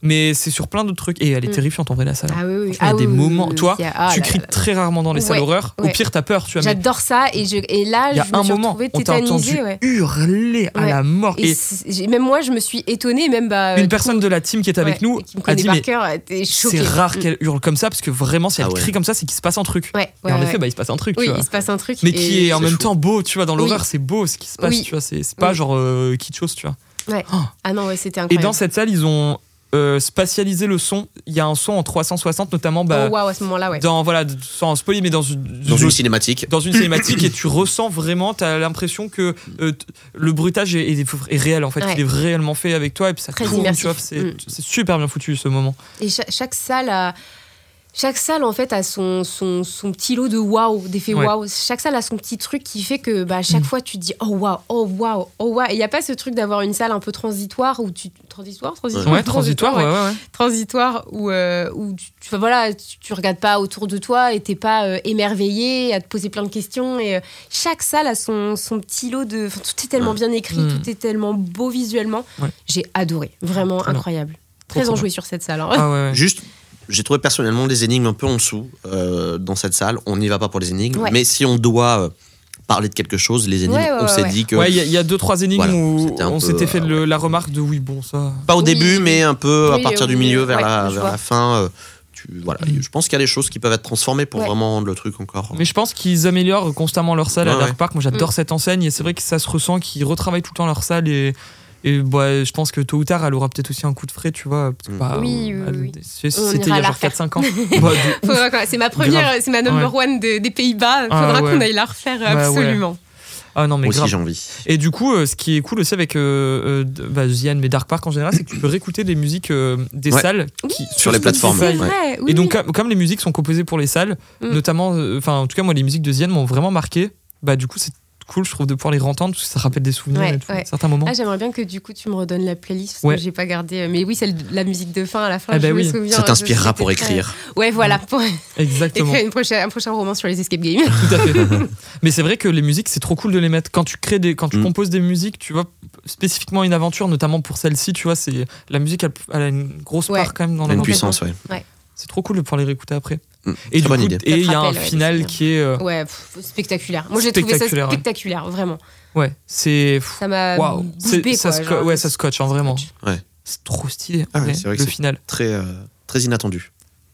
S1: mais c'est sur plein d'autres trucs. Et elle est
S3: Mm.
S1: terrifiante en vrai, la salle.
S3: Ah oui, oui.
S1: Il y a
S3: Ah
S1: des
S3: oui, oui,
S1: moments-
S3: oui,
S1: toi,
S3: oui, ah
S1: tu
S3: là
S1: cries
S3: là.
S1: très rarement dans les salles
S3: Ouais,
S1: d'horreur. Au
S3: ouais.
S1: pire, t'as peur, tu vois. mais
S3: J'adore ça et, je, et là,
S1: Il y a
S3: je me
S1: un
S3: suis
S1: moment,
S3: retrouvée
S1: on t'a entendu
S3: tétanisée. Ouais.
S1: hurler à
S3: Ouais.
S1: la mort.
S3: Et
S1: Et,
S3: c'est- j'ai- même moi, je me suis étonnée, même bah,
S1: une personne de la team qui est avec
S3: ouais,
S1: nous
S3: qui me
S1: a
S3: connaît
S1: dit
S3: par
S1: mais
S3: cœur, elle était
S1: c'est
S3: choquée.
S1: rare
S3: Mm.
S1: qu'elle hurle comme ça parce que vraiment, si elle
S2: Ah ouais.
S1: crie comme ça, c'est qu'il se passe un truc.
S3: Ouais,
S1: et en
S3: ouais,
S1: effet,
S3: ouais.
S1: bah, il se passe un truc,
S3: oui,
S1: tu vois.
S3: il se passe un truc.
S1: Mais qui
S3: et-
S1: est en
S2: C'est
S1: même
S2: chaud.
S1: temps beau, tu vois, dans
S3: Oui.
S1: l'horreur, c'est beau ce qui se passe,
S3: Oui.
S1: tu vois, c'est c'est pas
S3: Oui.
S1: genre euh, chose, tu vois.
S3: Ah non, ouais, c'était
S1: Et
S3: incroyable.
S1: dans cette salle, ils ont euh, spatialisé le son. Il y a un son en 360, notamment bah,
S3: Oh, waouh, à ce moment-là, ouais.
S1: dans, voilà, sans spoiler, mais dans une,
S2: Dans une cinématique.
S1: dans une cinématique et tu ressens vraiment, tu as l'impression que euh, t- le bruitage est, est- est réel en fait,
S3: Ouais.
S1: il est réellement fait avec toi et puis ça
S3: Très
S1: tourne,
S3: immersif.
S1: tu vois, c'est
S3: Mm.
S1: c'est super bien foutu ce moment.
S3: Et cha- chaque salle a. Chaque salle, en fait, a son, son, son petit lot de waouh, d'effets
S1: Ouais.
S3: waouh. Chaque salle a son petit truc qui fait que bah, à chaque
S1: Mm.
S3: fois, tu te dis oh waouh, oh waouh, oh waouh. Et il n'y a pas ce truc d'avoir une salle un peu transitoire où tu. Transitoire Transitoire
S1: Ouais, transitoire, ouais,
S3: ouais.
S1: ouais. ouais.
S3: Transitoire où, euh, où tu, tu- enfin, voilà, tu, tu regardes pas autour de toi et t'es pas euh, émerveillé à te poser plein de questions. Et euh, chaque salle a son, son petit lot de. enfin, tout est tellement
S2: Ouais.
S3: bien écrit,
S1: Mm.
S3: tout est tellement beau visuellement.
S1: Ouais.
S3: J'ai adoré. Vraiment
S1: Très bien.
S3: incroyable.
S1: Trop,
S3: Très
S1: trop
S3: enjoué sur cette salle. hein.
S1: bien. Ah ouais, ouais.
S2: Juste, j'ai trouvé personnellement les énigmes un peu en dessous euh, dans cette salle. On n'y va pas pour les énigmes,
S3: Ouais.
S2: mais si on doit euh, parler de quelque chose, les énigmes,
S3: Ouais, ouais,
S2: on s'est
S3: ouais,
S2: dit que
S1: Ouais, il y, a- il y a deux trois énigmes
S2: Voilà,
S1: où
S2: c'était un
S1: on
S2: peu,
S1: s'était fait
S2: euh,
S1: le- la remarque de oui bon ça.
S2: pas au
S3: Oui,
S2: début,
S3: oui.
S2: mais un peu à
S3: Oui,
S2: partir
S3: au
S2: du
S3: milieu,
S2: milieu vers
S3: ouais,
S2: la
S3: je
S2: vers
S3: vois.
S2: la fin. euh, tu, voilà,
S1: Mm.
S2: je pense qu'il y a des choses qui peuvent être transformées pour
S3: Ouais.
S2: vraiment rendre le truc encore.
S1: Mais je pense qu'ils améliorent constamment leur salle à
S2: Ouais,
S1: Dark
S2: ouais.
S1: Park. Moi j'adore
S3: Mm.
S1: cette enseigne et c'est vrai que ça se ressent qu'ils retravaillent tout le temps leur salle et et bah, je pense que tôt ou tard elle aura peut-être aussi un coup de frais, tu vois. parce que,
S2: Mm.
S1: bah,
S3: Oui,
S1: on-
S3: oui,
S1: elle-
S3: oui.
S1: c'est-
S3: On
S1: C'était il
S3: ira
S1: y a
S3: la
S1: genre
S3: refaire.
S1: 4-5 ans. Bah, de ouf.
S3: Faudra qu'on- C'est ma première, c'est ma number one de- des Pays-Bas. Faudra
S1: Ah ouais.
S3: qu'on aille la refaire
S1: ouais.
S3: absolument.
S1: Ah non mais
S2: Moi aussi,
S1: grave.
S2: j'ai envie.
S1: Et du coup, euh, ce qui est cool aussi avec euh, euh, d- bah, The End, mais Dark Park en général, c'est que tu peux réécouter des musiques euh, des
S2: Ouais.
S1: salles qui,
S3: Oui,
S2: Sur les plateformes,
S1: Spotify.
S3: C'est vrai. oui,
S1: Et donc, ah,
S3: oui.
S1: comme, comme les musiques sont composées pour les salles,
S3: Mm.
S1: notamment, euh, enfin, en tout cas, moi, les musiques de The End m'ont vraiment marqué. Bah, du coup, c'est cool, je trouve, de pouvoir les rentendre parce que ça rappelle des souvenirs
S3: Ouais,
S1: et tout,
S3: ouais.
S1: certains moments.
S3: Ah, j'aimerais bien que du coup tu me redonnes la playlist parce
S1: Ouais.
S3: que j'ai pas gardé. Mais oui, celle de la musique de fin à la fin.
S1: Ah
S3: je
S1: bah
S3: me
S1: oui.
S3: souviens,
S2: Ça
S3: je-
S2: t'inspirera
S3: c'était
S2: pour
S3: très-
S2: écrire.
S3: Ouais, voilà, pour
S1: Exactement,
S3: écrire une prochaine, un prochain roman sur les escape games.
S1: tout à fait. Mais c'est vrai que les musiques, c'est trop cool de les mettre. Quand tu crées des, quand tu
S2: Mm.
S1: composes des musiques, tu vois, spécifiquement une aventure, notamment pour celle-ci, tu vois, c'est la musique, elle, elle a une grosse
S3: Ouais.
S1: part quand même dans
S2: Il y a
S1: la
S2: une
S3: complètement.
S2: puissance, ouais.
S1: C'est trop cool de pouvoir les réécouter après.
S2: Mm.
S1: Et
S2: Très
S1: du
S2: bonne
S1: coup,
S2: idée.
S1: et il y
S3: Ça te
S1: a un
S3: rappelle, ouais,
S1: final
S3: c'est
S1: qui est, euh,
S3: Ouais, pff, spectaculaire. Moi, j'ai trouvé ça
S1: Spectaculaire, ouais.
S3: spectaculaire, vraiment.
S1: ouais, c'est, pff,
S3: Ça m'a
S1: waouh, C'est-
S3: bouffé
S1: ça,
S3: quoi.
S1: sco-
S3: genre.
S1: ouais, ça scotche, hein, vraiment.
S2: Ouais.
S1: C'est trop stylé.
S2: Ah ouais,
S1: ouais,
S2: c'est vrai que
S1: le
S2: c'est-
S1: final.
S2: Très, euh, très inattendu.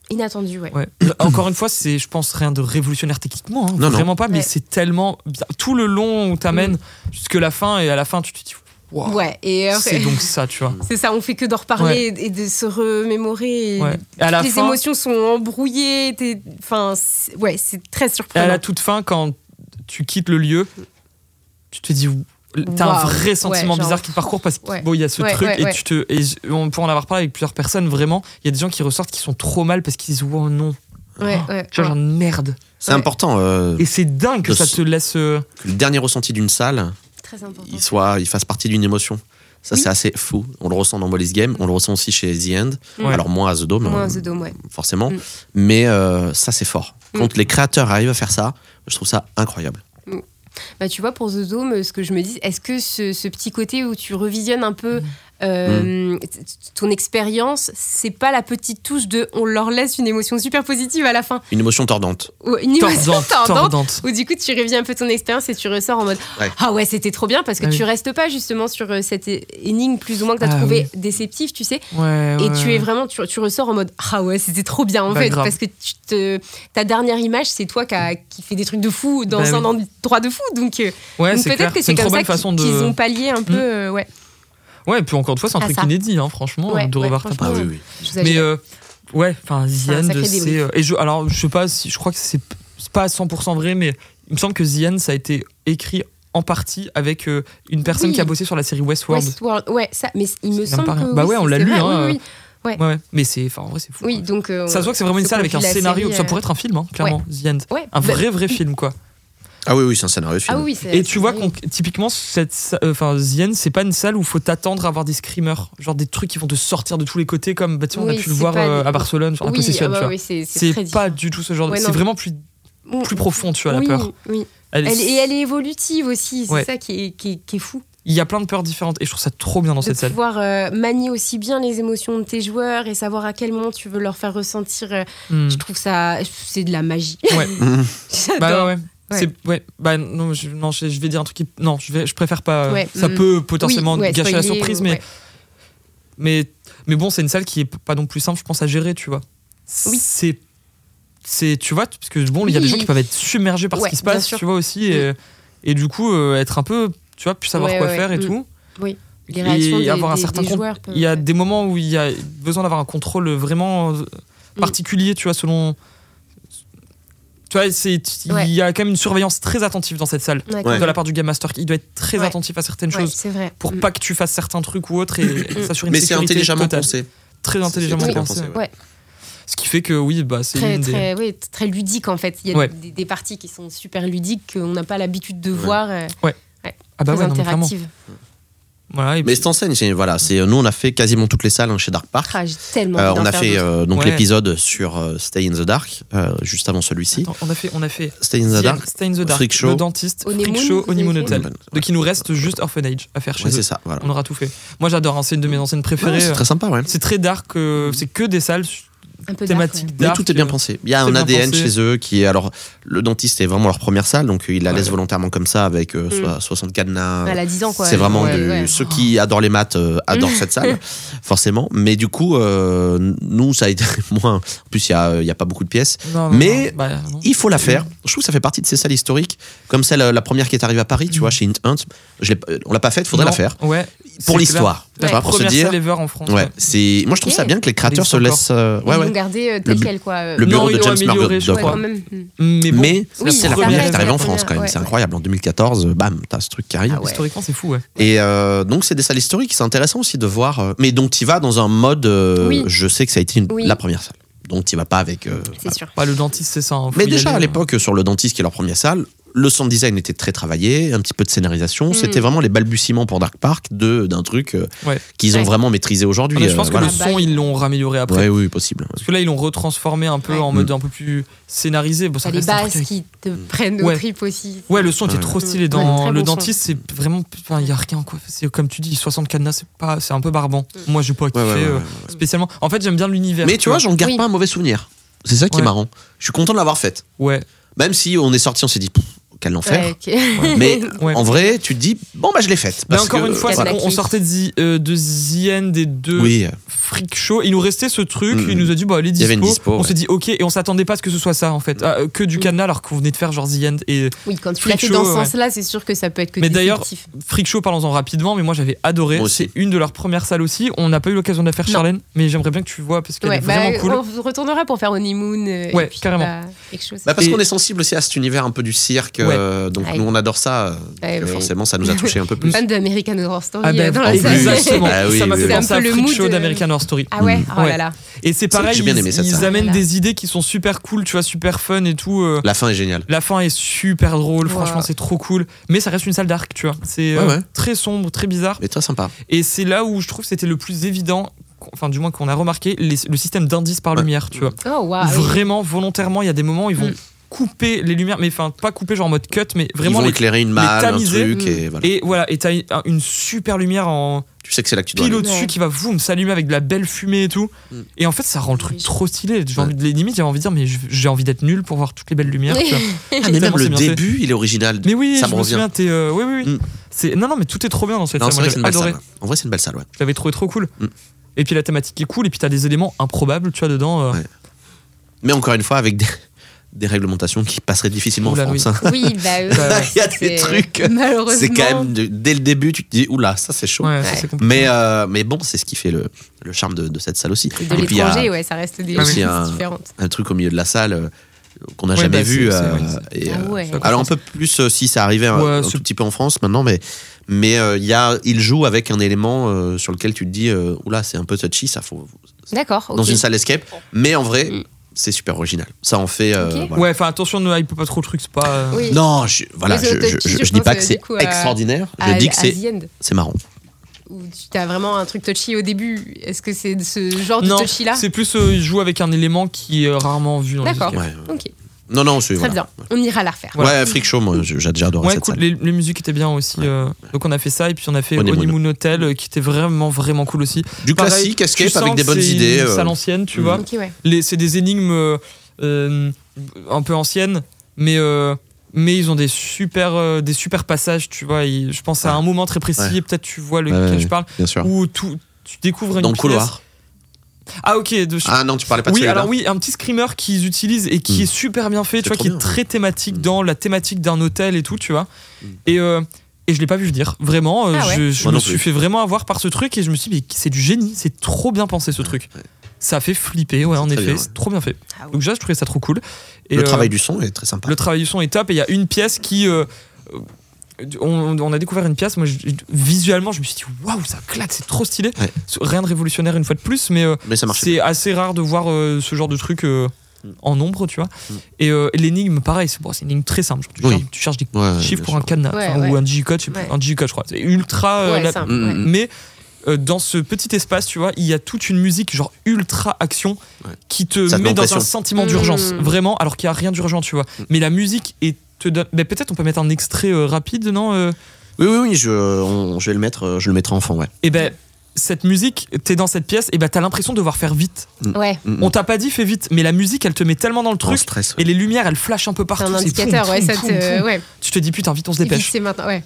S3: Inattendu, ouais.
S1: Ouais. Bah, Encore une fois, c'est, je pense, rien de révolutionnaire techniquement, hein,
S2: Non, non.
S1: vraiment pas, mais
S3: Ouais. Mm.
S1: c'est tellement bien. Tout le long où t'amènes jusque la fin, et à la fin, tu te dis, waouh,
S3: Ouais, et après-
S1: c'est donc ça, tu vois.
S3: c'est ça, on fait que d'en reparler et de se remémorer. et
S1: Ouais. Et à la
S3: les
S1: fin,
S3: émotions sont embrouillées. t'es- Enfin, c'est- ouais, c'est très
S1: et à la
S3: surprenant.
S1: toute fin, quand tu quittes le lieu, tu te dis, t'as un
S3: Waouh.
S1: vrai sentiment
S3: Ouais, genre,
S1: bizarre qui te parcourt parce qu'il
S3: ouais.
S1: bon, il y a ce
S3: Ouais,
S1: truc
S3: ouais,
S1: et
S3: ouais.
S1: tu te, et je- on peut en avoir parlé avec plusieurs personnes vraiment. Il y a des gens qui ressortent qui sont trop mal parce qu'ils disent, oh non,
S3: Ouais, ouais,
S1: Oh, tu vois, genre merde.
S2: C'est
S3: Ouais.
S2: important euh,
S1: Et c'est dingue que
S2: Le
S1: ça
S2: s-
S1: te laisse. euh,
S2: que le dernier ressenti d'une salle,
S3: Très important.
S2: il soit, il fasse partie d'une émotion. Ça,
S3: Oui.
S2: c'est assez fou. On le ressent dans Wallis Game, on le ressent aussi chez The End.
S3: Ouais.
S2: Alors, moins à The Dome,
S3: Moins
S2: hein,
S3: The Dome, ouais.
S2: forcément.
S3: Mm.
S2: Mais euh, ça, c'est fort.
S3: Mm.
S2: Quand les créateurs arrivent à faire ça, je trouve ça incroyable.
S3: Bah, tu vois, pour The Dome, ce que je me dis, est-ce que ce, ce petit côté où tu revisionnes un peu Euh, t- t- Ton expérience, c'est pas la petite touche de on leur laisse une émotion super positive à la fin.
S2: Une émotion tordante.
S3: Ou une émotion
S1: Tordante,
S3: tordante.
S1: tordante.
S3: Ou du coup, tu reviens un peu ton expérience et tu ressors en mode
S2: Ouais.
S3: Ah ouais, c'était trop bien parce que
S1: Ah oui.
S3: tu restes pas justement sur euh, cette é- énigme plus ou moins que t'as
S1: Ah
S3: trouvé déceptif, tu sais.
S1: Ouais,
S3: Et
S1: ouais,
S3: tu
S1: ouais.
S3: es vraiment, tu, tu ressors en mode Ah ouais, c'était trop bien en
S1: Bah,
S3: fait.
S1: grave.
S3: Parce que tu te, ta dernière image, c'est toi qui, a- qui fait des trucs de fou dans
S1: Bah
S3: un
S1: oui.
S3: endroit de fou. Donc, euh,
S1: Ouais,
S3: donc
S1: c'est
S3: peut-être
S1: clair.
S3: que
S1: C'est
S3: c'est
S1: une
S3: comme
S1: trop
S3: ça
S1: bonne
S3: qu'ils
S1: façon de. Mm.
S3: qu'ils ont pallié un peu. euh, ouais,
S1: Ouais, et puis encore une fois, c'est un
S3: Ah,
S1: truc
S3: ça.
S1: inédit, hein, franchement,
S3: Ouais,
S1: de
S3: ouais,
S1: revoir
S3: franchement. Ah oui,
S2: oui.
S3: je vous
S1: Mais
S3: avais-
S1: euh, ouais, enfin, The
S3: un
S1: End,
S3: sacré
S1: c'est.
S3: débrief.
S1: euh, et je, alors, je sais pas si. Je crois que c'est p- c'est pas à 100% vrai, mais il me semble que The End, ça a été écrit en partie avec euh, une personne
S3: Oui.
S1: qui a bossé sur la série Westworld.
S3: Westworld, ouais, ça, mais il me
S1: C'est même
S3: semble
S1: pas rien.
S3: que.
S1: Bah
S3: oui,
S1: ouais, on
S3: c'est
S1: l'a lu,
S3: vrai,
S1: hein.
S3: oui, oui.
S1: Ouais, ouais. Mais c'est. Enfin, en vrai, c'est fou.
S3: Oui,
S1: quoi.
S3: donc. euh,
S1: Ça se voit que c'est vraiment une
S3: ce
S1: salle avec un
S3: profil, la
S1: scénario.
S3: série,
S1: Ça
S3: euh,
S1: pourrait être un film, hein, clairement, The End.
S3: Ouais,
S1: Un
S3: bah-
S1: vrai, vrai film, quoi.
S2: Ah oui, oui, c'est un scénario. ce
S3: Ah
S2: film.
S3: oui, c'est-
S1: Et tu vois
S3: c'est-
S1: qu'on typiquement cette sa- euh, enfin The End, c'est pas une salle où faut t'attendre à avoir des screamers, genre des trucs qui vont te sortir de tous les côtés comme bah, tiens, on a
S3: Oui,
S1: pu le
S3: c'est
S1: voir
S3: pas
S1: euh,
S3: des-
S1: à Barcelone sur la
S3: Oui,
S1: Possession,
S3: ah bah
S1: tu vois.
S3: oui, c'est c'est
S1: c'est
S3: très
S1: pas
S3: différent.
S1: du tout ce genre, de-
S3: Ouais,
S1: c'est
S3: non.
S1: vraiment plus plus profond, tu vois, la
S3: oui,
S1: peur.
S3: Oui.
S1: Elle est-
S3: Elle, et elle est évolutive aussi, c'est
S1: Ouais.
S3: ça qui est, qui, est, qui est fou.
S1: il y a plein de peurs différentes et je trouve ça trop bien dans
S3: de
S1: cette salle.
S3: pouvoir euh, manier aussi bien les émotions de tes joueurs et savoir à quel moment tu veux leur faire ressentir. euh,
S1: Hmm.
S3: Je trouve ça, c'est de la magie.
S1: Ouais.
S2: Mhm.
S3: J'adore.
S1: Bah ouais. ouais.
S3: Ouais.
S1: C'est ouais, bah non, je, non, je, je vais dire un truc qui non, je vais je préfère pas euh,
S3: Ouais,
S1: ça
S3: mm.
S1: peut
S3: Oui,
S1: potentiellement
S3: ouais,
S1: gâcher la
S3: spoiler,
S1: surprise
S3: euh,
S1: mais
S3: ouais.
S1: Mais, mais bon, c'est une salle qui est p- pas non plus simple, je pense, à gérer, tu vois.
S3: Oui.
S1: C'est. c'est tu vois, parce que bon, il y a des
S3: Oui.
S1: gens qui peuvent être submergés par
S3: Ouais,
S1: ce qui se
S3: bien
S1: passe,
S3: sûr. Mm.
S1: tu vois aussi. Et, et du coup, euh, être un peu. Tu vois, plus savoir
S3: Ouais,
S1: quoi
S3: ouais,
S1: faire et
S3: mm.
S1: tout.
S3: Oui. Les réactions
S1: Et
S3: des-
S1: avoir un
S3: des-
S1: certain.
S3: des
S1: con-
S3: joueurs peuvent-
S1: Il y a des moments où il y a besoin d'avoir un contrôle vraiment euh,
S3: Mm.
S1: particulier, tu vois, selon. Tu vois, c'est- il
S3: Ouais.
S1: y a quand même une surveillance très attentive dans cette salle.
S3: Ouais,
S1: De la part du Game Master, il doit être très
S3: Ouais.
S1: attentif à certaines
S3: ouais,
S1: choses
S3: c'est vrai.
S1: pour
S3: Mm.
S1: pas que tu fasses certains trucs ou autres et, et s'assurer une
S2: Mais c'est
S1: sécurité
S2: intelligemment
S1: totale.
S2: pensé.
S1: Très intelligemment
S2: C'est très bien
S1: pensé.
S2: pensé, ouais.
S1: Ce qui fait que oui, bah, c'est
S3: Très,
S1: une des-
S3: très, oui, très ludique en fait. Il y a
S1: Ouais.
S3: des, des parties qui sont super ludiques qu'on n'a pas l'habitude de
S2: Ouais.
S3: voir, euh,
S1: Ah bah
S3: très
S1: ouais, non, mais vraiment.
S3: interactives.
S1: Voilà, et
S2: Mais
S1: puis-
S2: cette enseigne, c'est voilà, c'est nous on a fait quasiment toutes les salles hein, chez Dark Park.
S3: Ah, j'ai tellement
S2: Euh,
S3: envie
S2: on
S3: d'en
S2: a
S3: faire
S2: fait
S3: d'autres.
S2: euh, donc
S1: Ouais.
S2: l'épisode sur euh, Stay in the Dark euh, juste avant celui-ci.
S1: Attends, on a fait, on a fait
S2: Stay in the Dark.
S1: Stein the Dark,
S2: Freak Show.
S1: le dentiste,
S3: Honeymoon,
S1: Freak Show,
S3: vous
S1: Honeymoon
S3: avez fait
S1: Hotel.
S2: Ouais,
S1: Donc il nous reste juste Orphanage à faire chez
S2: ouais,
S1: eux.
S2: c'est ça, voilà.
S1: On aura tout fait. Moi j'adore, hein, c'est une de mes anciennes
S2: Ouais,
S1: préférées.
S3: euh,
S2: c'est très sympa, ouais.
S1: C'est très dark, euh, c'est que des salles
S2: euh,
S3: un peu dark, ouais.
S1: thématiques
S2: Mais
S1: dark.
S2: tout est bien pensé. Il y a
S1: c'est
S2: un
S1: bien
S2: ADN
S1: pensé.
S2: chez eux qui est alors le dentiste est vraiment leur première salle, donc il la
S1: Ouais.
S2: laisse volontairement comme ça avec euh,
S3: Mm.
S2: soit 60 cadenas.
S3: Elle a 10 ans quoi.
S2: C'est vraiment
S3: Ouais,
S2: du-
S3: ouais.
S2: ceux qui adorent les maths euh, adorent cette salle, forcément. Mais du coup, euh, nous ça a été moins. En plus, il y a, euh, il y a pas beaucoup de pièces.
S1: Non, non,
S2: Mais-
S1: non, bah, non.
S2: Il faut la faire. Je trouve que ça fait partie de ces salles historiques, comme celle euh, la première qui est arrivée à Paris, tu
S1: Mm.
S2: vois, chez Hint Hunt. Je l'ai pas- euh, on l'a pas faite, faudrait
S1: Non,
S2: la faire
S1: Ouais. c'est
S2: pour
S1: clair.
S2: l'histoire, tu
S1: La
S2: vois, pour se
S1: première
S2: dire.
S1: salle ever en France.
S2: Ouais, c'est. Moi, je trouve
S3: Ok.
S2: ça bien que les créateurs se
S1: existe encore.
S2: laissent. euh, ouais,
S3: ils
S2: ouais.
S3: l'ont gardé euh, tel
S2: Le-
S3: quel quoi. euh,
S2: Le
S1: Non,
S2: bureau
S1: ils
S2: de
S1: l'ont
S2: James
S1: amélioré,
S2: Murdoch.
S1: je
S2: doit-
S3: ouais,
S1: crois.
S3: quand même. Mm.
S1: Mais bon,
S2: Mais
S3: Oui,
S2: c'est
S3: la
S2: la
S3: première,
S2: première qui est arrivée
S3: la
S2: en France
S3: première,
S2: quand même.
S3: ouais.
S2: C'est incroyable. En 2014, euh, bam, t'as ce truc qui arrive.
S3: Ah ouais.
S1: historiquement c'est fou, ouais.
S2: Et euh, donc, c'est des salles historiques. C'est intéressant aussi de voir. euh, mais donc, tu vas dans un mode. euh,
S3: Oui.
S2: Je sais que ça a été une-
S3: Oui.
S2: la première salle. Donc, tu vas pas avec. euh,
S3: C'est sûr.
S1: Pas le dentiste, c'est ça. hein, faut
S2: Mais
S1: y
S2: déjà
S1: aller,
S2: à
S1: euh.
S2: l'époque, sur le dentiste qui est leur première salle, le sound design était très travaillé, un petit peu de scénarisation.
S3: Mm.
S2: C'était vraiment les balbutiements pour Dark Park de- d'un truc euh,
S1: Ouais.
S2: qu'ils ont
S3: Ouais.
S2: vraiment maîtrisé aujourd'hui.
S1: Ouais, Ah, je pense
S2: euh,
S1: que
S2: voilà.
S1: le son, ils l'ont amélioré après.
S2: Ouais, Mm. oui, possible.
S1: Parce que là, ils l'ont retransformé un peu
S3: Ouais.
S1: en mode un peu plus scénarisé. Bon, ça
S3: T'as les
S1: reste un truc
S3: basses
S1: avec-
S3: qui te prennent au
S1: Ouais.
S3: trip aussi.
S1: Ouais, le son était
S2: Ouais.
S1: trop stylé.
S3: Ouais,
S1: Dans
S3: très
S1: le
S3: bon
S1: dentiste, c'est vraiment. Enfin, il n'y a rien, quoi. C'est comme tu dis, 60 cadenas, c'est pas... c'est un peu barbant.
S3: Mm.
S1: Moi, j'ai pas kiffé
S2: Ouais, ouais, ouais,
S1: euh,
S2: ouais.
S1: spécialement. En fait, j'aime bien l'univers.
S2: Mais tu vois, j'en garde
S3: Oui.
S2: pas un mauvais souvenir. C'est ça qui
S1: Ouais.
S2: est marrant. Je suis content de l'avoir faite.
S1: Ouais.
S2: Même si on est sorti, on s'est dit, Pff, quel enfer.
S3: Ouais, ok.
S2: Mais
S1: Ouais.
S2: en vrai, tu te dis, bon, bah je l'ai faite.
S1: Mais
S2: Parce
S1: encore
S2: que,
S1: une fois,
S2: euh,
S1: c'est
S2: voilà.
S1: qu'on- on sortait de, The- euh, de The End et de
S2: Oui, euh,
S1: Freak Show. Il nous restait ce truc.
S2: Mm.
S1: Il nous a dit, bah, allez,
S2: Il y
S1: dispo.
S2: avait une dispo,
S1: on
S2: ouais.
S1: s'est dit, ok. Et on s'attendait pas à ce que ce soit ça, en fait. Ah, euh, que du
S3: Mm.
S1: cadenas, alors qu'on venait de faire genre The End. Et
S3: Oui, quand tu
S1: Freak
S3: l'as fait
S1: show,
S3: dans ce
S1: ouais.
S3: sens-là, c'est sûr que ça peut être que
S1: Mais d'ailleurs,
S3: déceptif.
S1: Freak Show, parlons-en rapidement, mais moi j'avais adoré.
S2: Moi aussi.
S1: C'est une de leurs premières salles aussi. On n'a pas eu l'occasion de la faire,
S3: Non.
S1: Charlène, mais j'aimerais bien que tu vois parce qu'elle
S3: Ouais,
S1: est
S3: bah,
S1: vraiment cool.
S3: on retournera pour faire honeymoon. euh,
S1: Ouais,
S3: et puis,
S1: carrément.
S3: bah, quelque chose.
S2: bah, parce
S1: Et-
S2: qu'on est sensible aussi à cet univers un peu du cirque. euh, donc
S3: Ouais.
S2: nous, on adore ça. euh,
S3: Ouais,
S2: que
S3: ouais.
S2: Forcément, ça nous a touché un peu plus.
S3: Fan d'American Horror Story
S1: Ah bah,
S3: euh, dans
S2: en
S3: la
S2: plus,
S3: salle.
S1: exactement.
S2: Ah oui,
S1: ça m'a
S2: oui,
S1: fait
S2: oui.
S1: penser
S3: C'est un
S1: à
S3: peu le
S1: Freak
S3: mood,
S1: Show
S3: euh,
S1: d'American Horror Story.
S3: Ah ouais, oh
S1: Ouais.
S3: là là.
S1: Et c'est
S2: vrai
S1: pareil,
S2: que j'ai bien aimé
S1: ils,
S2: cette
S1: ils
S2: salle.
S1: amènent
S3: Voilà.
S1: des idées qui sont super cool, tu vois, super fun et tout. euh,
S2: La fin est géniale.
S1: La fin est super drôle,
S3: Wow.
S1: franchement c'est trop cool. Mais ça reste une salle dark, tu vois. C'est
S2: Ouais,
S1: euh,
S2: ouais.
S1: très sombre, très bizarre.
S2: Mais très sympa.
S1: Et c'est là où je trouve que c'était le plus évident, qu'on- enfin du moins qu'on a remarqué, les- le système d'indices par
S2: Ouais.
S1: lumière, tu vois.
S3: Oh waouh. oui.
S1: vraiment volontairement il y a des moments où ils vont
S3: Mm.
S1: couper les lumières mais enfin pas couper genre en mode cut mais
S2: Ils
S1: vraiment
S2: vont
S1: les-
S2: éclairer une malle, un
S1: tamiser.
S2: truc. Et voilà.
S1: et voilà et t'as une- un- une super lumière en
S2: Tu sais que c'est là que tu dois
S1: pile
S2: aller.
S1: au-dessus
S3: Ouais.
S1: qui va vous s'allumer avec de la belle fumée et tout.
S2: Mm.
S1: Et en fait, ça rend le truc
S3: Oui.
S1: trop stylé. J'ai
S2: Ouais.
S1: envie de les limites, j'ai envie de dire, mais je- j'ai envie d'être nul pour voir toutes les belles lumières. tu vois.
S2: Ah, mais même
S1: Tellement
S2: le
S1: c'est bien fait.
S2: début, il est original.
S1: Mais oui, je
S2: Ça me
S1: me
S2: revient.
S1: souviens, t'es. euh, oui, oui, oui.
S2: Mm.
S1: C'est- Non, non, mais tout est trop bien dans cette
S2: Non,
S1: salle.
S2: c'est
S1: Moi,
S2: vrai que c'est une
S1: j'avais
S2: belle
S1: adoré.
S2: salle. ouais. En vrai, c'est une belle salle, ouais.
S1: Je l'avais trouvé trop cool.
S2: Mm.
S1: Et puis la thématique est cool, et puis t'as des éléments improbables, tu vois, dedans. euh,
S2: Ouais. Mais encore une fois, avec des, des réglementations qui passeraient difficilement
S1: Oula,
S2: en
S1: oui.
S2: France. hein.
S3: Oui, bah oui.
S1: Bah,
S2: Il y a des
S3: C'est-
S2: trucs.
S3: Malheureusement.
S2: C'est quand même, de- dès le début, tu te dis, oula, ça c'est chaud.
S1: ouais, ça,
S3: Ouais.
S1: c'est compliqué.
S2: Mais, euh, mais bon, c'est ce qui fait le, le charme de, de cette salle aussi.
S3: De
S2: Et puis, il y a-
S3: l'étranger, ouais, ça reste des
S2: y a aussi
S3: choses
S2: un-
S3: différentes.
S2: un truc au milieu de la salle euh, qu'on n'a
S1: Ouais,
S2: jamais
S1: bah,
S2: vu.
S1: c'est- c'est-
S2: euh,
S1: ouais,
S2: et,
S3: Ah
S2: euh,
S3: ouais.
S2: alors un peu plus euh, si ça arrivait un-
S1: Ouais,
S2: un,
S1: c'est-
S2: tout petit peu en France maintenant, mais mais euh, il y a, il joue avec un élément euh, sur lequel tu te dis euh, oula c'est un peu touchy ça faut
S3: D'accord. ok.
S2: dans une salle escape, mais en vrai
S3: Mm.
S2: c'est super original. Ça en fait. euh,
S3: Ok.
S2: voilà.
S1: Ouais, enfin attention, ne hype pas trop le truc, c'est pas. euh,
S3: Oui.
S2: Non, je, voilà,
S3: Mais
S2: je,
S3: c'est
S2: je,
S3: touchy,
S2: je-
S3: je
S2: je dis
S3: pense,
S2: pas que
S3: euh,
S2: c'est
S3: du coup, à-
S2: extraordinaire, je
S3: À-
S2: dis que
S3: à
S2: c'est
S3: The End,
S2: c'est marrant.
S3: où tu as vraiment un truc touchy au début. Est-ce que c'est de ce genre
S1: Non,
S3: de touchy-là
S1: c'est plus euh, il joue avec un élément qui est euh, rarement vu dans les
S3: D'accord.
S1: escapes.
S2: Ouais.
S3: Ok, très
S2: Non non, c'est voilà.
S3: bien. On ira la refaire.
S1: Voilà.
S2: Ouais, Freak Show, moi je- j'ai déjà adoré
S1: Ouais,
S2: cette
S1: cool,
S2: salle.
S1: les, les musiques étaient bien aussi.
S2: Ouais.
S1: euh, donc on a fait ça, et puis on a fait
S2: Honeymoon.
S1: Honeymoon, Hotel euh, qui était vraiment, vraiment cool aussi.
S2: Du
S1: Pareil,
S2: classique
S1: tu
S2: escape
S1: sens
S2: avec des
S1: que
S2: bonnes
S1: c'est
S2: idées.
S1: Une
S2: euh,
S1: salle ancienne, tu
S2: Mhm.
S1: vois.
S3: Ok, ouais.
S1: Les- C'est des énigmes euh, euh, un peu anciennes, mais, euh, mais ils ont des super, euh, des super passages, tu vois. Ils- je pense à un moment très précis,
S2: Ouais.
S1: et peut-être tu vois le
S2: Ouais,
S1: lequel
S2: ouais.
S1: je parle,
S2: bien sûr.
S1: où tout, tu découvres une
S2: Dans le
S1: pièce.
S2: couloir.
S1: Ah ok, de,
S2: Ah non, tu parlais pas de
S1: oui,
S2: celui-là.
S1: alors oui, un petit screamer qu'ils utilisent et qui
S2: Mm.
S1: est super bien fait,
S2: C'est
S1: tu vois,
S2: trop
S1: qui
S2: bien.
S1: est très thématique
S2: Mm.
S1: dans la thématique d'un hôtel et tout, tu vois.
S2: Mm.
S1: Et, euh, et je l'ai pas vu venir, vraiment. euh,
S3: Ah ouais.
S1: Je, je me
S2: Moi non
S1: suis
S2: plus.
S1: fait vraiment avoir par ce truc et je me suis dit, mais c'est du génie, c'est trop bien pensé ce truc.
S2: ouais.
S1: Ça fait flipper, ouais, en
S2: très
S1: effet,
S2: bien, ouais.
S1: c'est trop bien fait.
S3: Ah ouais.
S1: Donc déjà, je trouvais ça trop cool. Et,
S2: Le
S1: euh,
S2: travail du son est très sympa.
S1: le travail du son est top et il y a une pièce qui. euh, euh, on, on a découvert une pièce, moi je- je- visuellement je me suis dit waouh, ça claque, c'est trop stylé.
S2: Ouais.
S1: Rien de révolutionnaire une fois de plus, mais euh,
S2: Mais ça marche.
S1: c'est assez rare de voir euh, ce genre de truc euh,
S2: Mm.
S1: en nombre, tu vois.
S2: Mm.
S1: Et euh, l'énigme, pareil, c'est bon, c'est une énigme très simple. genre, tu,
S2: Oui.
S1: cherches, tu cherches des
S2: Ouais,
S1: chiffres
S2: bien
S1: pour
S2: sûr.
S1: un cadenas
S3: Ouais,
S1: enfin,
S3: ouais.
S1: ou un digicode, je sais plus,
S3: Ouais.
S1: un digicode, je crois. C'est ultra. euh,
S3: Ouais,
S1: la-
S3: simple,
S2: Mm,
S3: ouais.
S2: mm.
S1: Mais euh, dans ce petit espace, tu vois, il y a toute une musique genre ultra action
S2: Ouais.
S1: qui te
S2: Ça te
S1: met
S2: met en
S1: dans
S2: pression. Mm.
S1: un sentiment d'urgence,
S3: Mm.
S1: vraiment, alors qu'il n'y a rien d'urgent, tu vois. Mais la musique est te donne. mais peut-être on peut mettre un extrait euh, rapide, non euh,
S2: Oui, oui, oui, je, on- je vais le mettre, euh, je le mettrai enfant, ouais.
S1: Eh ben, cette musique, t'es dans cette pièce, et ben t'as l'impression de devoir faire vite.
S3: Ouais,
S2: Mm,
S1: On t'a pas dit fais vite, mais la musique elle te met tellement dans le
S2: en
S1: truc
S2: stress. ouais.
S1: et les lumières elles flashent un peu
S3: c'est
S1: partout.
S3: un
S1: c'est
S3: indicateur.
S1: poum,
S3: Ouais,
S1: poum,
S3: ça
S1: poum,
S3: te.
S1: poum.
S3: Ouais,
S1: Tu te dis putain vite on se dépêche
S3: c'est maintenant. Ouais.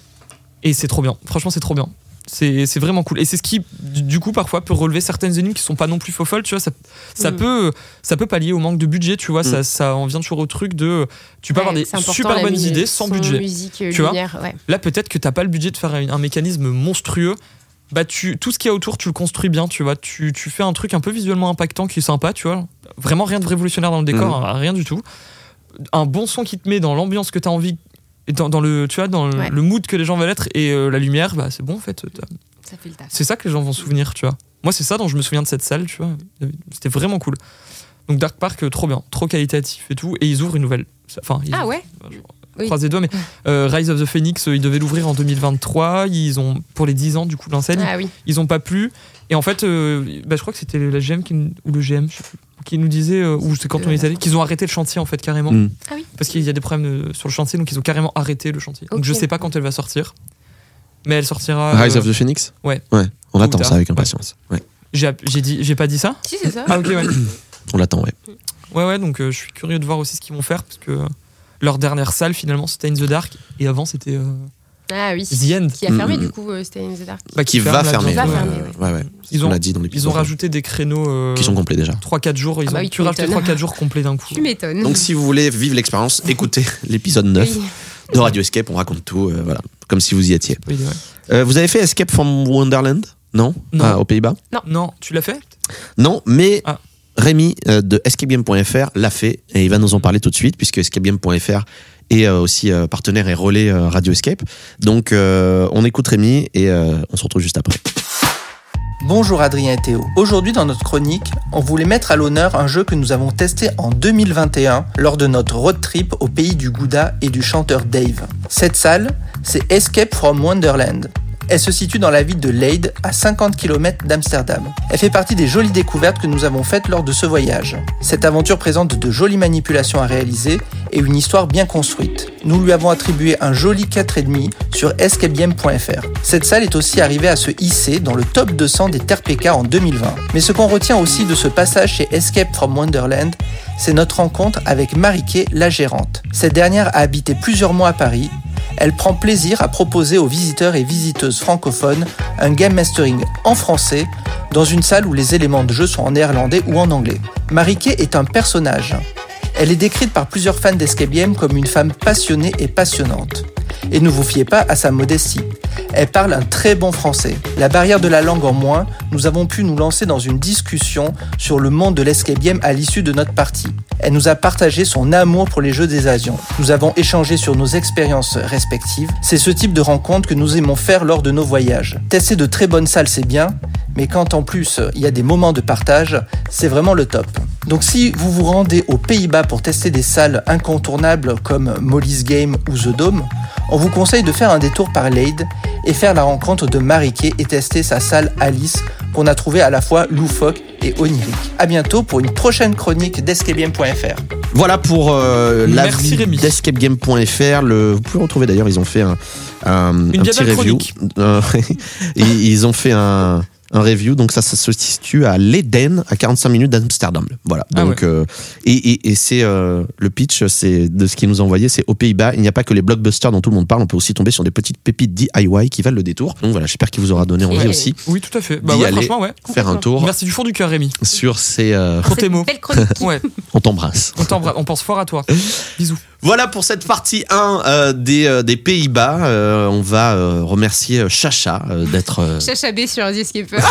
S1: et c'est trop bien. Franchement c'est trop bien. C'est c'est vraiment cool et c'est ce qui du du coup parfois peut relever certaines énigmes qui sont pas non plus faux folles tu vois ça ça
S3: Mm.
S1: peut ça peut pallier au manque de budget tu vois ça ça en vient toujours au truc de tu peux
S3: Ouais,
S1: avoir des
S3: c'est important,
S1: super
S3: la
S1: bonnes
S3: musique,
S1: idées sans
S3: son,
S1: budget
S3: musique, euh,
S1: Tu vois
S3: lumière, ouais.
S1: là peut-être que t'as pas le budget de faire un un mécanisme monstrueux bah tu tout ce qu'il y a autour tu le construis bien tu vois tu, tu fais un truc un peu visuellement impactant qui est sympa tu vois vraiment rien de révolutionnaire dans le décor hein, rien du tout un bon son qui te met dans l'ambiance que t'as envie et dans, dans le tu vois dans le-
S3: Ouais.
S1: le mood que les gens veulent être et euh, la lumière bah c'est bon en fait t'as-
S3: Ça fait le taf.
S1: c'est ça que les gens vont se souvenir tu vois moi c'est ça dont je me souviens de cette salle tu vois c'était vraiment cool donc Dark Park euh, trop bien trop qualitatif et tout et ils ouvrent une nouvelle enfin ils
S3: Ah ouais Oui.
S1: croise les doigts, mais euh, Rise of the Phoenix, euh, ils devaient l'ouvrir en 2023. Ils ont, pour les 10 ans, du coup, de l'enseigne,
S3: Ah oui.
S1: ils ont pas plu. Et en fait, euh, bah, je crois que c'était la GM qui, nous- ou le GM je sais plus, qui nous disait, euh, ou c'est quand on
S3: Euh,
S1: est allé, qu'ils ont arrêté le chantier, en fait, carrément.
S2: Mm.
S3: Ah oui.
S1: Parce qu'il y a des problèmes euh, sur le chantier, donc ils ont carrément arrêté le chantier. Donc
S3: Ok.
S1: je sais pas quand elle va sortir. Mais elle sortira.
S2: Rise
S1: euh,
S2: of the Phoenix
S1: ouais.
S2: Ouais. On
S1: Ou
S2: l'attend
S1: tard.
S2: ça avec impatience. Ouais.
S1: J'ai app- j'ai dit- j'ai pas dit ça
S3: Si, c'est ça.
S1: Ah, ok, ouais.
S2: On l'attend, ouais.
S1: Ouais, ouais, donc euh, je suis curieux de voir aussi ce qu'ils vont faire, parce que euh, leur dernière salle, finalement, c'était In the Dark, et avant, c'était euh,
S3: Ah oui.
S1: The End.
S3: Qui a fermé,
S2: Mm,
S3: du
S2: mm.
S3: coup, euh, Stay in the Dark.
S1: Bah,
S2: Qui va
S1: ferme, là,
S2: fermer.
S1: bientôt.
S3: va
S2: ouais,
S3: fermer,
S2: ouais, ouais.
S1: Ils
S2: On
S1: ont-
S2: l'a dit dans l'épisode.
S1: Ils ont rajouté des créneaux euh,
S2: Qui sont complets déjà.
S1: 3-4 jours. Ils
S3: Ah bah
S1: ont
S3: oui,
S1: pu
S3: tu
S1: rajouter
S3: m'étonnes.
S1: 3-4 jours complets d'un coup.
S3: Tu m'étonnes.
S2: Donc si vous voulez vivre l'expérience, écoutez l'épisode 9
S3: Oui.
S2: de Radio Escape, on raconte tout, euh, voilà, comme si vous y étiez.
S1: Oui, ouais.
S2: Euh, vous avez fait Escape from Wonderland Non,
S1: Non.
S2: Ah, aux Pays-Bas
S1: Non, tu l'as fait
S2: Non, mais
S1: Ah.
S2: Rémi euh, de escapegame.fr l'a fait et il va nous en parler tout de suite puisque escapegame.fr est euh, aussi euh, partenaire et relais euh, Radio Escape. Donc euh, on écoute Rémi et euh, on se retrouve juste après.
S4: Bonjour Adrien et Théo. Aujourd'hui dans notre chronique, on voulait mettre à l'honneur un jeu que nous avons testé en 2021 lors de notre road trip au pays du Gouda et du chanteur Dave. Cette salle, c'est Escape from Wonderland. Elle se situe dans la ville de Leyde, à 50 km d'Amsterdam. Elle fait partie des jolies découvertes que nous avons faites lors de ce voyage. Cette aventure présente de jolies manipulations à réaliser et une histoire bien construite. Nous lui avons attribué un joli 4,5 sur escapegame.fr. Cette salle est aussi arrivée à se hisser dans le top 200 des TerPK en 2020. Mais ce qu'on retient aussi de ce passage chez Escape from Wonderland, c'est notre rencontre avec Mariquet, la gérante. Cette dernière a habité plusieurs mois à Paris. Elle prend plaisir à proposer aux visiteurs et visiteuses francophones un game mastering en français dans une salle où les éléments de jeu sont en néerlandais ou en anglais. Mariquet est un personnage. Elle est décrite par plusieurs fans d'Escape Game comme une femme passionnée et passionnante. Et ne vous fiez pas à sa modestie. Elle parle un très bon français. La barrière de la langue en moins, nous avons pu nous lancer dans une discussion sur le monde de l'escape game à l'issue de notre partie. Elle nous a partagé son amour pour les jeux des Asians. Nous avons échangé sur nos expériences respectives. C'est ce type de rencontre que nous aimons faire lors de nos voyages. Tester de très bonnes salles, c'est bien, mais quand en plus il y a des moments de partage, c'est vraiment le top. Donc si vous vous rendez aux Pays-Bas pour tester des salles incontournables comme Molly's Game ou The Dome, on vous conseille de faire un détour par Leyde et faire la rencontre de Mariquet et tester sa salle Alice qu'on a trouvée à la fois loufoque et onirique. À bientôt pour une prochaine chronique d'escapegame.fr.
S2: Voilà pour euh, la
S1: Merci,
S2: vie
S1: Rémi.
S2: d'escapegame.fr. Le, vous pouvez retrouver d'ailleurs, ils ont fait un, un- un petit
S1: diabète
S2: review.
S1: chronique.
S2: Euh, ils, ils ont fait un, un review, donc ça, ça se situe à l'Eden, à 45 minutes d'Amsterdam. Voilà.
S1: Ah
S2: donc, euh, et, et- et c'est euh, le pitch c'est de ce qu'ils nous ont envoyé c'est aux Pays-Bas. Il n'y a pas que les blockbusters dont tout le monde parle, on peut aussi tomber sur des petites pépites DIY qui valent le détour. Donc voilà, j'espère qu'il vous aura donné envie
S3: Ouais.
S2: aussi
S1: Oui, tout à fait. Bah
S2: D'y
S1: ouais,
S2: aller.
S1: franchement, ouais.
S2: faire un tour
S1: Merci du fond du cœur, Rémi.
S2: sur ces. euh,
S1: Pour tes mots.
S3: Belle chronique.
S1: Ouais,
S2: on t'embrasse.
S1: on, t'embrasse, on pense fort à toi. Bisous.
S2: Voilà pour cette partie 1 euh, des, euh, des Pays-Bas. Euh, on va euh, remercier euh, Chacha euh, d'être euh,
S3: Chacha B sur les escapeurs.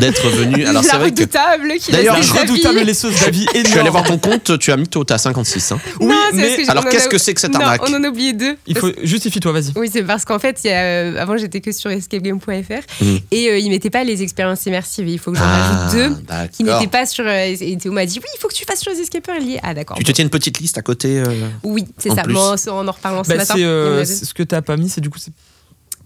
S2: d'être venu. Alors
S3: la
S2: c'est vrai que
S3: redoutable qui
S2: D'ailleurs,
S3: laisse
S2: je
S3: sa vie.
S1: Bah, Redoutable laisseuse d'avis
S2: je suis allé
S1: énorme.
S2: voir ton compte, tu as mis tôt à 56. hein.
S1: Oui,
S3: Non, c'est parce
S1: mais
S3: que j'ai-
S2: Alors
S3: on en
S2: qu'est-ce
S3: a-
S2: que c'est que cette
S3: Non,
S2: arnaque
S3: On en a oublié deux.
S1: il faut justifie-toi, vas-y.
S3: Oui, c'est parce qu'en fait, il y a, euh, avant j'étais que sur escapegame.fr
S2: Mm.
S3: et euh, ils mettaient pas les expériences immersives. Il faut que j'en
S2: Ah,
S3: rajoute deux qui
S2: d'accord.
S3: n'étaient pas sur. euh, et on m'a dit oui, il faut que tu fasses sur les escapeurs liés. Ah d'accord.
S2: Tu te tiens une petite liste à côté euh,
S3: Oui, c'est
S2: en
S3: ça.
S2: plus.
S3: Bon, on en reparlant ce
S1: Bah,
S3: matin.
S1: c'est, euh,
S3: Il y en a deux.
S1: c'est ce que t'as pas mis, c'est du coup c'est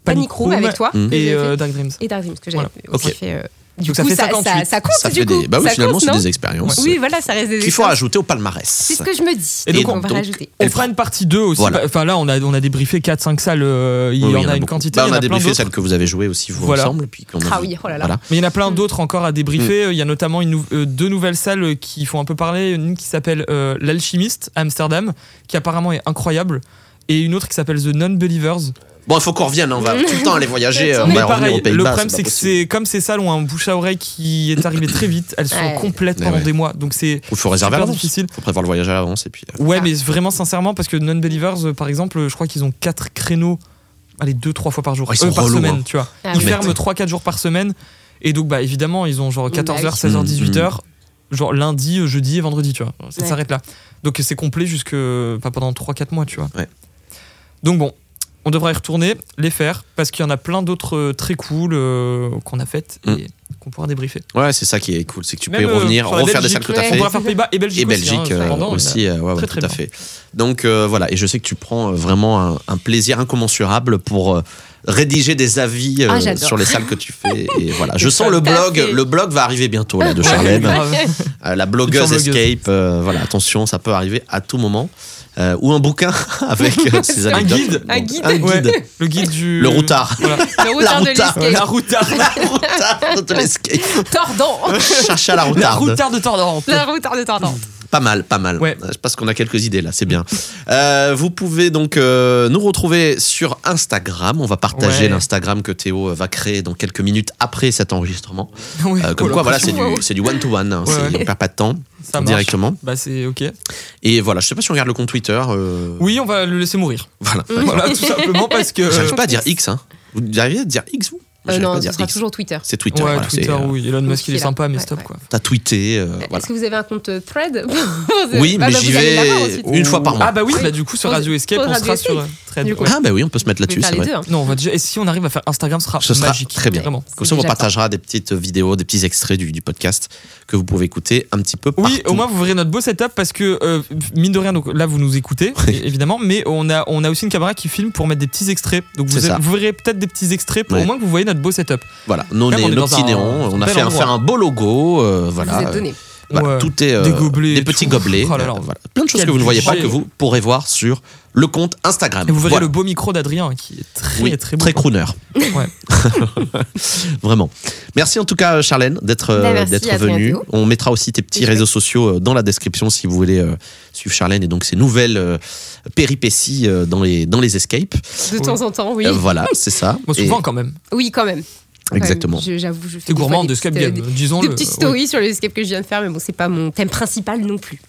S3: Panic Room avec toi.
S2: Mm.
S3: que
S1: et
S3: j'ai
S1: euh,
S3: fait.
S1: Dark Dreams.
S3: Et Dark Dreams que j'avais aussi
S2: Ok.
S3: fait. euh, du
S1: Donc ça
S3: coup,
S1: fait
S3: ça,
S1: 58.
S3: ça, ça compte
S2: Ça
S3: du
S2: fait
S3: coup.
S2: des. Bah oui,
S3: ça
S2: finalement,
S3: compte,
S2: c'est
S3: non
S2: des expériences
S3: Oui, voilà, ça reste des
S2: qu'il faut
S3: expériences.
S2: rajouter au palmarès.
S3: C'est ce que je me dis.
S1: Et donc,
S3: on va
S2: donc,
S3: rajouter.
S1: On
S2: Et-
S1: fera une partie 2 aussi.
S2: Voilà.
S1: Bah, Enfin là, on a, on a débriefé 4-5 salles, euh, il
S2: Oui,
S1: y
S2: oui,
S1: en a, une
S2: beaucoup.
S1: quantité.
S2: Bah,
S1: il y
S2: on
S1: en
S2: a
S1: a plein
S2: débriefé
S1: d'autres.
S2: celle que vous avez jouée aussi, vous
S1: Voilà.
S2: ensemble. Puis qu'on a
S3: Ah
S2: vu.
S3: oui, oh là là.
S2: Voilà.
S1: Mais il y en a plein d'autres encore à
S2: Hmm.
S1: débriefer. Il y a notamment une nou- euh, deux nouvelles salles qui font un peu parler. Une qui s'appelle euh, L'Alchimiste à Amsterdam, qui apparemment est incroyable. Et une autre qui s'appelle The Non-Believers.
S2: Bon, il faut qu'on revienne, hein, on va tout le temps aller voyager.
S3: Bah,
S2: euh, on
S1: Mais
S2: va revenir
S1: pareil,
S2: aux
S1: le
S2: Pays-Bas.
S1: problème
S2: pas
S1: c'est que
S2: possible.
S1: c'est comme ces salles ont un bouche à oreille qui est arrivé très vite, elles sont
S3: Ouais.
S1: complètes
S2: Mais
S1: pendant
S2: ouais.
S1: des mois. Donc c'est
S2: Il faut réserver à
S1: super
S2: l'avance.
S1: difficile.
S2: Il faut prévoir le voyage à l'avance. Et puis. euh,
S1: Ouais,
S3: Ah.
S1: mais vraiment sincèrement, parce que Non-Believers, euh, par exemple, euh, je crois qu'ils ont 4 créneaux, allez, 2-3 fois par jour,
S2: Oh, ils sont
S1: euh, par
S2: relous,
S1: semaine,
S2: hein.
S1: tu vois.
S3: Ah
S1: ils
S3: oui.
S1: ferment 3-4 jours par semaine, et donc, bah évidemment, ils ont genre
S3: Oui,
S1: 14h,
S3: bah oui.
S1: 16h,
S2: Mm,
S1: 18h, genre lundi, euh, jeudi et vendredi, tu vois. Ça
S3: Ouais.
S1: s'arrête là. Donc c'est complet jusque enfin, pendant 3-4 mois, tu vois.
S2: Ouais.
S1: Donc bon. On devra y retourner, les faire, parce qu'il y en a plein d'autres euh, très cool euh, qu'on a faites et
S2: Mm.
S1: qu'on pourra débriefer.
S2: Ouais, c'est ça qui est cool, c'est que tu peux
S1: Même,
S2: y revenir,
S1: euh, sur la
S2: refaire des salles
S1: Belgique,
S2: que t'as
S3: ouais.
S1: On
S2: fait.
S1: pourra faire Pays-Bas et Belgique,
S2: Et Belgique
S1: aussi. hein,
S2: euh,
S1: cependant, on a-
S2: aussi, euh, ouais, ouais,
S1: très,
S2: tout
S1: très
S2: à fait. Donc euh, voilà, et je sais que tu prends euh, vraiment un, un plaisir incommensurable pour euh, rédiger des avis euh,
S3: Ah, j'adore.
S2: sur les salles que tu fais. Et voilà, je sens
S1: Tout
S2: le
S1: à
S2: blog,
S3: fait.
S2: le blog va arriver bientôt là de
S1: Ouais,
S2: Charlène,
S1: grave.
S2: Euh, la blogueuse
S1: Une blogueuse.
S2: Escape. euh, voilà, attention, ça peut arriver à tout moment. Euh, ou un bouquin avec euh, ses
S1: Un
S2: anecdotes.
S1: guide.
S2: Donc,
S3: Un guide.
S2: un guide.
S1: Ouais, le guide du.
S2: Le routard.
S1: Voilà.
S3: Le routard de
S2: routard.
S1: La routarde.
S3: l'escape.
S2: La routarde de l'escape.
S3: Tordant.
S2: Cherche à la
S1: La
S2: routarde.
S1: routarde de Tordant.
S3: La routarde de Tordant.
S2: Pas mal, pas mal.
S1: Ouais.
S2: Je pense qu'on a quelques idées là, c'est bien. Euh, vous pouvez donc euh, nous retrouver sur Instagram. On va partager
S1: Ouais.
S2: l'Instagram que Théo euh, va créer dans quelques minutes après cet enregistrement.
S1: Ouais,
S2: Euh, comme
S1: oh la
S2: quoi, voilà,
S1: vache,
S2: c'est du, c'est du one-to-one. hein.
S1: Ouais,
S2: C'est-
S1: ouais.
S2: On perd pas de temps
S1: Ça marche.
S2: directement.
S1: Bah, c'est ok.
S2: Et voilà, je sais pas si on regarde le compte Twitter. euh, Mm.
S1: Oui, euh, on va le laisser mourir.
S2: Voilà.
S1: Voilà, tout simplement parce que.
S2: J'arrive pas à dire X. Hein. Vous arrivez à dire X, vous je
S3: Euh,
S2: vais pas
S3: non, ce
S2: dire
S3: sera
S2: X.
S3: toujours Twitter.
S2: C'est Twitter.
S1: ouais,
S2: voilà,
S1: Twitter
S2: c'est, euh,
S1: où Elon Musk il est
S3: il est là.
S1: sympa, mais
S3: Ouais,
S1: stop
S3: ouais.
S1: quoi.
S2: T'as tweeté. euh,
S3: Est-ce
S2: voilà.
S3: que vous avez un compte euh, Thread
S2: Oui,
S3: Ah
S2: mais
S3: bah,
S2: j'y
S3: vous allez l'avoir
S2: vais
S3: ensuite.
S2: une fois par mois.
S1: Ah bah oui,
S3: Oui.
S1: bah du coup sur
S3: Sur-
S1: Radio Escape,
S3: sur
S1: on
S3: Radio
S1: sera sur
S3: Escape.
S1: euh, Thread.
S3: Du coup,
S1: Ouais.
S2: Ah bah oui, on peut se mettre
S3: Je vais
S2: là-dessus,
S3: faire
S2: c'est
S3: les
S2: vrai.
S3: deux. hein.
S1: Non, on va déjà. Et si on arrive à faire Instagram, ce sera
S2: Ce sera
S1: magique.
S2: très bien.
S1: Vraiment.
S2: Comme ça, on
S3: déjà
S2: partagera des petites vidéos, des petits extraits du, du podcast que vous pouvez écouter un petit peu
S1: Oui,
S2: partout.
S1: au moins vous verrez notre beau setup parce que euh, mine de rien, donc là vous nous écoutez
S2: Oui.
S1: évidemment, mais on a on a aussi une caméra qui filme pour mettre des petits extraits. Donc vous,
S2: C'est ça.
S1: vous verrez peut-être des petits extraits pour
S2: Ouais.
S1: au moins que vous voyez notre beau setup.
S2: Voilà, nos,
S1: Même
S2: né-
S1: on est
S2: nos
S1: dans
S2: petits
S1: un
S2: néons, on a
S1: bel
S2: fait un,
S1: endroit.
S2: faire un beau logo, euh,
S3: Vous
S2: voilà.
S3: êtes donné.
S2: Voilà,
S1: Ouais.
S2: tout est euh,
S1: Des gobelets
S2: des
S1: et
S2: petits
S1: tout.
S2: gobelets,
S1: Oh là là.
S2: euh, voilà. plein de choses
S1: Quel
S2: que vous ne voyez pas
S1: budget.
S2: que vous pourrez voir sur le compte Instagram.
S1: Et vous verrez
S2: Voilà.
S1: le beau micro d'Adrien hein, qui est très
S2: Oui,
S1: très beau. quoi.
S2: crooner.
S1: Ouais.
S2: Vraiment. Merci en tout cas, Charlène, d'être euh,
S3: Bah, merci,
S2: d'être
S3: Adrien
S2: venue.
S3: Théo.
S2: On mettra aussi tes petits
S3: Et je-
S2: réseaux sociaux euh, dans la description si vous voulez euh, suivre Charlène et donc ses nouvelles euh, péripéties euh, dans les, dans les escapes.
S3: De
S1: Oui.
S3: temps en temps, oui.
S2: Euh, voilà, c'est ça.
S1: Bon,
S2: Et-
S1: souvent quand même.
S3: Oui, quand même. Quand même.
S2: Exactement.
S3: Je- J'avoue, je fais
S1: T'es
S3: des fois
S1: gourmand
S3: des
S1: de Escape
S3: petites, euh,
S1: Game,
S3: des-
S1: disons
S3: Des
S1: le.
S3: petites
S1: oui.
S3: stories sur les escapes que je viens de faire, mais bon, c'est pas mon thème principal non plus.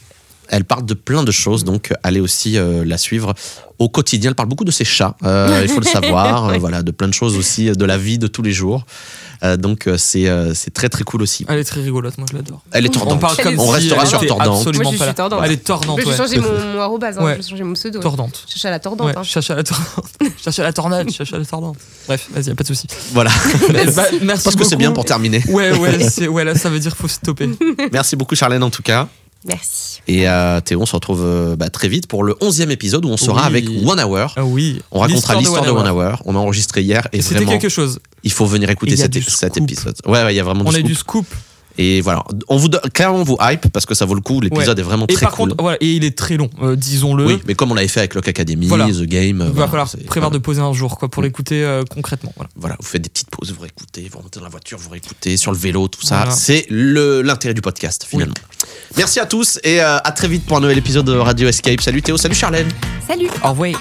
S2: Elle parle de plein de choses, donc euh, allez aussi euh, la suivre au quotidien. Elle parle beaucoup de ses chats, euh, il faut le savoir. euh, voilà, de plein de choses aussi, euh, de la vie de tous les jours. Euh, donc euh, c'est euh, c'est très très cool aussi.
S1: Elle est très rigolote, moi je l'adore.
S2: Elle est tordante.
S1: On parle comme
S3: On
S1: si
S2: restera
S1: elle
S2: sur
S1: était
S2: tordante.
S1: Absolument
S3: Moi, je
S1: pas
S3: suis
S1: là.
S3: tordante.
S1: Elle est tordante,
S3: Mais J'ai
S1: ouais.
S3: changé mon, mon arrobase, hein,
S1: Ouais.
S3: j'ai changé mon pseudo. hein.
S1: Tordante.
S3: Je cherche à la tordante.
S1: Ouais,
S3: hein.
S1: cherche à la tordante. cherche à la tornade, cherche à la tordante. Bref, vas-y, y a pas de souci.
S2: Voilà,
S1: Bah, merci
S2: parce que c'est
S1: beaucoup.
S2: bien pour terminer.
S1: Ouais, ouais, c'est- ouais, là ça veut dire faut stopper.
S2: Merci beaucoup Charlène en tout cas.
S3: Merci.
S2: Et euh, Théo, on se retrouve euh, bah, très vite pour le 11e épisode où on sera
S1: Oui.
S2: avec One Hour.
S1: Ah oui.
S2: On racontera l'histoire de, One
S1: Hour.
S2: Hour. On a enregistré hier et
S1: Et C'était
S2: vraiment,
S1: quelque chose.
S2: il faut venir écouter
S1: Il y a
S2: cet,
S1: du
S2: cet
S1: scoop.
S2: épisode. Ouais, ouais, il y a vraiment
S1: On
S2: du
S1: a eu
S2: scoop.
S1: du scoop.
S2: Et voilà, on vous donne- clairement on vous hype parce que ça vaut le coup. L'épisode est vraiment
S1: Et
S2: très
S1: par
S2: cool.
S1: contre, voilà, et il est très long, euh, disons-le.
S2: oui, mais comme on l'avait fait avec Lock Academy,
S1: Voilà.
S2: The Game, euh,
S1: Il va
S2: voilà,
S1: falloir
S2: c'est-
S1: prévoir de poser un jour quoi pour
S2: Mm.
S1: l'écouter euh, concrètement. Voilà.
S2: voilà, vous faites des petites pauses, vous réécoutez, vous remontez dans la voiture, vous réécoutez sur le vélo, tout ça.
S1: Voilà.
S2: C'est le l'intérêt du podcast finalement. Merci à tous et euh, à très vite pour un nouvel épisode de Radio Escape. Salut Théo, salut Charlène.
S3: Salut.
S1: Au revoir.